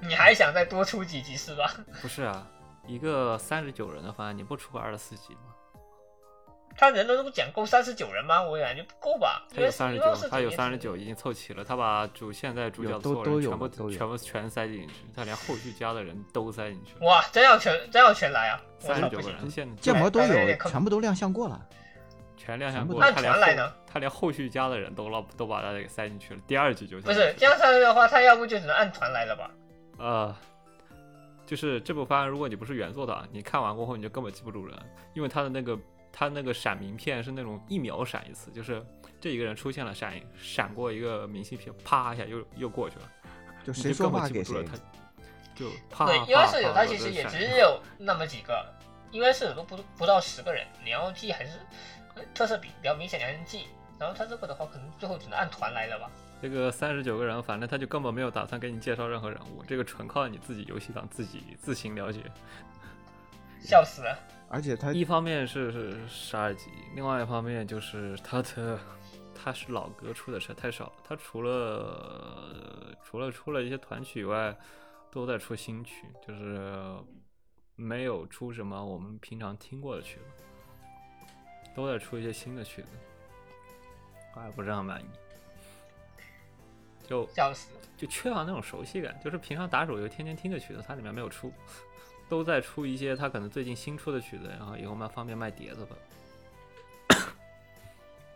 Speaker 3: 你还想再多出几集是吧？
Speaker 5: 不是啊？一个三十九人的番，你不出个二十四集吗？
Speaker 3: 他人都讲够三十九人吗？我感觉不够吧。
Speaker 5: 他有三十九，他有三十
Speaker 3: 九。
Speaker 5: 九已经凑齐了，他把主现在主角
Speaker 4: 有
Speaker 5: 的
Speaker 4: 都
Speaker 5: 所
Speaker 4: 都
Speaker 5: 人
Speaker 4: 有
Speaker 5: 全部
Speaker 4: 嘛都有
Speaker 5: 全部全塞进去，他连后续加的人都塞进去了，
Speaker 3: 哇，真要全真要全来啊！我
Speaker 5: 三
Speaker 3: 操
Speaker 5: 十
Speaker 3: 不
Speaker 5: 九个
Speaker 3: 行
Speaker 5: 人，现在
Speaker 4: 建模都
Speaker 3: 百分之
Speaker 4: 有
Speaker 3: 点，扣
Speaker 4: 全部都亮相过了。
Speaker 5: 全亮相
Speaker 4: 全部
Speaker 5: 过，
Speaker 3: 都
Speaker 5: 他
Speaker 3: 按船来
Speaker 5: 连后
Speaker 3: 的
Speaker 5: 他连后续加的人都捞都把他给塞进去了，第二集就
Speaker 3: 不
Speaker 5: 进去
Speaker 3: 是
Speaker 5: 了
Speaker 3: 这样下去的话，他要不就只能按团来了吧？
Speaker 5: 呃，就是这部番，如果你不是原作啊党，你看完过后你就根本记不住人，因为他的那个他那个闪名片是那种一秒闪一次，就是这一个人出现了闪闪过一个明信片，啪一下又又过去了，
Speaker 4: 就
Speaker 5: 你
Speaker 4: 谁
Speaker 5: 就
Speaker 4: 说
Speaker 5: 根本
Speaker 4: 话
Speaker 5: 记不
Speaker 4: 给
Speaker 5: 住了
Speaker 4: 谁，
Speaker 5: 他就啪
Speaker 3: 对，
Speaker 5: 啪
Speaker 3: 因为舍友
Speaker 5: 啪
Speaker 3: 他
Speaker 5: 就
Speaker 3: 其实也
Speaker 5: 闪
Speaker 3: 只有那么几个，因为舍友都不不到十个人，你要记还是呃特色比比较明显，你还能记。然后他这个的话，可能最后只能按团来了吧？
Speaker 5: 这个三十九个人，反正他就根本没有打算给你介绍任何人物，这个纯靠你自己游戏党自己自行了解。
Speaker 3: 笑死了！
Speaker 4: 而且他
Speaker 5: 一方面是是十二集，另外一方面就是他的他是老歌出的实在太少，他除了除了出了一些团曲以外，都在出新曲，就是没有出什么我们平常听过的曲子，都在出一些新的曲子，我还不是很满意，就
Speaker 3: 笑死！
Speaker 5: 就缺乏那种熟悉感，就是平常打手游天天听的曲子，它里面没有出， 都在出一些它可能最近新出的曲子，然后以后嘛方便卖碟子吧。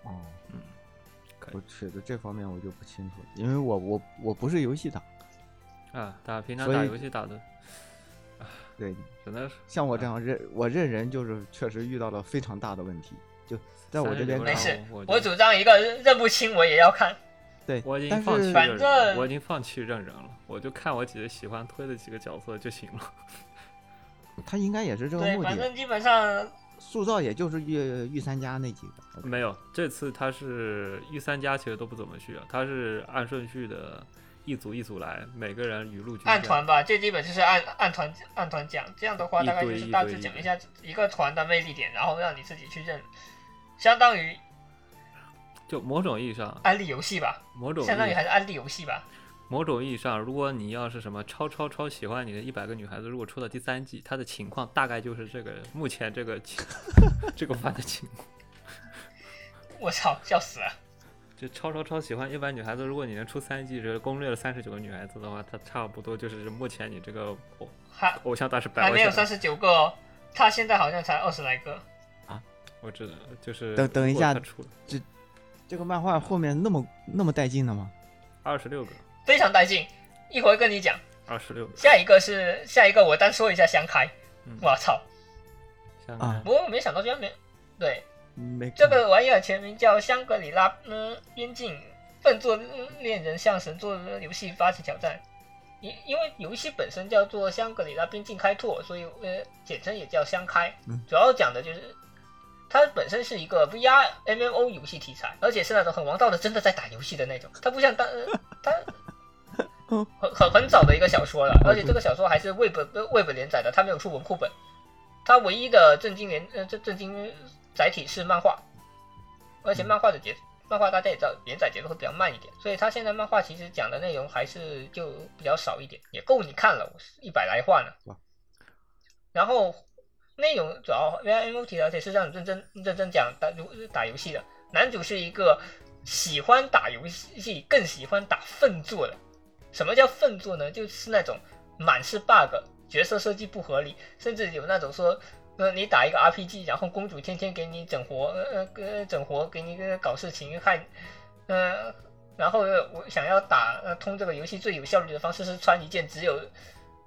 Speaker 4: 哦，
Speaker 5: 嗯，可以
Speaker 4: 我觉得这方面我就不清楚，因为我我我不是游戏党，
Speaker 5: 啊，打平常
Speaker 4: 所以
Speaker 5: 打游戏打的，
Speaker 4: 对，
Speaker 5: 只能是
Speaker 4: 像我这样认我认人就是确实遇到了非常大的问题，就在我这边
Speaker 5: 32
Speaker 3: 没
Speaker 5: 然
Speaker 4: 看
Speaker 5: 后
Speaker 3: 事，
Speaker 5: 啊我就
Speaker 3: 我主张一个认不清我也要看。
Speaker 4: 对，
Speaker 5: 我已
Speaker 4: 但
Speaker 5: 经
Speaker 4: 是
Speaker 5: 放弃
Speaker 3: 反
Speaker 5: 认人了，
Speaker 3: 正
Speaker 5: 我已经放弃认人了，我就看我几个喜欢推的几个角色就行了。
Speaker 4: 他应该也是这个
Speaker 3: 对，
Speaker 4: 目
Speaker 3: 反
Speaker 4: 的，
Speaker 3: 正基本上
Speaker 4: 塑造也就是御御三家那几个，
Speaker 5: 没有，这次他是一三家其实都不怎么续啊，他是按顺序的，一组一组来，每个人雨露均
Speaker 3: 按
Speaker 5: 沾。
Speaker 3: 团吧，最基本就是按按团按团讲，这样的话
Speaker 5: 一
Speaker 3: 大概就
Speaker 5: 对
Speaker 3: 是
Speaker 5: 一
Speaker 3: 大
Speaker 5: 对
Speaker 3: 致
Speaker 5: 一
Speaker 3: 讲一
Speaker 5: 对
Speaker 3: 下一个团的魅力点，然后让你自己去认，相当于
Speaker 5: 就某种意义上，
Speaker 3: 安利游戏吧，
Speaker 5: 某种意义
Speaker 3: 相当于
Speaker 5: 上
Speaker 3: 还是安利游戏吧。
Speaker 5: 某种意义上，如果你要是什么超超超喜欢你的一百个女孩子，如果出到第三季，她的情况大概就是这个目前这个情 这个番的情况。
Speaker 3: 我操，笑死了！
Speaker 5: 就超超超喜欢一百女孩子，如果你能出三季，这个攻略了三十九个女孩子的话，她差不多就是目前你这个偶
Speaker 3: 还
Speaker 5: 偶像大师百
Speaker 3: 还
Speaker 5: 万
Speaker 3: 没有
Speaker 5: 奖。
Speaker 3: 三十九个哦，他现在好像才二十来个。
Speaker 5: 我知道，就是
Speaker 4: 等等一下
Speaker 5: 他出了
Speaker 4: 这个漫画后面那么那么带劲的吗？
Speaker 5: 二十六个，
Speaker 3: 非常带劲。一会儿跟你讲，
Speaker 5: 二十六个，
Speaker 3: 下一个是下一个，我单说一下香开
Speaker 5: 嗯。
Speaker 3: 我操！
Speaker 5: 想想看
Speaker 4: 啊
Speaker 3: 不过我没想到居然没对
Speaker 4: 没
Speaker 3: 这个玩意儿全名叫香格里拉嗯边境笨作嗯恋人向神作游戏发起挑战。因因为游戏本身叫做《香格里拉边境开拓》，所以呃，简称也叫香开
Speaker 4: 嗯。
Speaker 3: 主要讲的就是它本身是一个 VR MMO 游戏题材，而且是那种很王道的，真的在打游戏的那种。它不像当、呃、 它很很很早的一个小说了，而且这个小说还是 Web Web 连载的，它没有出文库本。它唯一的正经连呃正正经载体是漫画，而且漫画的节漫画大家也知道连载节奏会比较慢一点，所以它现在漫画其实讲的内容还是就比较少一点，也够你看了，一百来话呢
Speaker 4: 哇。
Speaker 3: 然后内容主要 V I M O 题而且是让你认真认真讲打游打游戏的。男主是一个喜欢打游戏，更喜欢打粪作的。什么叫粪作呢？就是那种满是 bug，角色设计不合理，甚至有那种说，呃，你打一个 RPG，然后公主天天给你整活，呃呃呃整活，给你呃搞事情，害，呃，然后呃我想要打、呃、通这个游戏最有效率的方式是穿一件只有，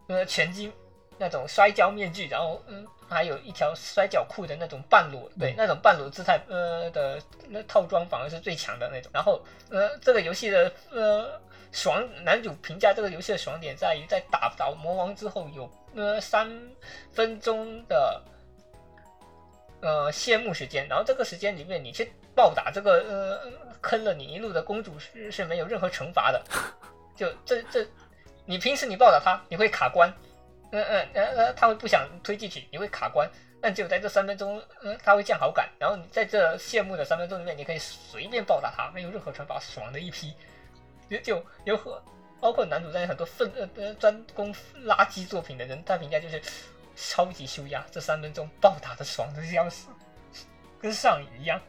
Speaker 3: 呃拳击那种摔跤面具，然后嗯还有一条摔跤裤的那种半裸，对，那种半裸姿态呃的那套装反而是最强的那种。然后呃这个游戏的呃爽，男主评价这个游戏的爽点在于在打倒魔王之后有呃三分钟的呃谢幕时间，然后这个时间里面你去暴打这个呃坑了你一路的公主是是没有任何惩罚的，就这这，你平时你暴打她你会卡关，嗯嗯呃呃她会不想推进去，你会卡关。但只有在这三分钟，嗯，她会降好感，然后你在这谢幕的三分钟里面，你可以随便暴打她，没有任何惩罚，爽的一批。就就有很包括男主在内很多粪呃呃专攻垃圾作品的人，他评价就是超级修养，这三分钟暴打的爽的要死。跟上瘾一样。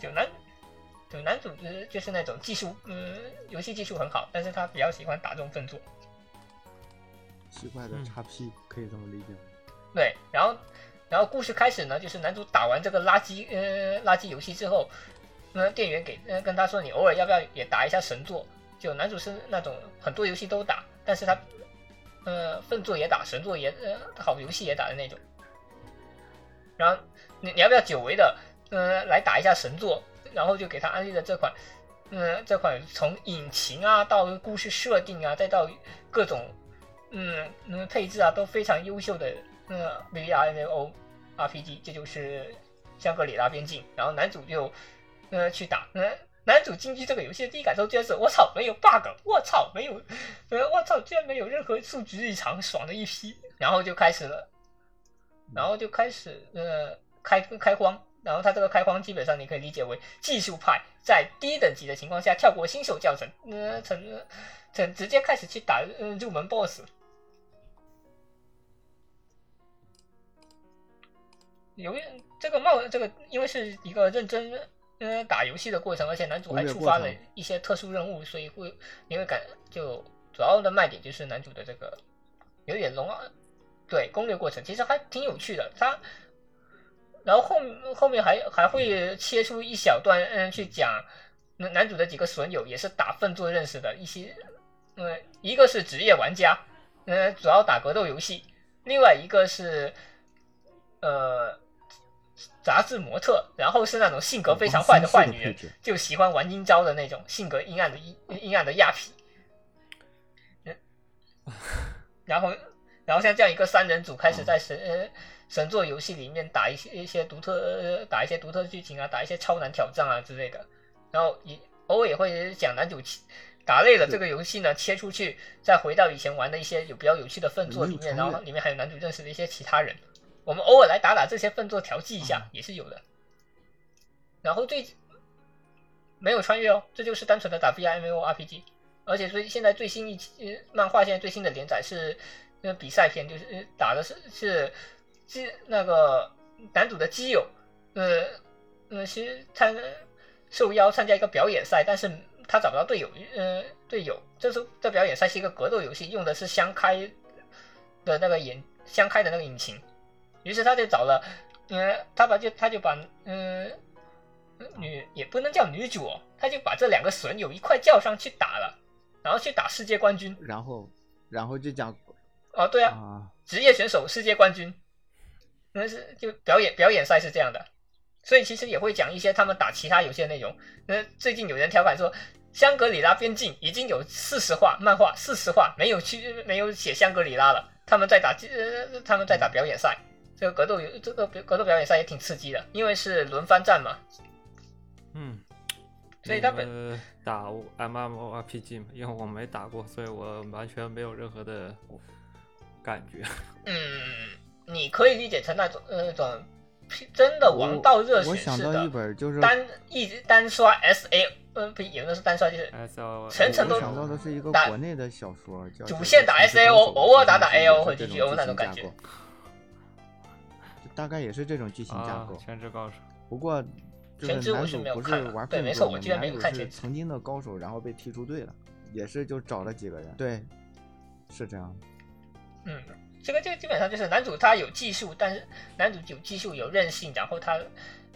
Speaker 3: 九男九男主呃就是就是那种技术，嗯，游戏技术很好，但是他比较喜欢打这种笨拙。
Speaker 4: 奇怪的
Speaker 5: 嗯
Speaker 4: 叉 P 可以这么理解吗？
Speaker 3: 对，然后然后故事开始呢，就是男主打完这个垃圾呃垃圾游戏之后，那、店员给、呃、跟他说，你偶尔要不要也打一下神作？就男主是那种很多游戏都打，但是他呃粪作也打，神作也呃好游戏也打的那种。然后你你要不要久违的呃来打一下神作？然后就给他安利了这款。嗯，这款从引擎啊到故事设定啊，再到各种嗯嗯配置啊都非常优秀的嗯 V R N O R P G，这就是香格里拉边境。然后男主就呃去打，嗯、男主进去这个游戏的第一感受居然是我操没有 bug，我操没有，呃我操居然没有任何数值异常，爽的一批。然后就开始了，然后就开始呃开开荒。然后他这个开荒基本上你可以理解为技术派在低等级的情况下跳过新手教程，呃，成成直接开始去打嗯、入门 BOSS，由于这个冒这个，因为是一个认真嗯打游戏的过程，而且男主还触发了一些特殊任务，所以会你会感就主要的卖点就是男主的这个有点龙啊，对攻略过程其实还挺有趣的。他然后后后面还还会切出一小段嗯去讲男男主的几个损友，也是打粪作认识的一些，嗯，一个是职业玩家，嗯，主要打格斗游戏，另外一个是呃杂志模特，然后是那种性格非常坏的坏女人
Speaker 4: 配，置
Speaker 3: 就喜欢玩阴招的那种性格阴暗的阴阴暗的亚痞。嗯然后，然后像这样一个三人组开始
Speaker 4: 嗯
Speaker 3: 在神、呃神作游戏里面打一些一些独特、呃、打一些独特剧情啊，打一些超难挑战啊之类的。然后也偶尔也会讲男主切打累了这个游戏呢，切出去再回到以前玩的一些有比较有趣的粪作里
Speaker 4: 没有
Speaker 3: 面，
Speaker 4: 成
Speaker 3: 然后
Speaker 4: 本
Speaker 3: 里面还有男主认识的一些其他人。我们偶尔来打打这些粪作调剂一
Speaker 4: 哦
Speaker 3: 下、也是有的。然后最没有穿越哦，这就是单纯的打 V I M O R P G，而且最现在最新一期、呃、漫画现在最新的连载是那个比赛篇，就是、呃打的是是基那个男主的基友，呃呃，其实参受邀参加一个表演赛，但是他找不到队友，呃，队友，这是这表演赛是一个格斗游戏，用的是相开的那个引相开的那个引擎，于是他就找了，呃，他把就他就把嗯、呃女也不能叫女主、哦，他就把这两个损友一块叫上去打了，然后去打世界冠军。
Speaker 4: 然后然后就讲
Speaker 3: 哦，对啊，
Speaker 4: 啊，
Speaker 3: 职业选手世界冠军，那是就表演表演赛是这样的，所以其实也会讲一些他们打其他游戏的内容。那最近有人调侃说，《香格里拉边境》已经有四十话漫画，四十话没有去没有写香格里拉了，他们在打呃他们在打表演赛，这个格斗游这个格斗表演赛也挺刺激的，因为是轮番战嘛，
Speaker 5: 嗯，
Speaker 3: 所以
Speaker 5: 你
Speaker 3: 他本
Speaker 5: 们呃打 MMORPG 嘛，因为我没打过，所以我完全没有任何的感觉。
Speaker 3: 嗯，你可以理解成那种呃那种真的王道热血
Speaker 4: 我
Speaker 3: 式
Speaker 4: 想
Speaker 3: 的。
Speaker 4: 到一本就是
Speaker 3: 单一直单刷 S A，嗯，不，也不是单刷，就是
Speaker 5: S L
Speaker 3: 全程都
Speaker 4: 我想到的是一个
Speaker 3: 打
Speaker 4: 国内的小说，叫
Speaker 3: 主线打 S A O，偶尔打打 A O 或 G G O 那
Speaker 4: 那
Speaker 3: 种感觉。
Speaker 4: 大概也是这种剧情架
Speaker 5: 啊
Speaker 4: 构，，
Speaker 5: 全职高手。
Speaker 4: 不过就是
Speaker 3: 全职我
Speaker 4: 男
Speaker 3: 是
Speaker 4: 主
Speaker 3: 没有
Speaker 4: 不是
Speaker 3: 看的
Speaker 4: 玩
Speaker 3: 对
Speaker 4: 分
Speaker 3: 没错
Speaker 4: 手
Speaker 3: 我
Speaker 4: 嘛
Speaker 3: 居然没
Speaker 4: 男
Speaker 3: 有
Speaker 4: 主
Speaker 3: 看
Speaker 4: 是
Speaker 3: 全职
Speaker 4: 曾经的高手，然后被踢出队了，也是就找了几个人，对，是这样的。
Speaker 3: 嗯，这个就基本上就是男主他有技术，但是男主有技术有韧性，然后他，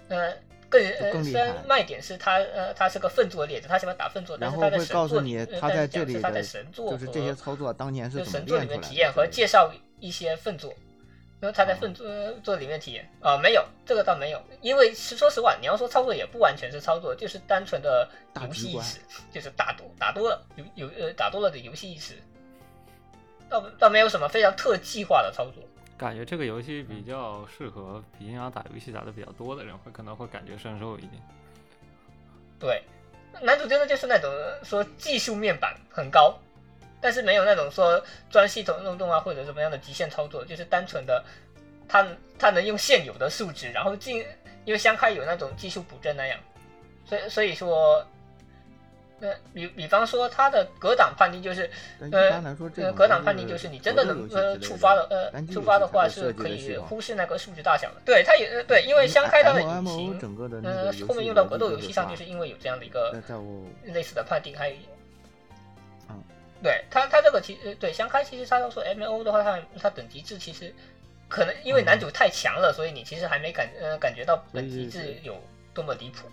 Speaker 3: 呃，更
Speaker 4: 就
Speaker 3: 呃
Speaker 4: 更厉害
Speaker 3: 虽然卖点是他呃他是个笨拙猎人，他喜欢打笨拙，但
Speaker 4: 然
Speaker 3: 是
Speaker 4: 后
Speaker 3: 他在
Speaker 4: 会
Speaker 3: 神
Speaker 4: 告诉
Speaker 3: 作
Speaker 4: 你
Speaker 3: 里，呃
Speaker 4: 他
Speaker 3: 但
Speaker 4: 在
Speaker 3: 是
Speaker 4: 这
Speaker 3: 讲
Speaker 4: 里
Speaker 3: 是他在
Speaker 4: 的
Speaker 3: 神作
Speaker 4: 就是这些
Speaker 3: 和
Speaker 4: 操作当年是
Speaker 3: 就
Speaker 4: 怎么
Speaker 3: 神作
Speaker 4: 练
Speaker 3: 里
Speaker 4: 出来
Speaker 3: 面
Speaker 4: 的。
Speaker 3: 体验和
Speaker 4: 对
Speaker 3: 介绍一些粪作，然后他在
Speaker 4: 哦
Speaker 3: 粪作作里面体验啊、没有这个倒没有，因为是说实话，你要说操作也不完全是操作，就是单纯的
Speaker 4: 大
Speaker 3: 游戏
Speaker 4: 局
Speaker 3: 意
Speaker 4: 观
Speaker 3: 识，就是打多打多了有有呃打多了的游戏意识，倒倒没有什么非常特技化的操作。
Speaker 5: 感觉这个游戏
Speaker 3: 嗯
Speaker 5: 比较适合平常打游戏打的比较多的人，会可能会感觉深受一点。
Speaker 3: 对，男主真的就是那种说技术面板很高，但是没有那种说钻系统漏洞啊或者什么样的极限操作，就是单纯的他他能用现有的数值，然后进因为相开有那种技术补正那样，所以所以说，那比比方说，他的格挡判定就是，
Speaker 4: 但一
Speaker 3: 呃
Speaker 4: 般来说，这
Speaker 3: 呃，
Speaker 4: 种
Speaker 3: 格挡
Speaker 4: 都
Speaker 3: 判
Speaker 4: 是
Speaker 3: 定就是你
Speaker 4: 合
Speaker 3: 真的
Speaker 4: 作
Speaker 3: 能
Speaker 4: 游戏之
Speaker 3: 呃
Speaker 4: 类
Speaker 3: 触发
Speaker 4: 的
Speaker 3: 的呃
Speaker 4: 单机
Speaker 3: 触
Speaker 4: 游
Speaker 3: 发
Speaker 4: 戏
Speaker 3: 的
Speaker 4: 才
Speaker 3: 话
Speaker 4: 会设
Speaker 3: 是
Speaker 4: 计
Speaker 3: 可
Speaker 4: 的
Speaker 3: 以
Speaker 4: 系统
Speaker 3: 忽视那个数据大小的。对，它也呃对，因为相开它的引
Speaker 4: M O
Speaker 3: 擎，
Speaker 4: 整个的那
Speaker 3: 呃
Speaker 4: 个，游
Speaker 3: 后面
Speaker 4: 戏
Speaker 3: 用到
Speaker 4: 逻
Speaker 3: 格
Speaker 4: 辑
Speaker 3: 斗
Speaker 4: 都
Speaker 3: 游
Speaker 4: 是
Speaker 3: 戏上
Speaker 4: 画
Speaker 3: 就是因为有这样的一个
Speaker 4: 在在我
Speaker 3: 类似的判定，还有一
Speaker 4: 嗯，
Speaker 3: 对它它这个其呃对相开其实它要说 M O 的话，它它等级制其实可能因为男主太强了，所以你其实还没感呃感觉到等级
Speaker 4: 所以
Speaker 3: 制有多么离谱。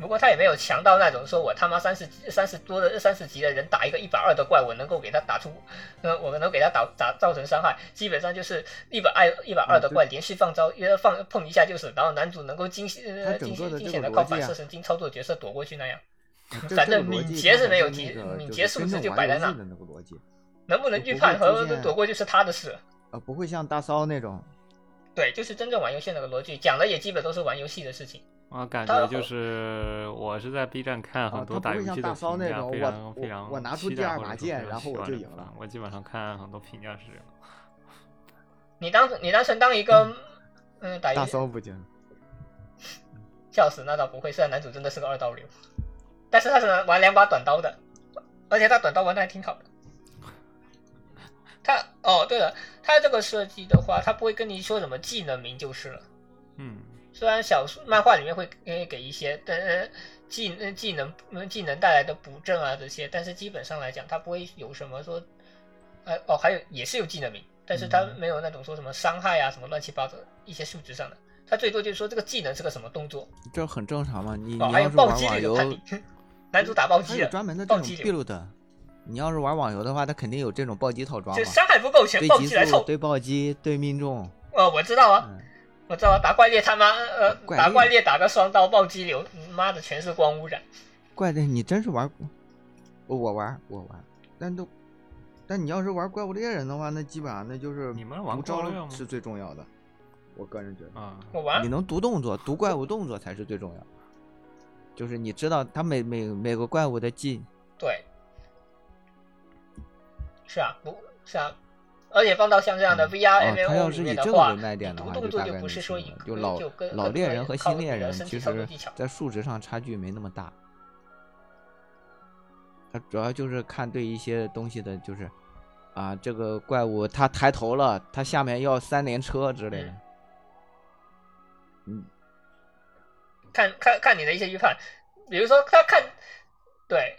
Speaker 3: 不过他也没有强到那种说我他妈三十三十多的三十级的人打一个一百二的怪，我能够给他打出，呃，我能给他打打造成伤害，基本上就是一百二一百二
Speaker 4: 嗯
Speaker 3: 的怪连续放招，呃放碰一下就死，然后男主能够惊
Speaker 4: 他
Speaker 3: 呃
Speaker 4: 整
Speaker 3: 惊
Speaker 4: 个
Speaker 3: 险
Speaker 4: 的这
Speaker 3: 惊险
Speaker 4: 个
Speaker 3: 的靠
Speaker 4: 逻辑啊
Speaker 3: 反射神经操作角色躲过去那样。
Speaker 4: 这
Speaker 3: 反
Speaker 4: 这个
Speaker 3: 正
Speaker 4: 逻
Speaker 3: 敏
Speaker 4: 辑
Speaker 3: 捷
Speaker 4: 它
Speaker 3: 是
Speaker 4: 还
Speaker 3: 没有
Speaker 4: 跟
Speaker 3: 提
Speaker 4: 那个
Speaker 3: 敏
Speaker 4: 就
Speaker 3: 捷
Speaker 4: 是
Speaker 3: 数
Speaker 4: 真
Speaker 3: 字
Speaker 4: 正
Speaker 3: 就
Speaker 4: 玩
Speaker 3: 摆
Speaker 4: 游
Speaker 3: 在那
Speaker 4: 戏的那个逻辑，
Speaker 3: 能不能
Speaker 4: 就
Speaker 3: 预
Speaker 4: 不
Speaker 3: 判
Speaker 4: 会
Speaker 3: 和
Speaker 4: 出现
Speaker 3: 躲过就是他的事。
Speaker 4: 呃，不会像大骚那种，
Speaker 3: 对，就是真正玩游戏那个逻辑，讲的也基本都是玩游戏的事情。
Speaker 5: 我啊感
Speaker 3: 他
Speaker 5: 觉就是我是在 B 站看
Speaker 4: 啊
Speaker 5: 很多
Speaker 4: 他
Speaker 5: 打
Speaker 4: 不会
Speaker 5: 游
Speaker 4: 像
Speaker 5: 戏
Speaker 4: 大
Speaker 5: 的
Speaker 4: 骚
Speaker 5: 评
Speaker 4: 那
Speaker 5: 价，
Speaker 4: 种
Speaker 5: 非
Speaker 4: 我
Speaker 5: 常
Speaker 4: 我
Speaker 5: 非常
Speaker 4: 我拿出
Speaker 5: 期
Speaker 4: 第
Speaker 5: 待
Speaker 4: 二
Speaker 5: 或者
Speaker 4: 把
Speaker 5: 说非
Speaker 4: 剑
Speaker 5: 常
Speaker 4: 然
Speaker 5: 喜
Speaker 4: 后我
Speaker 5: 欢
Speaker 4: 就
Speaker 5: 这
Speaker 4: 赢
Speaker 5: 种
Speaker 4: 了
Speaker 5: 番我基本上看很多评价是这样。
Speaker 3: 你当你当成当一个嗯打游
Speaker 4: 大
Speaker 3: 戏
Speaker 4: 骚不行，
Speaker 3: 笑死，那倒不会。虽然男主真的是个二刀流，但是他是玩两把短刀的，而且他短刀玩的还挺好的。他哦，对了，他这个设计的话，他不会跟你说什么技能名就是了。
Speaker 5: 嗯，
Speaker 3: 虽然小说漫画里面会给给一些，但呃技呃技能呃技能带来的补正啊这些，但是基本上来讲，它不会有什么说，呃哦，还有也是有技能名，但是它
Speaker 5: 嗯
Speaker 3: 没有那种说什么伤害啊什么乱七八糟的一些数值上的，它最多就是说这个技能是个什么动作
Speaker 4: 这很正常嘛。你你
Speaker 3: 哦，还
Speaker 4: 要
Speaker 3: 有
Speaker 4: 是
Speaker 3: 暴
Speaker 4: 玩
Speaker 3: 击
Speaker 4: 网
Speaker 3: 率
Speaker 4: 游
Speaker 3: 的，判 定，男主打暴
Speaker 4: 它
Speaker 3: 击
Speaker 4: 有
Speaker 3: 了，
Speaker 4: 专门的这
Speaker 3: 暴
Speaker 4: 种
Speaker 3: 击流
Speaker 4: build，你要是玩网游的话，它肯定有这种暴击套装
Speaker 3: 就
Speaker 4: 嘛，
Speaker 3: 伤害不够全
Speaker 4: 对
Speaker 3: 暴
Speaker 4: 极
Speaker 3: 击来
Speaker 4: 速、
Speaker 3: 凑，
Speaker 4: 对暴击、对命中，
Speaker 3: 呃我知道啊，
Speaker 4: 嗯，
Speaker 3: 我知道啊打怪猎他妈呃
Speaker 4: 怪猎
Speaker 3: 打怪猎打个双刀暴击流，妈的全是光污染。
Speaker 4: 怪的你真是玩，我我玩我玩，但都。但你要是玩怪物猎人的话，那基本上那就是
Speaker 5: 你们玩
Speaker 4: 独
Speaker 5: 怪物猎人
Speaker 4: 招
Speaker 5: 吗
Speaker 4: 是最重要的。我个人觉得，
Speaker 5: 啊，
Speaker 3: 我玩
Speaker 4: 你能读动作，读怪物动作才是最重要。就是你知道它每每每个怪物的技，
Speaker 3: 对，是啊，不是啊，而且放到像这样的
Speaker 4: 嗯
Speaker 3: VR、
Speaker 4: 哦它
Speaker 3: MMO
Speaker 4: 要
Speaker 3: 里
Speaker 4: 是以
Speaker 3: 面
Speaker 4: 这
Speaker 3: 的
Speaker 4: 个
Speaker 3: 话，
Speaker 4: 为卖点
Speaker 3: 你
Speaker 4: 的
Speaker 3: 读
Speaker 4: 话，
Speaker 3: 动
Speaker 4: 就
Speaker 3: 作
Speaker 4: 大
Speaker 3: 就
Speaker 4: 概
Speaker 3: 不
Speaker 4: 能
Speaker 3: 是
Speaker 4: 听
Speaker 3: 说以
Speaker 4: 懂就老
Speaker 3: 就跟
Speaker 4: 老
Speaker 3: 更
Speaker 4: 猎
Speaker 3: 多
Speaker 4: 人和
Speaker 3: 靠
Speaker 4: 新猎
Speaker 3: 你的
Speaker 4: 人，
Speaker 3: 身体
Speaker 4: 其
Speaker 3: 操作
Speaker 4: 实
Speaker 3: 技巧
Speaker 4: 在数值上差距没那么大。它主要就是看对一些东西的，就是啊，这个怪物它抬头了，它下面要三连车之类的
Speaker 3: 嗯。看看看你的一些预判，比如说他看，对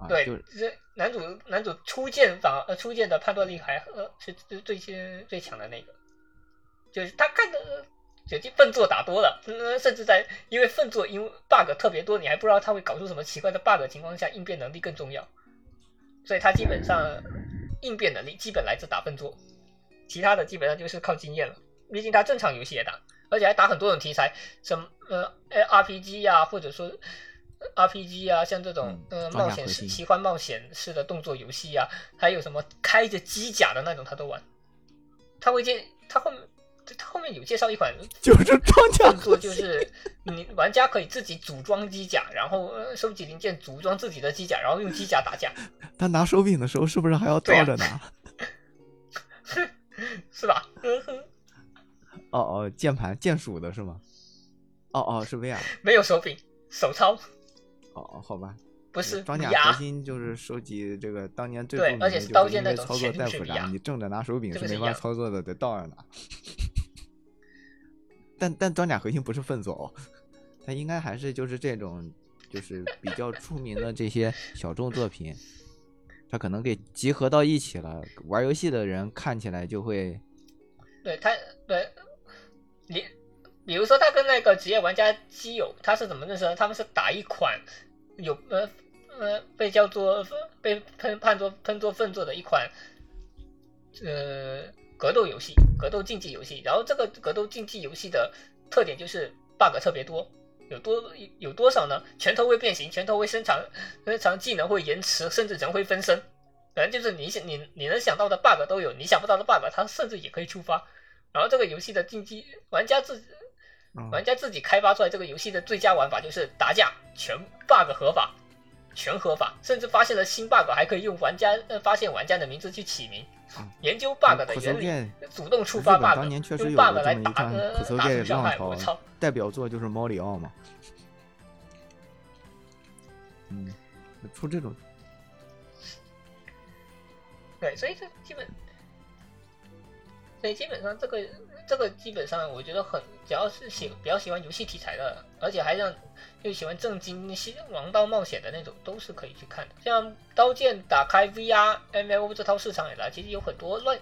Speaker 4: 啊，
Speaker 3: 对
Speaker 4: 就是，
Speaker 3: 这男主男主初见反而呃初见的判断力还呃是是最先最强的那个，就是他看的。就笨作打多了，嗯甚至在因为笨作因为 bug 特别多，你还不知道他会搞出什么奇怪的 bug 情况下，应变能力更重要。所以他基本上应变能力基本来自打笨拙，其他的基本上就是靠经验了。毕竟他正常游戏也打，而且还打很多种题材，什么呃呃 RPG 呀、或者说呃 RPG 啊，像这种
Speaker 4: 嗯
Speaker 3: 呃
Speaker 4: 装
Speaker 3: 冒
Speaker 4: 甲
Speaker 3: 险
Speaker 4: 核
Speaker 3: 式、
Speaker 4: 心
Speaker 3: 奇幻冒险式的动作游戏呀、还有什么开着机甲的那种他都玩。他会介他后面他后面有介绍一款
Speaker 4: 就是装甲
Speaker 3: 动作 就是你玩家可以自己组装机甲，然后呃收集零件组装自己的机甲，然后用机甲打架，
Speaker 4: 他拿手柄的时候是不是还要
Speaker 3: 对啊
Speaker 4: 倒
Speaker 3: 呀
Speaker 4: 着拿？
Speaker 3: 是吧？嗯哼，
Speaker 4: 哦哦，键盘键鼠的是吗？哦哦，是 VR。
Speaker 3: 没有手柄，手操
Speaker 4: 哦哦，好吧。
Speaker 3: 不是
Speaker 4: 装甲核
Speaker 3: VR，
Speaker 4: 心就是收集这个当年最
Speaker 3: 对
Speaker 4: 著名
Speaker 3: 而
Speaker 4: 的
Speaker 3: 且
Speaker 4: 就是是
Speaker 3: 刀剑
Speaker 4: 因为
Speaker 3: 那种
Speaker 4: 操作
Speaker 3: 全部
Speaker 4: 太
Speaker 3: 是
Speaker 4: 复
Speaker 3: VR
Speaker 4: 杂，你正着拿手柄
Speaker 3: 这
Speaker 4: 是
Speaker 3: 个
Speaker 4: 没
Speaker 3: 是一
Speaker 4: 法
Speaker 3: 样
Speaker 4: 操作的，得倒 着拿。但但装甲核心不是粪走，它应该还是就是这种就是比较出名的这些小众作品，它可能给集合到一起了，玩游戏的人看起来就会
Speaker 3: 对他对，你比如说他跟那个职业玩家基友，他是怎么认识的？他们是打一款有呃呃被叫做被喷判作喷作粪作的一款呃格斗游戏，格斗竞技游戏。然后这个格斗竞技游戏的特点就是 bug 特别多。有多有多少呢？拳头会变形，拳头会伸长， 伸长技能会延迟，甚至人会分身。反正就是你想你你能想到的 bug 都有，你想不到的 bug 它甚至也可以触发。然后这个游戏的竞技玩家自己
Speaker 4: 嗯
Speaker 3: 玩家自己开发出来这个游戏的最佳玩法就是打架，全 bug 合法，全合法，甚至发现了新 bug 还可以用玩家、呃、发现玩家的名字去起名
Speaker 4: 嗯，
Speaker 3: 研究 bug 的
Speaker 4: 可
Speaker 3: 原
Speaker 4: 搜
Speaker 3: 理，
Speaker 4: 剑
Speaker 3: 主动触
Speaker 4: 日
Speaker 3: 发
Speaker 4: 本
Speaker 3: bug，
Speaker 4: 当年确实
Speaker 3: 用
Speaker 4: 有
Speaker 3: bug
Speaker 4: 过
Speaker 3: 来
Speaker 4: 这么一
Speaker 3: 打
Speaker 4: 段
Speaker 3: 呃
Speaker 4: 可搜
Speaker 3: 打出
Speaker 4: 界
Speaker 3: 伤
Speaker 4: 浪
Speaker 3: 害，我
Speaker 4: 潮
Speaker 3: 操！，
Speaker 4: 代表作就是猫里奥嘛。嗯，就出这种
Speaker 3: 对，所以这基本，所以基本上这个这个基本上我觉得很，只要是喜比较喜欢游戏题材的，而且还让又喜欢正经、西王道冒险的那种，都是可以去看的。像《刀剑》打开 VR、MMO 这套市场以来，其实有很多乱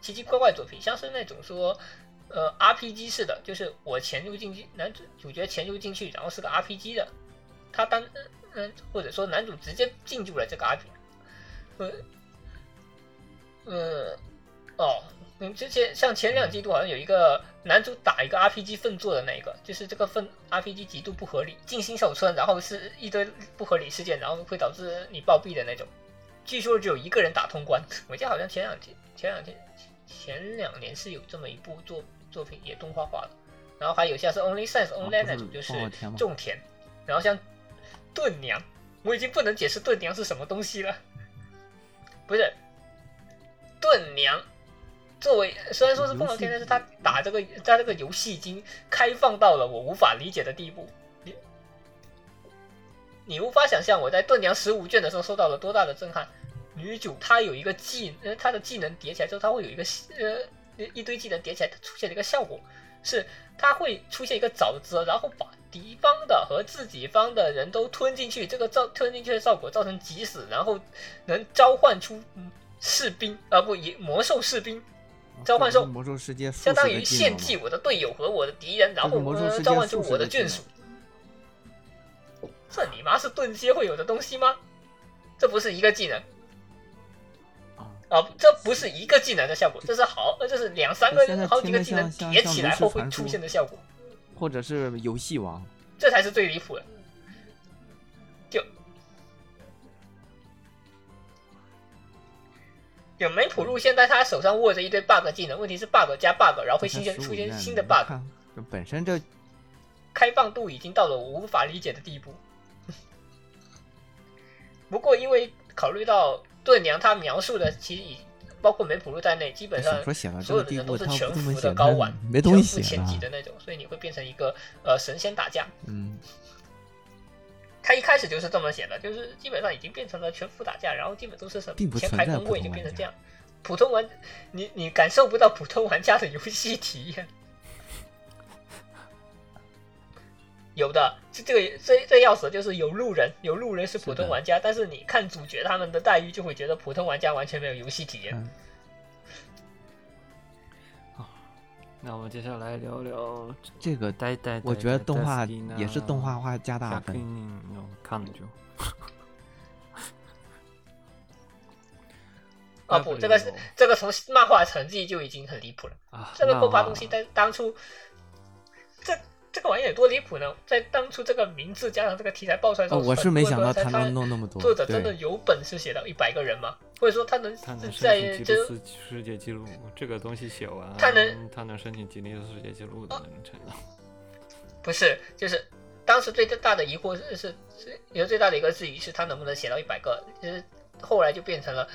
Speaker 3: 奇奇怪怪的作品，像是那种说。呃，RPG 式的，就是我潜入进去，男主主角潜入进去，然后是个 RPG 的，他当嗯、嗯，或者说男主直接进入了这个 RPG，呃，嗯，哦，嗯，之前像前两季度好像有一个男主打一个 RPG 粪作的那一个，就是这个粪 RPG 极度不合理，进新手村，然后是一堆不合理事件，然后会导致你暴毙的那种。据说只有一个人打通关， 我记得好像前两季、前两天、前两年是有这么一部作作品也动画化了。然后还有像是 Only Sense
Speaker 4: 不
Speaker 3: Online
Speaker 4: 是
Speaker 3: 那种，就是
Speaker 4: 哦天哪
Speaker 3: 种田，然后像盾娘，我已经不能解释盾娘是什么东西了。不是，盾娘作为虽然说是凤凰天，但是他打这个他这个游戏已经开放到了我无法理解的地步。你你无法想象我在盾娘十五卷的时候受到了多大的震撼。女主她有一个技，呃，她的技能叠起来之后，她会有一个呃一堆技能叠起来，它出现了一个效果，是它会出现一个沼泽，然后把敌方的和自己方的人都吞进去，这个造吞进去的效果造成急死，然后能召唤出嗯士兵啊不也魔兽士兵，召唤兽
Speaker 4: 哦魔兽世界
Speaker 3: 相当于献
Speaker 4: 献
Speaker 3: 祭
Speaker 4: 祭，
Speaker 3: 我的队友和我的敌人，然后
Speaker 4: 魔兽
Speaker 3: 呃
Speaker 4: 世界
Speaker 3: 召唤出
Speaker 4: 素食
Speaker 3: 我
Speaker 4: 的
Speaker 3: 的
Speaker 4: 技
Speaker 3: 眷
Speaker 4: 能
Speaker 3: 属。这你妈是盾阶会有的东西吗？这不是一个技能
Speaker 4: 啊
Speaker 3: 啊！这不是一个技能的效果，这是好，呃这是两三
Speaker 4: 现
Speaker 3: 个、
Speaker 4: 在
Speaker 3: 好几个技
Speaker 4: 听着
Speaker 3: 能
Speaker 4: 像像
Speaker 3: 叠起来
Speaker 4: 像
Speaker 3: 后
Speaker 4: 炉石
Speaker 3: 会
Speaker 4: 传
Speaker 3: 出
Speaker 4: 说
Speaker 3: 现的效果，
Speaker 4: 或者是游戏王，
Speaker 3: 这才是最离谱的。就有梅普路现在他手上握着一堆 bug 技能，问题是 bug 加 bug，然后会新鲜
Speaker 4: 15
Speaker 3: 出现
Speaker 4: 卷
Speaker 3: 新的
Speaker 4: 你
Speaker 3: bug，
Speaker 4: 看就本身这
Speaker 3: 开放度已经到了我无法理解的地步。 不过，因为考虑到盾娘她描述的，其实已包括梅普路在内，基本上
Speaker 4: 哎小说写到这
Speaker 3: 所有
Speaker 4: 个
Speaker 3: 的
Speaker 4: 地
Speaker 3: 人
Speaker 4: 步，
Speaker 3: 都是
Speaker 4: 他
Speaker 3: 全
Speaker 4: 不这么
Speaker 3: 服
Speaker 4: 写
Speaker 3: 的高
Speaker 4: 他
Speaker 3: 玩，
Speaker 4: 没东
Speaker 3: 全
Speaker 4: 西
Speaker 3: 服
Speaker 4: 写啊
Speaker 3: 前几的
Speaker 4: 了。
Speaker 3: 那种，所以你会变成一个呃神仙打架。
Speaker 4: 嗯，
Speaker 3: 他一开始就是这么写的，就是基本上已经变成了全服打架，然后基本都是什
Speaker 4: 并
Speaker 3: 么
Speaker 4: 不
Speaker 3: 前
Speaker 4: 存
Speaker 3: 排
Speaker 4: 在
Speaker 3: 崩溃
Speaker 4: 普通
Speaker 3: 就
Speaker 4: 玩
Speaker 3: 变成
Speaker 4: 家
Speaker 3: 这样。普通玩，你你感受不到普通玩家的游戏体验。有的，这这个最最要死的就是有路人，有路人是普
Speaker 4: 是
Speaker 3: 通
Speaker 4: 的
Speaker 3: 玩家，但是你看主角他们的待遇，就会觉得普通玩家完全没有游戏体验。
Speaker 4: 嗯
Speaker 5: 那我们接下来聊聊，
Speaker 4: 这个
Speaker 5: 呆呆，
Speaker 4: 我觉得动画也是动画
Speaker 5: 化
Speaker 4: 化加大分。
Speaker 5: 分。看了就
Speaker 3: 啊不，这个 是这个从漫画成绩就已经很离谱了。
Speaker 5: 啊，
Speaker 3: 这个
Speaker 5: 漫
Speaker 3: 破发
Speaker 5: 画
Speaker 3: 东西在当初，这这个玩意儿有多离谱呢？在当初这个名字加上这个题材爆出来之
Speaker 4: 哦，
Speaker 3: 后，
Speaker 4: 我是
Speaker 3: 很
Speaker 4: 没
Speaker 3: 多人
Speaker 4: 想
Speaker 3: 都
Speaker 4: 到
Speaker 3: 在
Speaker 4: 他
Speaker 3: 猜
Speaker 4: 能弄那么多。
Speaker 3: 作者真的
Speaker 4: 对，
Speaker 3: 有本事写到一百个人吗？或者说他能
Speaker 5: 他能申
Speaker 3: 在
Speaker 5: 请吉
Speaker 3: 这
Speaker 5: 尼斯世界纪录，这个东西写完，
Speaker 3: 他能啊
Speaker 5: 他能申请吉尼斯世界纪录的那种程度。
Speaker 3: 不是就是当时最大的疑惑是是是有最大的一个质疑是他能不能写到一百个，就是后来就变成了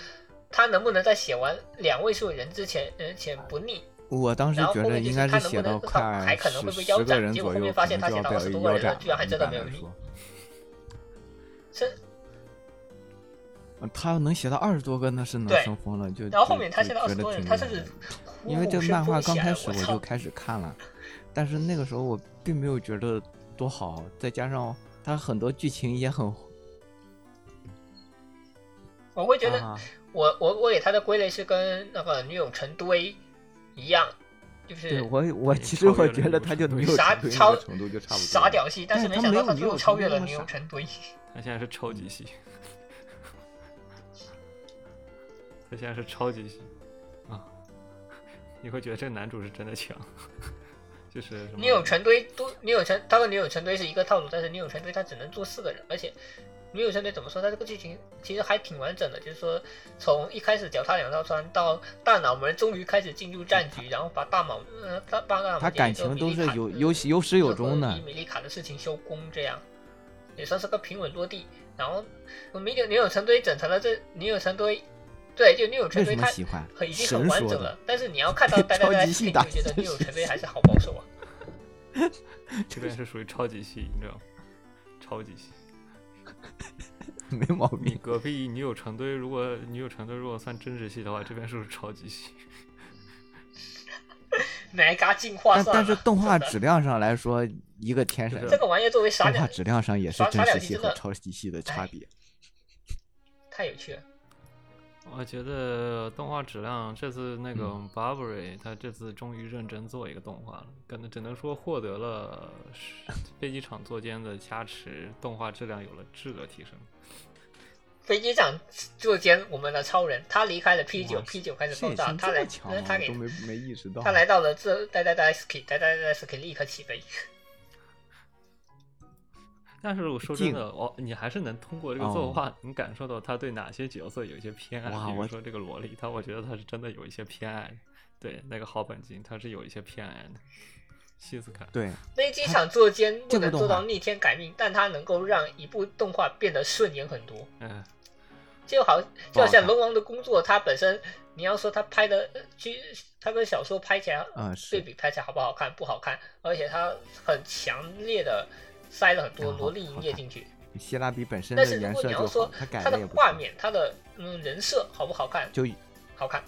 Speaker 3: 他能不能在写完两位数人之前人前不腻。
Speaker 4: 我当时
Speaker 3: 然后
Speaker 4: 觉
Speaker 3: 后
Speaker 4: 得
Speaker 3: 面就
Speaker 4: 应
Speaker 3: 是
Speaker 4: 该
Speaker 3: 他
Speaker 4: 是
Speaker 3: 能
Speaker 4: 写
Speaker 3: 不
Speaker 4: 到
Speaker 3: 能他还
Speaker 4: 快
Speaker 3: 可能会
Speaker 4: 十
Speaker 3: 被腰
Speaker 4: 十个
Speaker 3: 斩
Speaker 4: 人
Speaker 3: 结果
Speaker 4: 左
Speaker 3: 后
Speaker 4: 右，
Speaker 3: 面发
Speaker 4: 可
Speaker 3: 现
Speaker 4: 能就
Speaker 3: 他写
Speaker 4: 要
Speaker 3: 到
Speaker 4: 被
Speaker 3: 20多个
Speaker 4: 腰
Speaker 3: 人了
Speaker 4: 斩
Speaker 3: 居然还
Speaker 4: 一
Speaker 3: 真的
Speaker 4: 般
Speaker 3: 没有
Speaker 4: 来
Speaker 3: 力
Speaker 4: 说
Speaker 3: 是
Speaker 4: 呃他能写到二十多个，那是能
Speaker 3: 对
Speaker 4: 生疯了。就
Speaker 3: 然后
Speaker 4: 就
Speaker 3: 后面他
Speaker 4: 就
Speaker 3: 写到二
Speaker 4: 觉
Speaker 3: 十
Speaker 4: 得
Speaker 3: 多人，
Speaker 4: 挺
Speaker 3: 他
Speaker 4: 厉
Speaker 3: 甚
Speaker 4: 害
Speaker 3: 至
Speaker 4: 的
Speaker 3: 虎
Speaker 4: 因为这
Speaker 3: 虎生
Speaker 4: 漫画
Speaker 3: 风起来
Speaker 4: 刚开
Speaker 3: 了
Speaker 4: 始
Speaker 3: 我
Speaker 4: 我
Speaker 3: 操
Speaker 4: 就开始看了，但是那个时候我并没有觉得多好，再加上它很多剧情也很
Speaker 3: 我会觉得
Speaker 4: 啊，
Speaker 3: 我我我给他的归类是跟那个女友成堆一样，就
Speaker 4: 对
Speaker 3: 是
Speaker 4: 我也我
Speaker 5: 已经
Speaker 4: 其实
Speaker 5: 超
Speaker 4: 我
Speaker 5: 越了
Speaker 4: 觉
Speaker 5: 那
Speaker 4: 得
Speaker 5: 个
Speaker 4: 它
Speaker 5: 程
Speaker 4: 就
Speaker 5: 度
Speaker 4: 没有
Speaker 3: 傻
Speaker 4: 程度那
Speaker 3: 超
Speaker 4: 个程度就差不多了。
Speaker 3: 傻屌戏，但是
Speaker 4: 但
Speaker 3: 没
Speaker 4: 是
Speaker 3: 想
Speaker 4: 他
Speaker 3: 到
Speaker 4: 没
Speaker 3: 他
Speaker 4: 有女
Speaker 3: 最后
Speaker 4: 友
Speaker 3: 超
Speaker 4: 成
Speaker 3: 越
Speaker 4: 堆
Speaker 3: 了
Speaker 4: 那么
Speaker 3: 女友
Speaker 4: 傻
Speaker 3: 成堆。
Speaker 5: 他现在是超级系，他现在是超级系啊！你会觉得这个男主是真的强，就是什么
Speaker 3: 女友成堆都女友成，他和女友成堆是一个套路，但是女友成堆他只能做四个人，而且女友成堆怎么说？他这个剧情其实还挺完整的，就是说从一开始脚踏两条船到大脑门终于开始进入战局，然后把大脑呃大把大脑
Speaker 4: 他
Speaker 3: 门
Speaker 4: 感
Speaker 3: 解决
Speaker 4: 情
Speaker 3: 之后米
Speaker 4: 都
Speaker 3: 莉
Speaker 4: 是
Speaker 3: 卡
Speaker 4: 有
Speaker 3: 嗯
Speaker 4: 有有始有终
Speaker 3: 最后
Speaker 4: 的
Speaker 3: 以，米莉卡的事情收工，这样也算是个平稳落地。然后米友女友成堆整成了这女友成堆，对，就女友成
Speaker 4: 为什
Speaker 3: 堆
Speaker 4: 么
Speaker 3: 它
Speaker 4: 喜欢
Speaker 3: 很已？经很
Speaker 4: 神
Speaker 3: 完
Speaker 4: 说
Speaker 3: 整
Speaker 4: 的
Speaker 3: 了，，但是你要看到呆呆
Speaker 4: 超
Speaker 3: 呆
Speaker 4: 级
Speaker 3: 视
Speaker 4: 系
Speaker 3: 频，
Speaker 4: 打
Speaker 3: 就觉得女友成堆还是好保守啊。
Speaker 5: 这边是属于超级系，你知道吗？超级系，
Speaker 4: 没毛
Speaker 5: 你
Speaker 4: 病。
Speaker 5: 隔壁女友成堆，如果女友成堆如果算政治系的话，这边是不是超级系？
Speaker 3: 哪嘎进化
Speaker 4: 但
Speaker 3: 算
Speaker 4: 但是
Speaker 3: 了。
Speaker 4: 动画质量上来说，一个天神
Speaker 5: 这
Speaker 3: 这个玩意儿作为傻
Speaker 4: 动画
Speaker 3: 鸟
Speaker 4: 质量上也是
Speaker 3: 耍耍
Speaker 4: 真
Speaker 3: 两
Speaker 4: 实
Speaker 3: 集
Speaker 4: 系
Speaker 3: 真
Speaker 4: 和
Speaker 3: 的哎
Speaker 4: 超级系的差别。
Speaker 3: 太有趣了，
Speaker 5: 我觉得动画质量这次那个
Speaker 4: 嗯
Speaker 5: Burberry，他这次终于认真做一个动画了，可能只能说获得了是飞机场坐监的加持，动画质量有了质的提升。
Speaker 3: 飞机长就兼我们的超人，他离开了 P 九
Speaker 4: 哇
Speaker 3: ，P 九开始
Speaker 4: 摄
Speaker 3: 爆炸，
Speaker 4: 影师
Speaker 3: 他
Speaker 4: 这
Speaker 3: 来
Speaker 4: 么强吗？
Speaker 3: 他
Speaker 4: 我
Speaker 3: 给
Speaker 4: 都没没意识到。
Speaker 3: 他来到了这呆呆呆 ski，呆呆呆 ski 立刻起飞。
Speaker 5: 但是我说真
Speaker 4: 敬
Speaker 5: 的，哦，你还是能通过这个
Speaker 4: 哦
Speaker 5: 作画，能感受到他对哪些角色有一些偏爱。
Speaker 4: 哇
Speaker 5: 比如
Speaker 4: 我
Speaker 5: 说这个萝莉，他我觉得他是真的有一些偏爱。对，那个好本金他是有一些偏爱的。西斯卡，
Speaker 4: 对，
Speaker 3: 飞机场坐监不
Speaker 4: 这个
Speaker 3: 能
Speaker 4: 动
Speaker 3: 做
Speaker 4: 画
Speaker 3: 到逆天改命，但它能够让一部动画变得顺眼很多。
Speaker 5: 嗯，
Speaker 3: 就好
Speaker 4: 不
Speaker 3: 就
Speaker 4: 好
Speaker 3: 好像
Speaker 4: 看
Speaker 3: 龙王的工作，它本身你要说它拍的呃剧，它跟小说拍起来
Speaker 4: 啊
Speaker 3: 对
Speaker 4: 是
Speaker 3: 比拍起来好不好看？不好看，而且它很强烈的塞了很多
Speaker 4: 啊好
Speaker 3: 萝莉
Speaker 4: 好
Speaker 3: 营业
Speaker 4: 看
Speaker 3: 进去。
Speaker 4: 希拉比本身
Speaker 3: 但
Speaker 4: 的
Speaker 3: 是如
Speaker 4: 原
Speaker 3: 果
Speaker 4: 色
Speaker 3: 你要
Speaker 4: 就好
Speaker 3: 说，
Speaker 4: 他改
Speaker 3: 它
Speaker 4: 的
Speaker 3: 的
Speaker 4: 也不
Speaker 3: 画
Speaker 4: 错
Speaker 3: 面、它的嗯人设好不好看，
Speaker 4: 就
Speaker 3: 好看。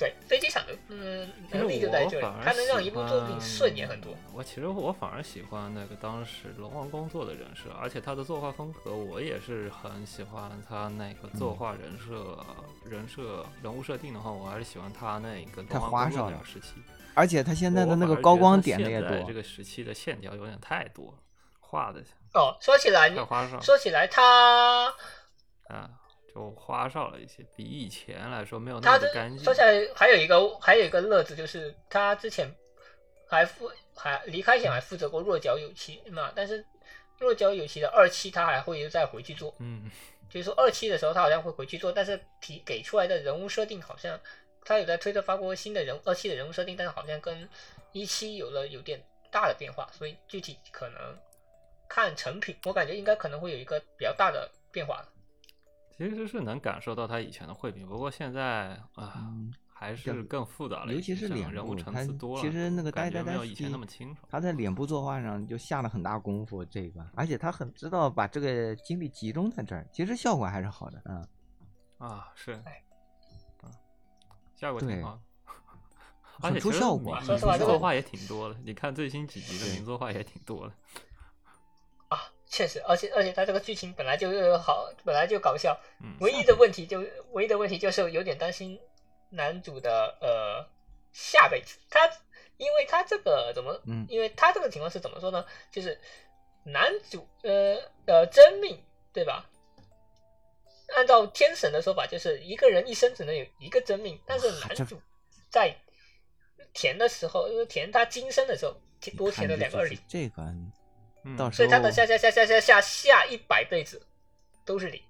Speaker 3: 对，飞机场的嗯
Speaker 5: 其实
Speaker 3: 能力就在
Speaker 5: 我
Speaker 3: 这里
Speaker 5: 反，而
Speaker 3: 它能让
Speaker 5: 喜
Speaker 3: 一部作品
Speaker 5: 欢
Speaker 3: 顺眼很多。。
Speaker 5: 我其实我反而喜欢那个当时龙王工作的人设，而且他的作画风格我也是很喜欢他那个作画人设、人设人物设定的话，我还是喜欢他那个
Speaker 4: 太
Speaker 5: 龙王
Speaker 4: 花
Speaker 5: 工作
Speaker 4: 哨
Speaker 5: 那
Speaker 4: 了
Speaker 5: 个时期。
Speaker 4: 而且他现在的
Speaker 5: 我
Speaker 4: 那
Speaker 5: 反
Speaker 4: 个
Speaker 5: 而
Speaker 4: 高
Speaker 5: 觉得
Speaker 4: 光
Speaker 5: 他
Speaker 4: 点的
Speaker 5: 现
Speaker 4: 也
Speaker 5: 在这
Speaker 4: 多，
Speaker 5: 个时期的线条有点太多了，画的
Speaker 3: 哦，说起来，
Speaker 5: 太花哨
Speaker 3: 说起来它
Speaker 5: 啊，就花哨了一些，比以前来说没有那
Speaker 3: 他
Speaker 5: 么
Speaker 3: 这
Speaker 5: 的干净
Speaker 3: 说。起来还有一个还有一个乐子，就是他之前还负还离开前还负责过弱角有期嘛，但是弱角有期的二期他还会再回去做，
Speaker 5: 嗯，
Speaker 3: 就是说二期的时候他好像会回去做，但是提给出来的人物设定好像他有在推特发过新的人二期的人物设定，但是好像跟一期有了有点大的变化，所以具体可能看成品，我感觉应该可能会有一个比较大的变化。
Speaker 5: 其实是能感受到他以前的绘饼，不过现在啊。
Speaker 4: 嗯
Speaker 5: 还是
Speaker 4: 更
Speaker 5: 更复杂了一
Speaker 4: 尤其
Speaker 5: 些，
Speaker 4: 是
Speaker 5: 像
Speaker 4: 脸
Speaker 5: 人物
Speaker 4: 部
Speaker 5: 层
Speaker 4: 它
Speaker 5: 次多了，
Speaker 4: 其实那个
Speaker 5: 感
Speaker 4: 呆
Speaker 5: 觉
Speaker 4: 呆
Speaker 5: 没
Speaker 4: 呆
Speaker 5: 有以前
Speaker 4: 是
Speaker 5: 那么清楚。
Speaker 4: 他在脸部作画上就下了很大功夫这一关，而且他很知道把这个精力集中在这儿，其实效果还是好的，嗯，
Speaker 5: 啊，是
Speaker 3: 哎，
Speaker 5: 嗯，效果挺
Speaker 4: 对
Speaker 5: 好 的，而
Speaker 4: 很
Speaker 5: 且
Speaker 4: 出
Speaker 5: 哎其实
Speaker 4: 效果
Speaker 5: 名
Speaker 3: 说实话这
Speaker 5: 作
Speaker 3: 个
Speaker 5: 画也挺多的，你看最新几集的名作画也挺多的。
Speaker 3: 啊，确实，而且而且它这个剧情本来就好，本来就搞笑，
Speaker 5: 嗯，
Speaker 3: 唯一的问题就唯一的问题就是有点担心男主的呃下辈子，他因为他这个怎么，
Speaker 4: 嗯
Speaker 3: 因为他这个情况是怎么说呢？就是男主呃呃真命对吧？按照天神的说法，就是一个人一生只能有一个真命，但是男
Speaker 4: 这
Speaker 3: 主在填的时候，呃填他今生的时候，填多填了两个二零。
Speaker 4: 这个
Speaker 5: 嗯
Speaker 4: 到时
Speaker 3: 所
Speaker 4: 候
Speaker 3: 以他的下下下下下下下一百辈子都是零，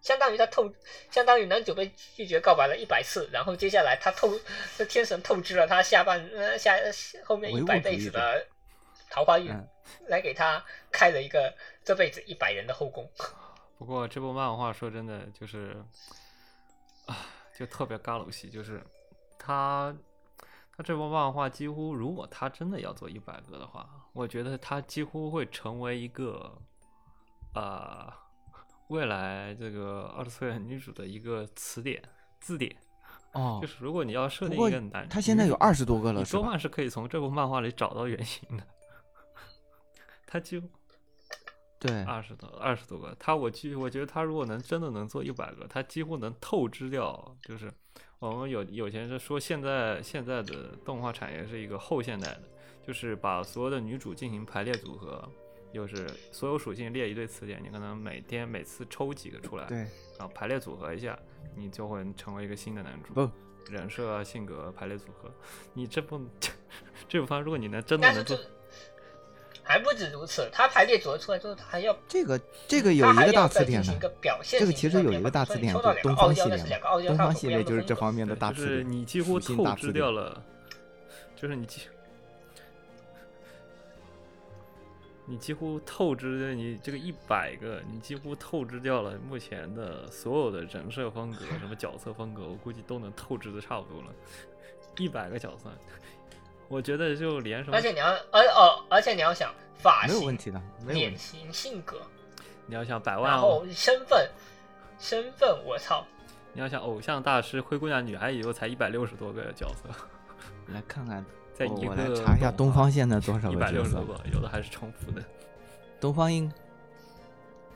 Speaker 3: 相当于他透，相当于男主被拒绝告白了一百次，然后接下来他透，这天神透支了他下半呃下后面一
Speaker 4: 唯物
Speaker 3: 百
Speaker 4: 主义
Speaker 3: 辈子
Speaker 4: 者
Speaker 3: 的桃花运
Speaker 4: 嗯，
Speaker 3: 来给他开了一个这辈子一百人的后宫。
Speaker 5: 不过这部漫画说真的就是，啊，就特别嘎鲁戏，就是他他这部漫画几乎，如果他真的要做一百个的话，我觉得他几乎会成为一个啊、未来这个二十岁女主的一个词典字典。
Speaker 4: 哦
Speaker 5: 就，是如果你要设
Speaker 4: 不
Speaker 5: 定
Speaker 4: 过
Speaker 5: 一个男，
Speaker 4: 他现在有二
Speaker 5: 十
Speaker 4: 十多个
Speaker 5: 你
Speaker 4: 了，是
Speaker 5: 多
Speaker 4: 吧？
Speaker 5: 半是可以从这部漫画里找到原型的。 他几乎。
Speaker 4: 对，
Speaker 5: 二十多二十多个，他我记，我觉得他如果能真的能做一百个，他几乎能透支掉。就是我们有有些人说，现在现在的动画产业是一个后现代的，就是把所有的女主进行排列组合，就是所有属性列一堆词典，你可能每天每次抽几个出来，
Speaker 4: 对，
Speaker 5: 然后排列组合一下，你就会成为一个新的男主。
Speaker 4: 不
Speaker 5: 人设啊、性格啊排列组合，你这部 这部番，如果你能真的
Speaker 3: 但是
Speaker 5: 能
Speaker 3: 这
Speaker 5: 做，
Speaker 3: 还不止如此，他排列组合出来之后，他还要
Speaker 4: 这个这个有一
Speaker 3: 他还
Speaker 4: 个
Speaker 3: 要
Speaker 4: 大
Speaker 3: 再
Speaker 4: 词
Speaker 3: 进
Speaker 4: 典
Speaker 3: 行一个
Speaker 4: 的，
Speaker 3: 表现
Speaker 4: 这
Speaker 3: 性
Speaker 4: 个
Speaker 3: 的
Speaker 4: 其实有一
Speaker 3: 变化
Speaker 4: 个大
Speaker 3: 所以
Speaker 4: 词
Speaker 3: 你
Speaker 4: 典，
Speaker 3: 说
Speaker 4: 就
Speaker 3: 到两个
Speaker 4: 东
Speaker 3: 傲
Speaker 4: 方
Speaker 3: 娇，但
Speaker 4: 系列
Speaker 3: 是
Speaker 4: 嘛
Speaker 3: 两个傲，娇
Speaker 4: 东
Speaker 3: 它有
Speaker 4: 方
Speaker 3: 不
Speaker 4: 系
Speaker 3: 一样
Speaker 4: 列
Speaker 3: 的
Speaker 4: 就是
Speaker 3: 风
Speaker 4: 这
Speaker 3: 格
Speaker 4: 方面的大
Speaker 5: 就
Speaker 4: 词
Speaker 5: 是
Speaker 4: 典，
Speaker 5: 你几乎
Speaker 4: 属性
Speaker 5: 透
Speaker 4: 大
Speaker 5: 支
Speaker 4: 词
Speaker 5: 掉
Speaker 4: 典
Speaker 5: 了，就是你几，你几乎透支你这个一百个，你几乎透支掉了目前的所有的人设风格、什么角色风格，我估计都能透支的差不多了。一百个角色，我觉得就连什 么
Speaker 3: 而且你要，而哦，而且你要想发
Speaker 4: 没有问
Speaker 3: 型、
Speaker 4: 题的，没有问
Speaker 3: 脸
Speaker 4: 题。
Speaker 3: 型、性格，
Speaker 5: 你要想百
Speaker 3: 然
Speaker 5: 万，
Speaker 3: 后身份，身份，我操，
Speaker 5: 你要想偶像大师灰姑娘女孩也就才一百六十多个角色，
Speaker 4: 来看看，
Speaker 5: 在
Speaker 4: 我
Speaker 5: 一
Speaker 4: 哦我来
Speaker 5: 个
Speaker 4: 查一下东方现在多少
Speaker 5: 一
Speaker 4: 个
Speaker 5: 百
Speaker 4: 角
Speaker 5: 六十
Speaker 4: 色
Speaker 5: 多。个，有的还是重复的。
Speaker 4: 东方应，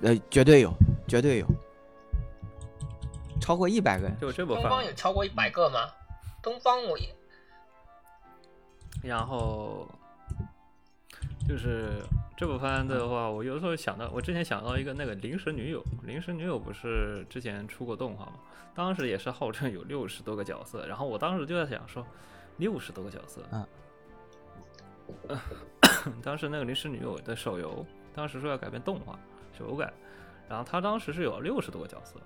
Speaker 4: 呃，绝对有，绝对有，超过一百个人。
Speaker 5: 就这么
Speaker 3: 东
Speaker 5: 范
Speaker 3: 方有
Speaker 5: 围。
Speaker 3: 超过一百个吗？东方我也
Speaker 5: 然后就是这部番的话，我有时候想到，我之前想到一个那个临时女友，临时女友不是之前出过动画吗？当时也是号称有六十多个角色，然后我当时就在想说，六十多个角色，
Speaker 4: 嗯
Speaker 5: 呃， 当时那个临时女友的手游，当时说要改变动画手游改，然后他当时是有六十多个角色。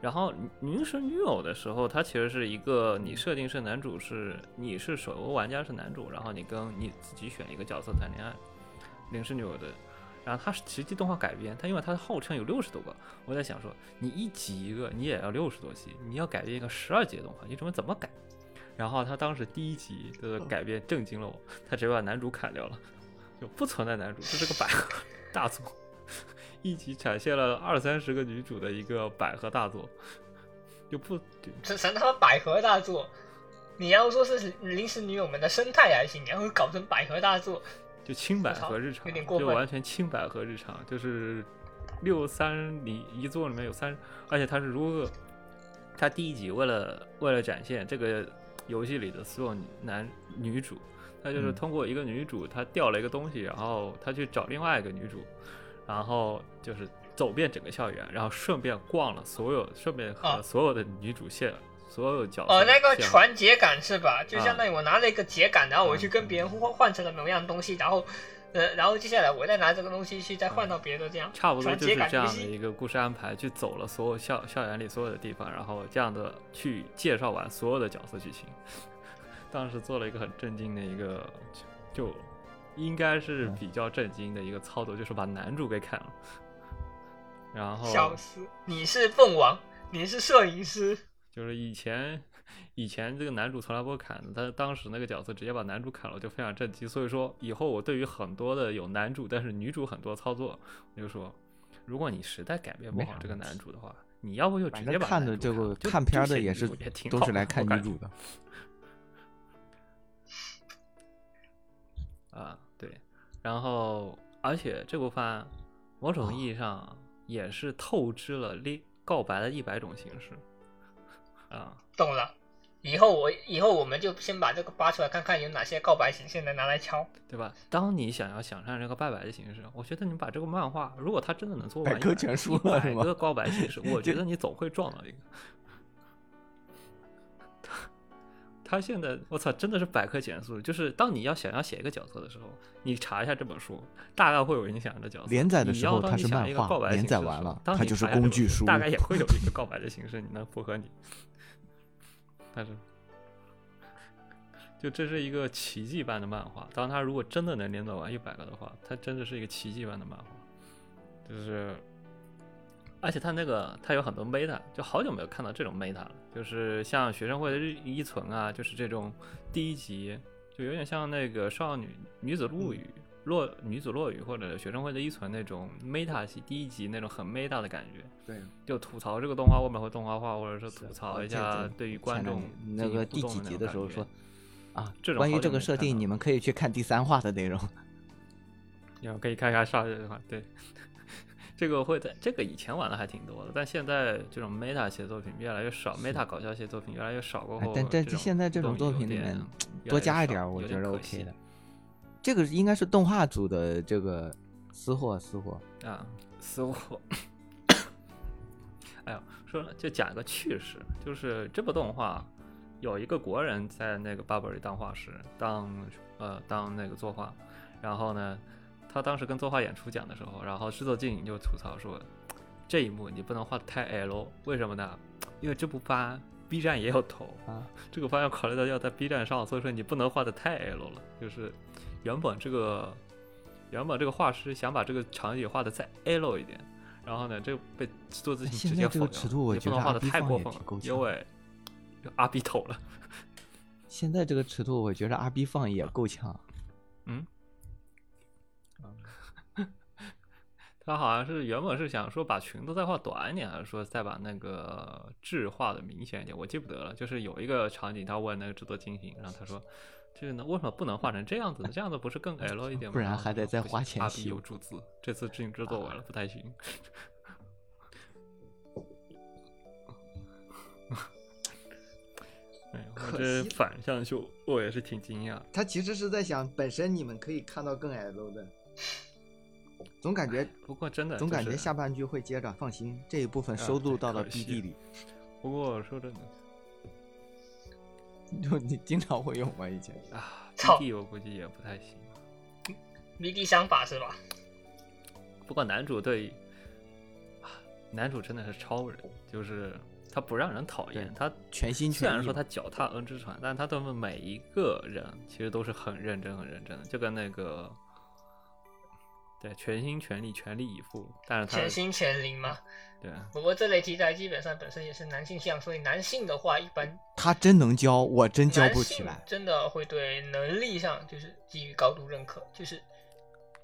Speaker 5: 然后临时女友的时候，它其实是一个你设定是男主是你是手游玩家是男主，然后你跟你自己选一个角色谈恋爱，临时女友的。然后它是实际动画改编，它因为它号称有六十多个，我在想说，你一集一个，你也要六十多集，你要改编一个十二集的动画，你怎么怎么改？然后他当时第一集的改编震惊了我，他直接把男主砍掉了，就不存在男主，这是个百合大作，一集展现了二三十个女主的一个百合大作， 就不就
Speaker 3: 这成他妈百合大作。你要说是临时女友们的生态还行，你要是搞成百合大作，
Speaker 5: 就清百
Speaker 3: 我操
Speaker 5: 合日常
Speaker 3: 有点，过
Speaker 5: 就
Speaker 3: 分
Speaker 5: 完全清百合日常，就是六三里一座里面有三，而且它是如何，它第一集为了为了展现这个游戏里的所有男女主，它就是
Speaker 4: 嗯
Speaker 5: 通过一个女主她掉了一个东西，然后她去找另外一个女主，然后就是走遍整个校园，然后顺便逛了所有，顺便和
Speaker 3: 啊
Speaker 5: 所有的女主线。所有角色
Speaker 3: 哦，那个
Speaker 5: 线
Speaker 3: 传秸秆是吧？就
Speaker 5: 啊
Speaker 3: 相当于我拿了一个秸秆，然后
Speaker 5: 嗯
Speaker 3: 我去跟别人换换成了某样东西，然后，呃，然后接下来我再拿这个东西去再换到别的，这样
Speaker 5: 差不多
Speaker 3: 传
Speaker 5: 就
Speaker 3: 秸
Speaker 5: 是
Speaker 3: 秆
Speaker 5: 这样
Speaker 3: 不
Speaker 5: 的
Speaker 3: 是
Speaker 5: 一个故事安排，去走了所有校校园里所有的地方，然后这样的去介绍完所有的角色剧情。 当时做了一个很震惊的一个，就就应该是比较震惊的一个操作，就是把男主给砍了。然后
Speaker 3: 小司，你是凤凰，你是摄影师，
Speaker 5: 就是以前以前这个男主从来不会砍的，但是当时那个角色直接把男主砍了，我就非常震惊。所以说以后我对于很多的有男主但是女主很多操作，我就说，如果你实在改变不
Speaker 4: 没
Speaker 5: 好
Speaker 4: 啥
Speaker 5: 这个
Speaker 4: 问题
Speaker 5: 男主的话，你要不就直
Speaker 4: 反
Speaker 5: 接
Speaker 4: 正
Speaker 5: 把
Speaker 4: 看
Speaker 5: 男
Speaker 4: 的
Speaker 5: 主
Speaker 4: 这
Speaker 5: 砍
Speaker 4: 个
Speaker 5: 了就
Speaker 4: 看
Speaker 5: 就
Speaker 4: 片儿的
Speaker 5: 写
Speaker 4: 也
Speaker 5: 女
Speaker 4: 是
Speaker 5: 主也挺
Speaker 4: 都
Speaker 5: 好
Speaker 4: 是来看
Speaker 5: 我感
Speaker 4: 女
Speaker 5: 觉
Speaker 4: 主的。
Speaker 5: 啊，对。然后，而且这部番某种意
Speaker 4: 哦
Speaker 5: 义上也是透支了恋告白的一百种形式啊。
Speaker 3: 懂了。以后我以后我们就先把这个扒出来，看看有哪些告白形式能拿来敲。
Speaker 5: 对吧？当你想要想象这个拜拜的形式，我觉得你把这个漫画，如果它真的能做
Speaker 4: 百
Speaker 5: 完
Speaker 4: 科全书了是
Speaker 5: 百
Speaker 4: 吗
Speaker 5: 个告白 形式，我觉
Speaker 4: 就
Speaker 5: 得你总会撞到一个。他现在，我操，真的是百科全书。就是当你要想要写一个角色的时候，你查一下这本书，大概会有影响的角色。
Speaker 4: 连载的
Speaker 5: 你
Speaker 4: 时
Speaker 5: 要
Speaker 4: 候
Speaker 5: 当
Speaker 4: 它
Speaker 5: 你
Speaker 4: 是
Speaker 5: 想
Speaker 4: 漫
Speaker 5: 要一个
Speaker 4: 画
Speaker 5: 告白的
Speaker 4: 连
Speaker 5: 形
Speaker 4: 载
Speaker 5: 式的
Speaker 4: 完
Speaker 5: 时候
Speaker 4: 了
Speaker 5: 当
Speaker 4: 它
Speaker 5: 你
Speaker 4: 就是
Speaker 5: 查一下这
Speaker 4: 工
Speaker 5: 本
Speaker 4: 具书
Speaker 5: 大概也会有一个告白的形式，你能符合你。但是，就这是一个奇迹般的漫画。当它如果真的能连载完一百个的话，它真的是一个奇迹般的漫画。就是，而且它那个它有很多 meta，就好久没有看到这种 meta 了。就是像学生会的日一存啊，就是这种第一集，就有点像那个少女女
Speaker 4: 嗯
Speaker 5: 子物语。落女子落语或者学生会的一存那种 meta 系第一集那种很 meta 的感觉，
Speaker 4: 对，
Speaker 5: 就吐槽这个动画为什么会动画化，或者是吐
Speaker 4: 是
Speaker 5: 槽
Speaker 4: 我
Speaker 5: 一
Speaker 4: 记
Speaker 5: 下
Speaker 4: 得
Speaker 5: 对于
Speaker 4: 前
Speaker 5: 观
Speaker 4: 两
Speaker 5: 众
Speaker 4: 年那
Speaker 5: 进行
Speaker 4: 个
Speaker 5: 互
Speaker 4: 第
Speaker 5: 动
Speaker 4: 几集
Speaker 5: 那种
Speaker 4: 的
Speaker 5: 感
Speaker 4: 时候
Speaker 5: 觉
Speaker 4: 说啊
Speaker 5: 这，种
Speaker 4: 关
Speaker 5: 好
Speaker 4: 于
Speaker 5: 久
Speaker 4: 这个
Speaker 5: 没
Speaker 4: 设
Speaker 5: 看到
Speaker 4: 定，你
Speaker 5: 了
Speaker 4: 们可以去看第三话的内容。
Speaker 5: 然后可以看看上一的话，对，这个会在这个以前玩的还挺多的，但现在这种 meta 写作品越来越少，meta 搞笑写作品越来越少过
Speaker 4: 哎
Speaker 5: 后，
Speaker 4: 但但
Speaker 5: 种
Speaker 4: 现在这种
Speaker 5: 互动
Speaker 4: 作
Speaker 5: 有
Speaker 4: 品里
Speaker 5: 点
Speaker 4: 面
Speaker 5: 越来越
Speaker 4: 多加一点
Speaker 5: 少
Speaker 4: 儿，我
Speaker 5: 有
Speaker 4: 觉
Speaker 5: 点
Speaker 4: 得
Speaker 5: 可
Speaker 4: OK
Speaker 5: 惜
Speaker 4: 的。这个应该是动画组的这个私货，私货。
Speaker 5: 啊，搜狐。 哎呦，说了就讲一个趣事，就是这部动画有一个国人在那个巴布里当画师，当呃当那个作画，然后呢，他当时跟作画演出讲的时候，然后制作经理就吐槽说，这一幕你不能画的太 L，为什么呢？因为这部番 B 站也有投
Speaker 4: 啊，
Speaker 5: 这个番要考虑到要在 B 站上，所以说你不能画的太 L 了，就是原本这个原本这个画师想把这个场景画的再 L 一点，然后呢，这被制作自己
Speaker 4: 现
Speaker 5: 直
Speaker 4: 在
Speaker 5: 接
Speaker 4: 这
Speaker 5: 否
Speaker 4: 个
Speaker 5: 掉
Speaker 4: 尺
Speaker 5: 了
Speaker 4: 度我
Speaker 5: 你
Speaker 4: 觉
Speaker 5: 不
Speaker 4: 得
Speaker 5: 能画
Speaker 4: 阿
Speaker 5: 的
Speaker 4: 逼
Speaker 5: 太
Speaker 4: 放
Speaker 5: 过
Speaker 4: 也
Speaker 5: 分
Speaker 4: 挺
Speaker 5: 了
Speaker 4: 够，呛
Speaker 5: 因为阿逼头了。
Speaker 4: 现在这个尺度，我觉得阿 B 放也够呛。
Speaker 5: 嗯，他好像是原本是想说把裙子再画短一点，还是说再把那个质画的明显一点？我记不得了。就是有一个场景，他问那个制作进行，然后他说：“这个呢，为什么不能画成这样子呢？这样子不 是更 L 一点吗？”
Speaker 4: 不然还得再花钱
Speaker 5: 阿
Speaker 4: 修
Speaker 5: 有注资，这次制制作完了不太行。 哎，我
Speaker 4: 可
Speaker 5: 这
Speaker 4: 惜
Speaker 5: 反向秀，我也是挺惊讶。
Speaker 4: 他其实是在想，本身你们可以看到更 L 的，总感
Speaker 3: 哎
Speaker 4: 觉
Speaker 5: 不过真的
Speaker 4: 总
Speaker 5: 就
Speaker 4: 感觉
Speaker 5: 是
Speaker 4: 下半句会接着。放心，这一部分
Speaker 5: 啊
Speaker 4: 收录
Speaker 5: 对
Speaker 4: 到了
Speaker 5: 可惜
Speaker 4: BD 里。
Speaker 5: 不过说真的
Speaker 4: 就你经常会用吗？以前
Speaker 5: 啊
Speaker 3: 操
Speaker 5: ，BD 我估计也不太行。
Speaker 3: 迷离想法是吧？
Speaker 5: 不过男主对，啊男主真的是超人，就是他不让人讨厌。
Speaker 4: 对
Speaker 5: 他
Speaker 4: 全心
Speaker 5: 虽
Speaker 4: 全
Speaker 5: 然
Speaker 4: 意
Speaker 5: 说
Speaker 4: 嘛
Speaker 5: 他脚踏恩之船，但他对每一个人其实都是很认真、很认真的，就跟那个对全心全力、全力以赴。但是他
Speaker 3: 全心全灵嘛。
Speaker 5: 对
Speaker 3: 不过这类题材基本上本身也是男性向，所以男性的话一般
Speaker 4: 他真能教，我真教
Speaker 3: 男
Speaker 4: 不起
Speaker 3: 性
Speaker 4: 来。
Speaker 3: 真的会对能力上就是给予高度认可，就是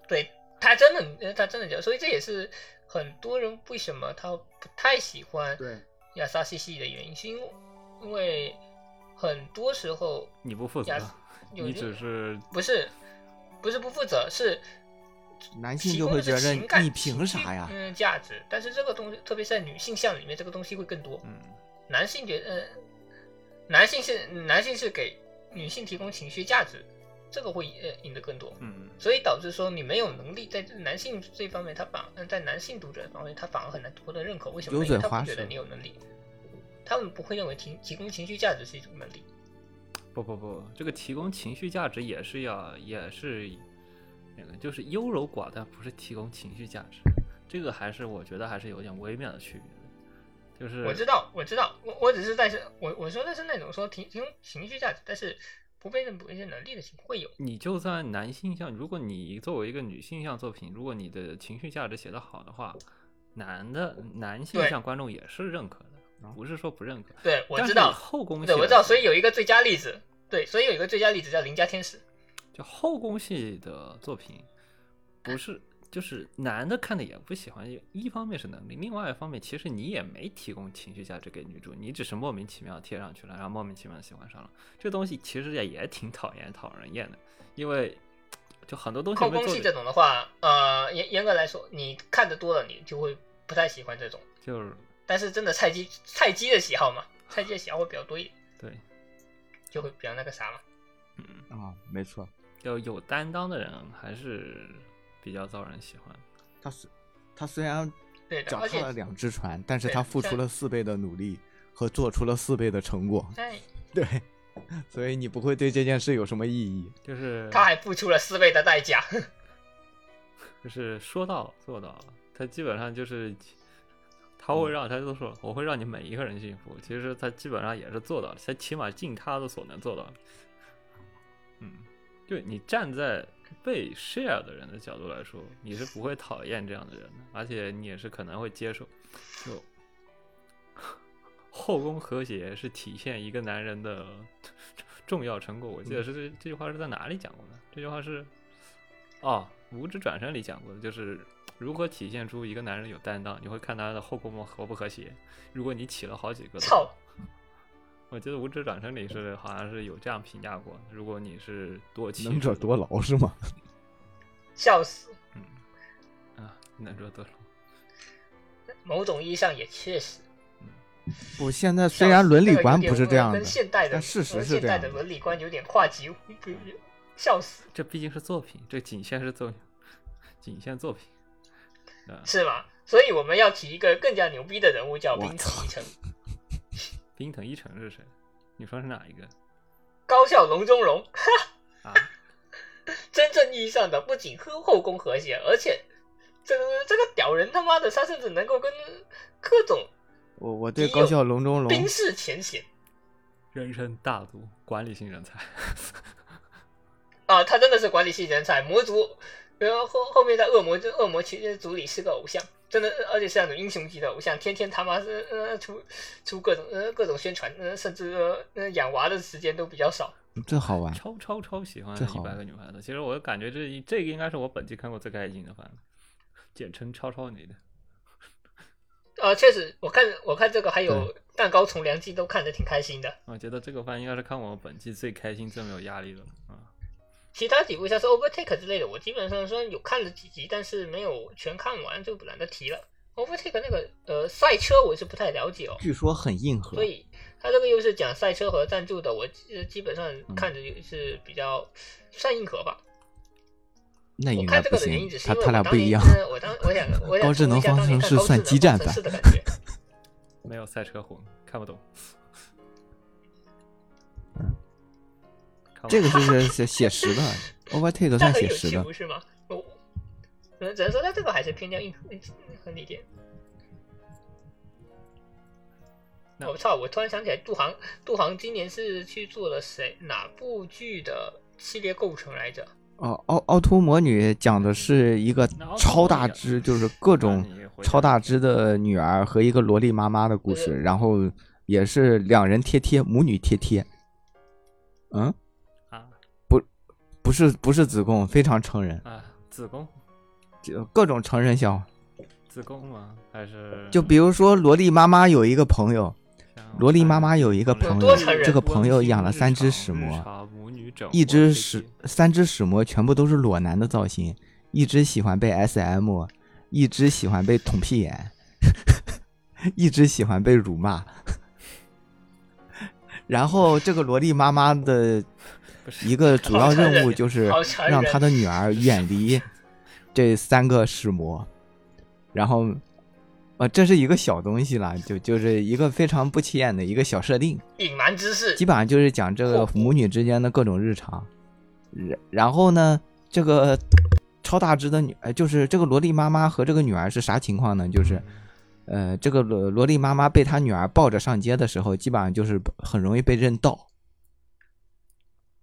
Speaker 3: 对他真的呃他真的觉得，所以这也是很多人为什么他不太喜欢
Speaker 4: 对，
Speaker 3: 亚萨西西的原因，是因为因为很多时候
Speaker 5: 你不负责
Speaker 3: 亚，有
Speaker 5: 你只
Speaker 3: 些
Speaker 5: 是
Speaker 3: 不是不是不负责是。
Speaker 4: 男性
Speaker 3: 提
Speaker 4: 就
Speaker 3: 供
Speaker 4: 会
Speaker 3: 的
Speaker 4: 觉
Speaker 3: 是
Speaker 4: 得
Speaker 3: 情感
Speaker 4: 你凭
Speaker 3: 情
Speaker 4: 啥
Speaker 3: 绪
Speaker 4: 呀？
Speaker 3: 嗯，价值，但是这个东西，特别是在女性向里面，这个东西会更多。
Speaker 5: 嗯，
Speaker 3: 男性觉得，呃，男性是男性是给女性提供情绪价值，这个会呃赢得更多，
Speaker 5: 嗯，
Speaker 3: 所以导致说你没有能力在男性这方面，他反呃在男性读者方面，他反而很难获得认可。为什么呢？
Speaker 4: 油
Speaker 3: 因为
Speaker 4: 嘴
Speaker 3: 他
Speaker 4: 滑
Speaker 3: 不觉得
Speaker 4: 舌
Speaker 3: 你有能力，他们不会认为提提供情绪价值是一种能力。
Speaker 5: 不不不，这个提供情绪价值也是要，也是那个，就是优柔寡断，不是提供情绪价值，这个还是我觉得还是有点微妙的区别的。就是
Speaker 3: 我知道，我知道，我我只是在是，我我说的是那种说提提供情绪价值，但是不被认为是能力的情况会有。
Speaker 5: 你就算男性向，如果你作为一个女性向作品，如果你的情绪价值写得好的话，男的男性
Speaker 3: 对嗯
Speaker 5: 向观众也是认可的
Speaker 4: 啊，
Speaker 5: 不是说不认可。
Speaker 3: 对，我
Speaker 5: 但
Speaker 3: 知
Speaker 5: 是
Speaker 3: 道，
Speaker 5: 后宫戏
Speaker 3: 对，
Speaker 5: 来
Speaker 3: 我知道，
Speaker 5: 说
Speaker 3: 所以有一个最佳例子，对，所以有一个最佳例子叫《邻家天使》，
Speaker 5: 就后宫戏的作品，不是就是男的看的也不喜欢，一方面是能力，另外一方面其实你也没提供情绪价值给女主，你只是莫名其妙贴上去了，然后莫名其妙喜欢上了，这东西其实也也挺讨厌讨人厌的，因为就很多东西
Speaker 3: 后
Speaker 5: 被
Speaker 3: 宫
Speaker 5: 做
Speaker 3: 戏这种的话，呃，严严格来说，你看的多了，你就会不太喜欢这种。
Speaker 5: 就是
Speaker 3: 但是真的菜鸡菜鸡的喜好嘛，菜鸡的喜好会比较多一点，
Speaker 5: 对，
Speaker 3: 就会比较那个啥嘛。
Speaker 5: 嗯，
Speaker 4: 啊，没错，
Speaker 5: 就有担当的人还是比较招人喜欢。
Speaker 4: 他虽他虽然
Speaker 3: 对的，
Speaker 4: 脚
Speaker 3: 而
Speaker 4: 踏
Speaker 3: 且
Speaker 4: 了两只船，但是
Speaker 3: 对
Speaker 4: 他付出
Speaker 3: 像
Speaker 4: 了四倍的努力和做出了四倍的成果。
Speaker 3: 但
Speaker 4: 对，所以你不会对这件事有什么意义。
Speaker 5: 就是
Speaker 3: 他还付出了四倍的代价。
Speaker 5: 就是说到做到，他基本上就是他会让他都说我会让你每一个人幸福，其实他基本上也是做到了，他起码尽他的所能做到了。嗯，就你站在被 share 的人的角度来说，你是不会讨厌这样的人的，而且你也是可能会接受。就后宫和谐是体现一个男人的 重要成果。我记得是这这句话是在哪里讲过的？这句话是哦，《五指转身》里讲过的，就是如何体现出一个男人有担当，你会看他的后宫和不和谐。如果你起了好几个，
Speaker 3: 操！
Speaker 5: 我记得《五指转身》里是好像是有这样评价过，如果你是多妻
Speaker 4: 能者
Speaker 5: 制度
Speaker 4: 多劳是吗？
Speaker 3: 笑死，
Speaker 5: 啊，能者多劳。
Speaker 3: 某种意义上也确实。
Speaker 4: 不，现在
Speaker 3: 笑
Speaker 4: 虽然
Speaker 3: 死
Speaker 4: 伦
Speaker 3: 这
Speaker 4: 理
Speaker 3: 个有
Speaker 4: 观
Speaker 3: 点
Speaker 4: 不是
Speaker 3: 跟
Speaker 4: 这样的
Speaker 3: 跟，现代的
Speaker 4: 但事实
Speaker 3: 跟
Speaker 4: 是
Speaker 3: 现
Speaker 4: 这
Speaker 3: 代
Speaker 4: 样
Speaker 3: 的
Speaker 4: 的
Speaker 3: 伦理观有点跨级，不不笑死。
Speaker 5: 这毕竟是作品，这仅限是作品， 仅限作品。啊，
Speaker 3: 是吗？所以我们要提一个更加牛逼的人物，叫
Speaker 4: 我
Speaker 3: 冰
Speaker 4: 操
Speaker 3: 崎一成，
Speaker 5: 冰藤一成是谁？你说是哪一个
Speaker 3: 高校龙中龙，
Speaker 5: 啊？
Speaker 3: 真正意义上的不仅和后宫和谐，而且这个这个屌人他妈的，他甚至能够跟各种
Speaker 4: 我我对
Speaker 3: 敌
Speaker 4: 高
Speaker 3: 友
Speaker 4: 校龙中龙
Speaker 3: 冰释前嫌
Speaker 5: 人生大度，管理型 人才。
Speaker 3: 啊，他真的是管理系人才，魔族，然后后后面在恶魔这恶魔其实组里是个偶像。真的，而且是那种英雄级的偶像，天天他妈是呃出出各种呃各种宣传，呃甚至呃呃养娃的时间都比较少。
Speaker 4: 这好玩，
Speaker 5: 超超超喜欢
Speaker 4: 啊这
Speaker 5: 一
Speaker 4: 好
Speaker 5: 百个女孩子。其实我感觉这一这个应该是我本季看过最开心的番了，简称超超你的。
Speaker 3: 呃，确实，我看我看这个还有蛋糕从良季都看得挺开心的。
Speaker 5: 我觉得这个番应该是看我本季最开心、最没有压力的了啊。
Speaker 3: 其他几部像是 Overtake 之类的，我基本上虽然有看了几集，但是没有全看完，就懒得提了。Overtake 那个呃赛车我是不太了解哦，
Speaker 4: 据说很硬核
Speaker 3: 所。以它这个又是讲赛车和赞助的，我基基本上看着也是比较算硬核吧。
Speaker 4: 那
Speaker 3: 我
Speaker 4: 应该
Speaker 3: 看这
Speaker 4: 不
Speaker 3: 个的原
Speaker 4: 行
Speaker 3: 因只，是
Speaker 4: 他
Speaker 3: 因为
Speaker 4: 他
Speaker 3: 我
Speaker 4: 俩
Speaker 3: 当
Speaker 4: 不一
Speaker 3: 年
Speaker 4: 样。
Speaker 3: 呃我当我想我想
Speaker 4: 高智
Speaker 3: 说
Speaker 4: 能
Speaker 3: 一下当
Speaker 4: 方
Speaker 3: 年
Speaker 4: 程
Speaker 3: 看
Speaker 4: 式
Speaker 3: 高智
Speaker 4: 算
Speaker 3: 能
Speaker 4: 基站
Speaker 3: 方程
Speaker 4: 版
Speaker 3: 式的感觉。
Speaker 5: 没有赛车魂，看 不懂。看不
Speaker 4: 嗯这个
Speaker 5: 懂
Speaker 4: 就是写写实的，Overtake
Speaker 3: 那
Speaker 4: 算
Speaker 3: 很
Speaker 4: 写
Speaker 3: 有
Speaker 4: 实
Speaker 3: 趣，
Speaker 4: 的
Speaker 3: 不。是吗？我只能只能说他这个还是偏向硬硬核一点。
Speaker 5: 那
Speaker 3: 我操！我突然想起来，杜航，杜航今年是去做了谁哪部剧的系列构成来着？
Speaker 4: 哦，奥奥图魔女讲的是一个
Speaker 5: 那奥图魔
Speaker 4: 超
Speaker 5: 女
Speaker 4: 大
Speaker 5: 啊
Speaker 4: 只，就是各种
Speaker 5: 那你回
Speaker 4: 超
Speaker 5: 答
Speaker 4: 大只的女儿和一个萝莉妈妈的故事，
Speaker 3: 对
Speaker 4: 然后也是两人贴贴，母女贴贴。嗯，
Speaker 5: 啊
Speaker 4: 不是不是子贡，非常成人，
Speaker 5: 啊，子宫
Speaker 4: 就各种成人笑。
Speaker 5: 子宫吗？还是
Speaker 4: 就比如说萝莉妈妈有一个朋友，
Speaker 5: 像
Speaker 4: 萝莉妈
Speaker 5: 反
Speaker 4: 妈有一个
Speaker 5: 成人
Speaker 4: 朋
Speaker 3: 多
Speaker 4: 友
Speaker 3: 成，人
Speaker 4: 这个
Speaker 5: 温
Speaker 4: 朋友
Speaker 5: 馨
Speaker 4: 养了
Speaker 5: 日
Speaker 4: 三只
Speaker 5: 常
Speaker 4: 史
Speaker 5: 日
Speaker 4: 魔，
Speaker 5: 常母女整
Speaker 4: 一
Speaker 5: 活
Speaker 4: 只
Speaker 5: 飞
Speaker 4: 史
Speaker 5: 机
Speaker 4: 三只史魔全部都是裸男的造型，一只喜欢被 SM，一只喜欢被捅屁眼， 一只喜欢被辱骂。然后这个萝莉妈妈的
Speaker 5: 不是
Speaker 4: 一个主要任务就是
Speaker 3: 好残忍
Speaker 4: 让她的女儿远离这三个使魔，然后，呃，这是一个小东西啦，就就是一个非常不起眼的一个小设定。
Speaker 3: 隐瞒之事
Speaker 4: 基，本上就是讲 这个母女之间的各种日常。然然后呢，这个超大只的女，呃，就是这个萝莉妈妈和这个女儿是啥情况呢？就是，呃，这个萝萝莉妈妈被她女儿抱着上街的时候，基本上就是很容易被认到，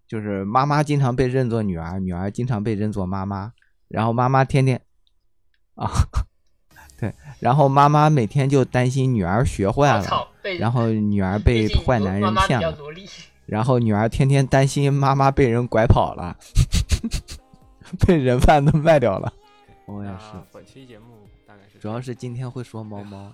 Speaker 4: 就是妈妈经常被认作女儿，女儿经常被认作妈妈，然后妈妈天天啊， 对，然后妈妈每天就担心女儿学坏
Speaker 3: 我
Speaker 4: 了。
Speaker 3: 操！被
Speaker 4: 然后女儿被
Speaker 3: 毕竟
Speaker 4: 坏男人
Speaker 3: 妈妈
Speaker 4: 骗
Speaker 3: 比较
Speaker 4: 了，
Speaker 3: 萝莉，
Speaker 4: 然后女儿天天担心妈妈被人拐跑了， 被人贩子卖掉了。我
Speaker 5: 啊
Speaker 4: 啊
Speaker 5: 那本期节目大概是
Speaker 4: 主要是今天会说猫猫，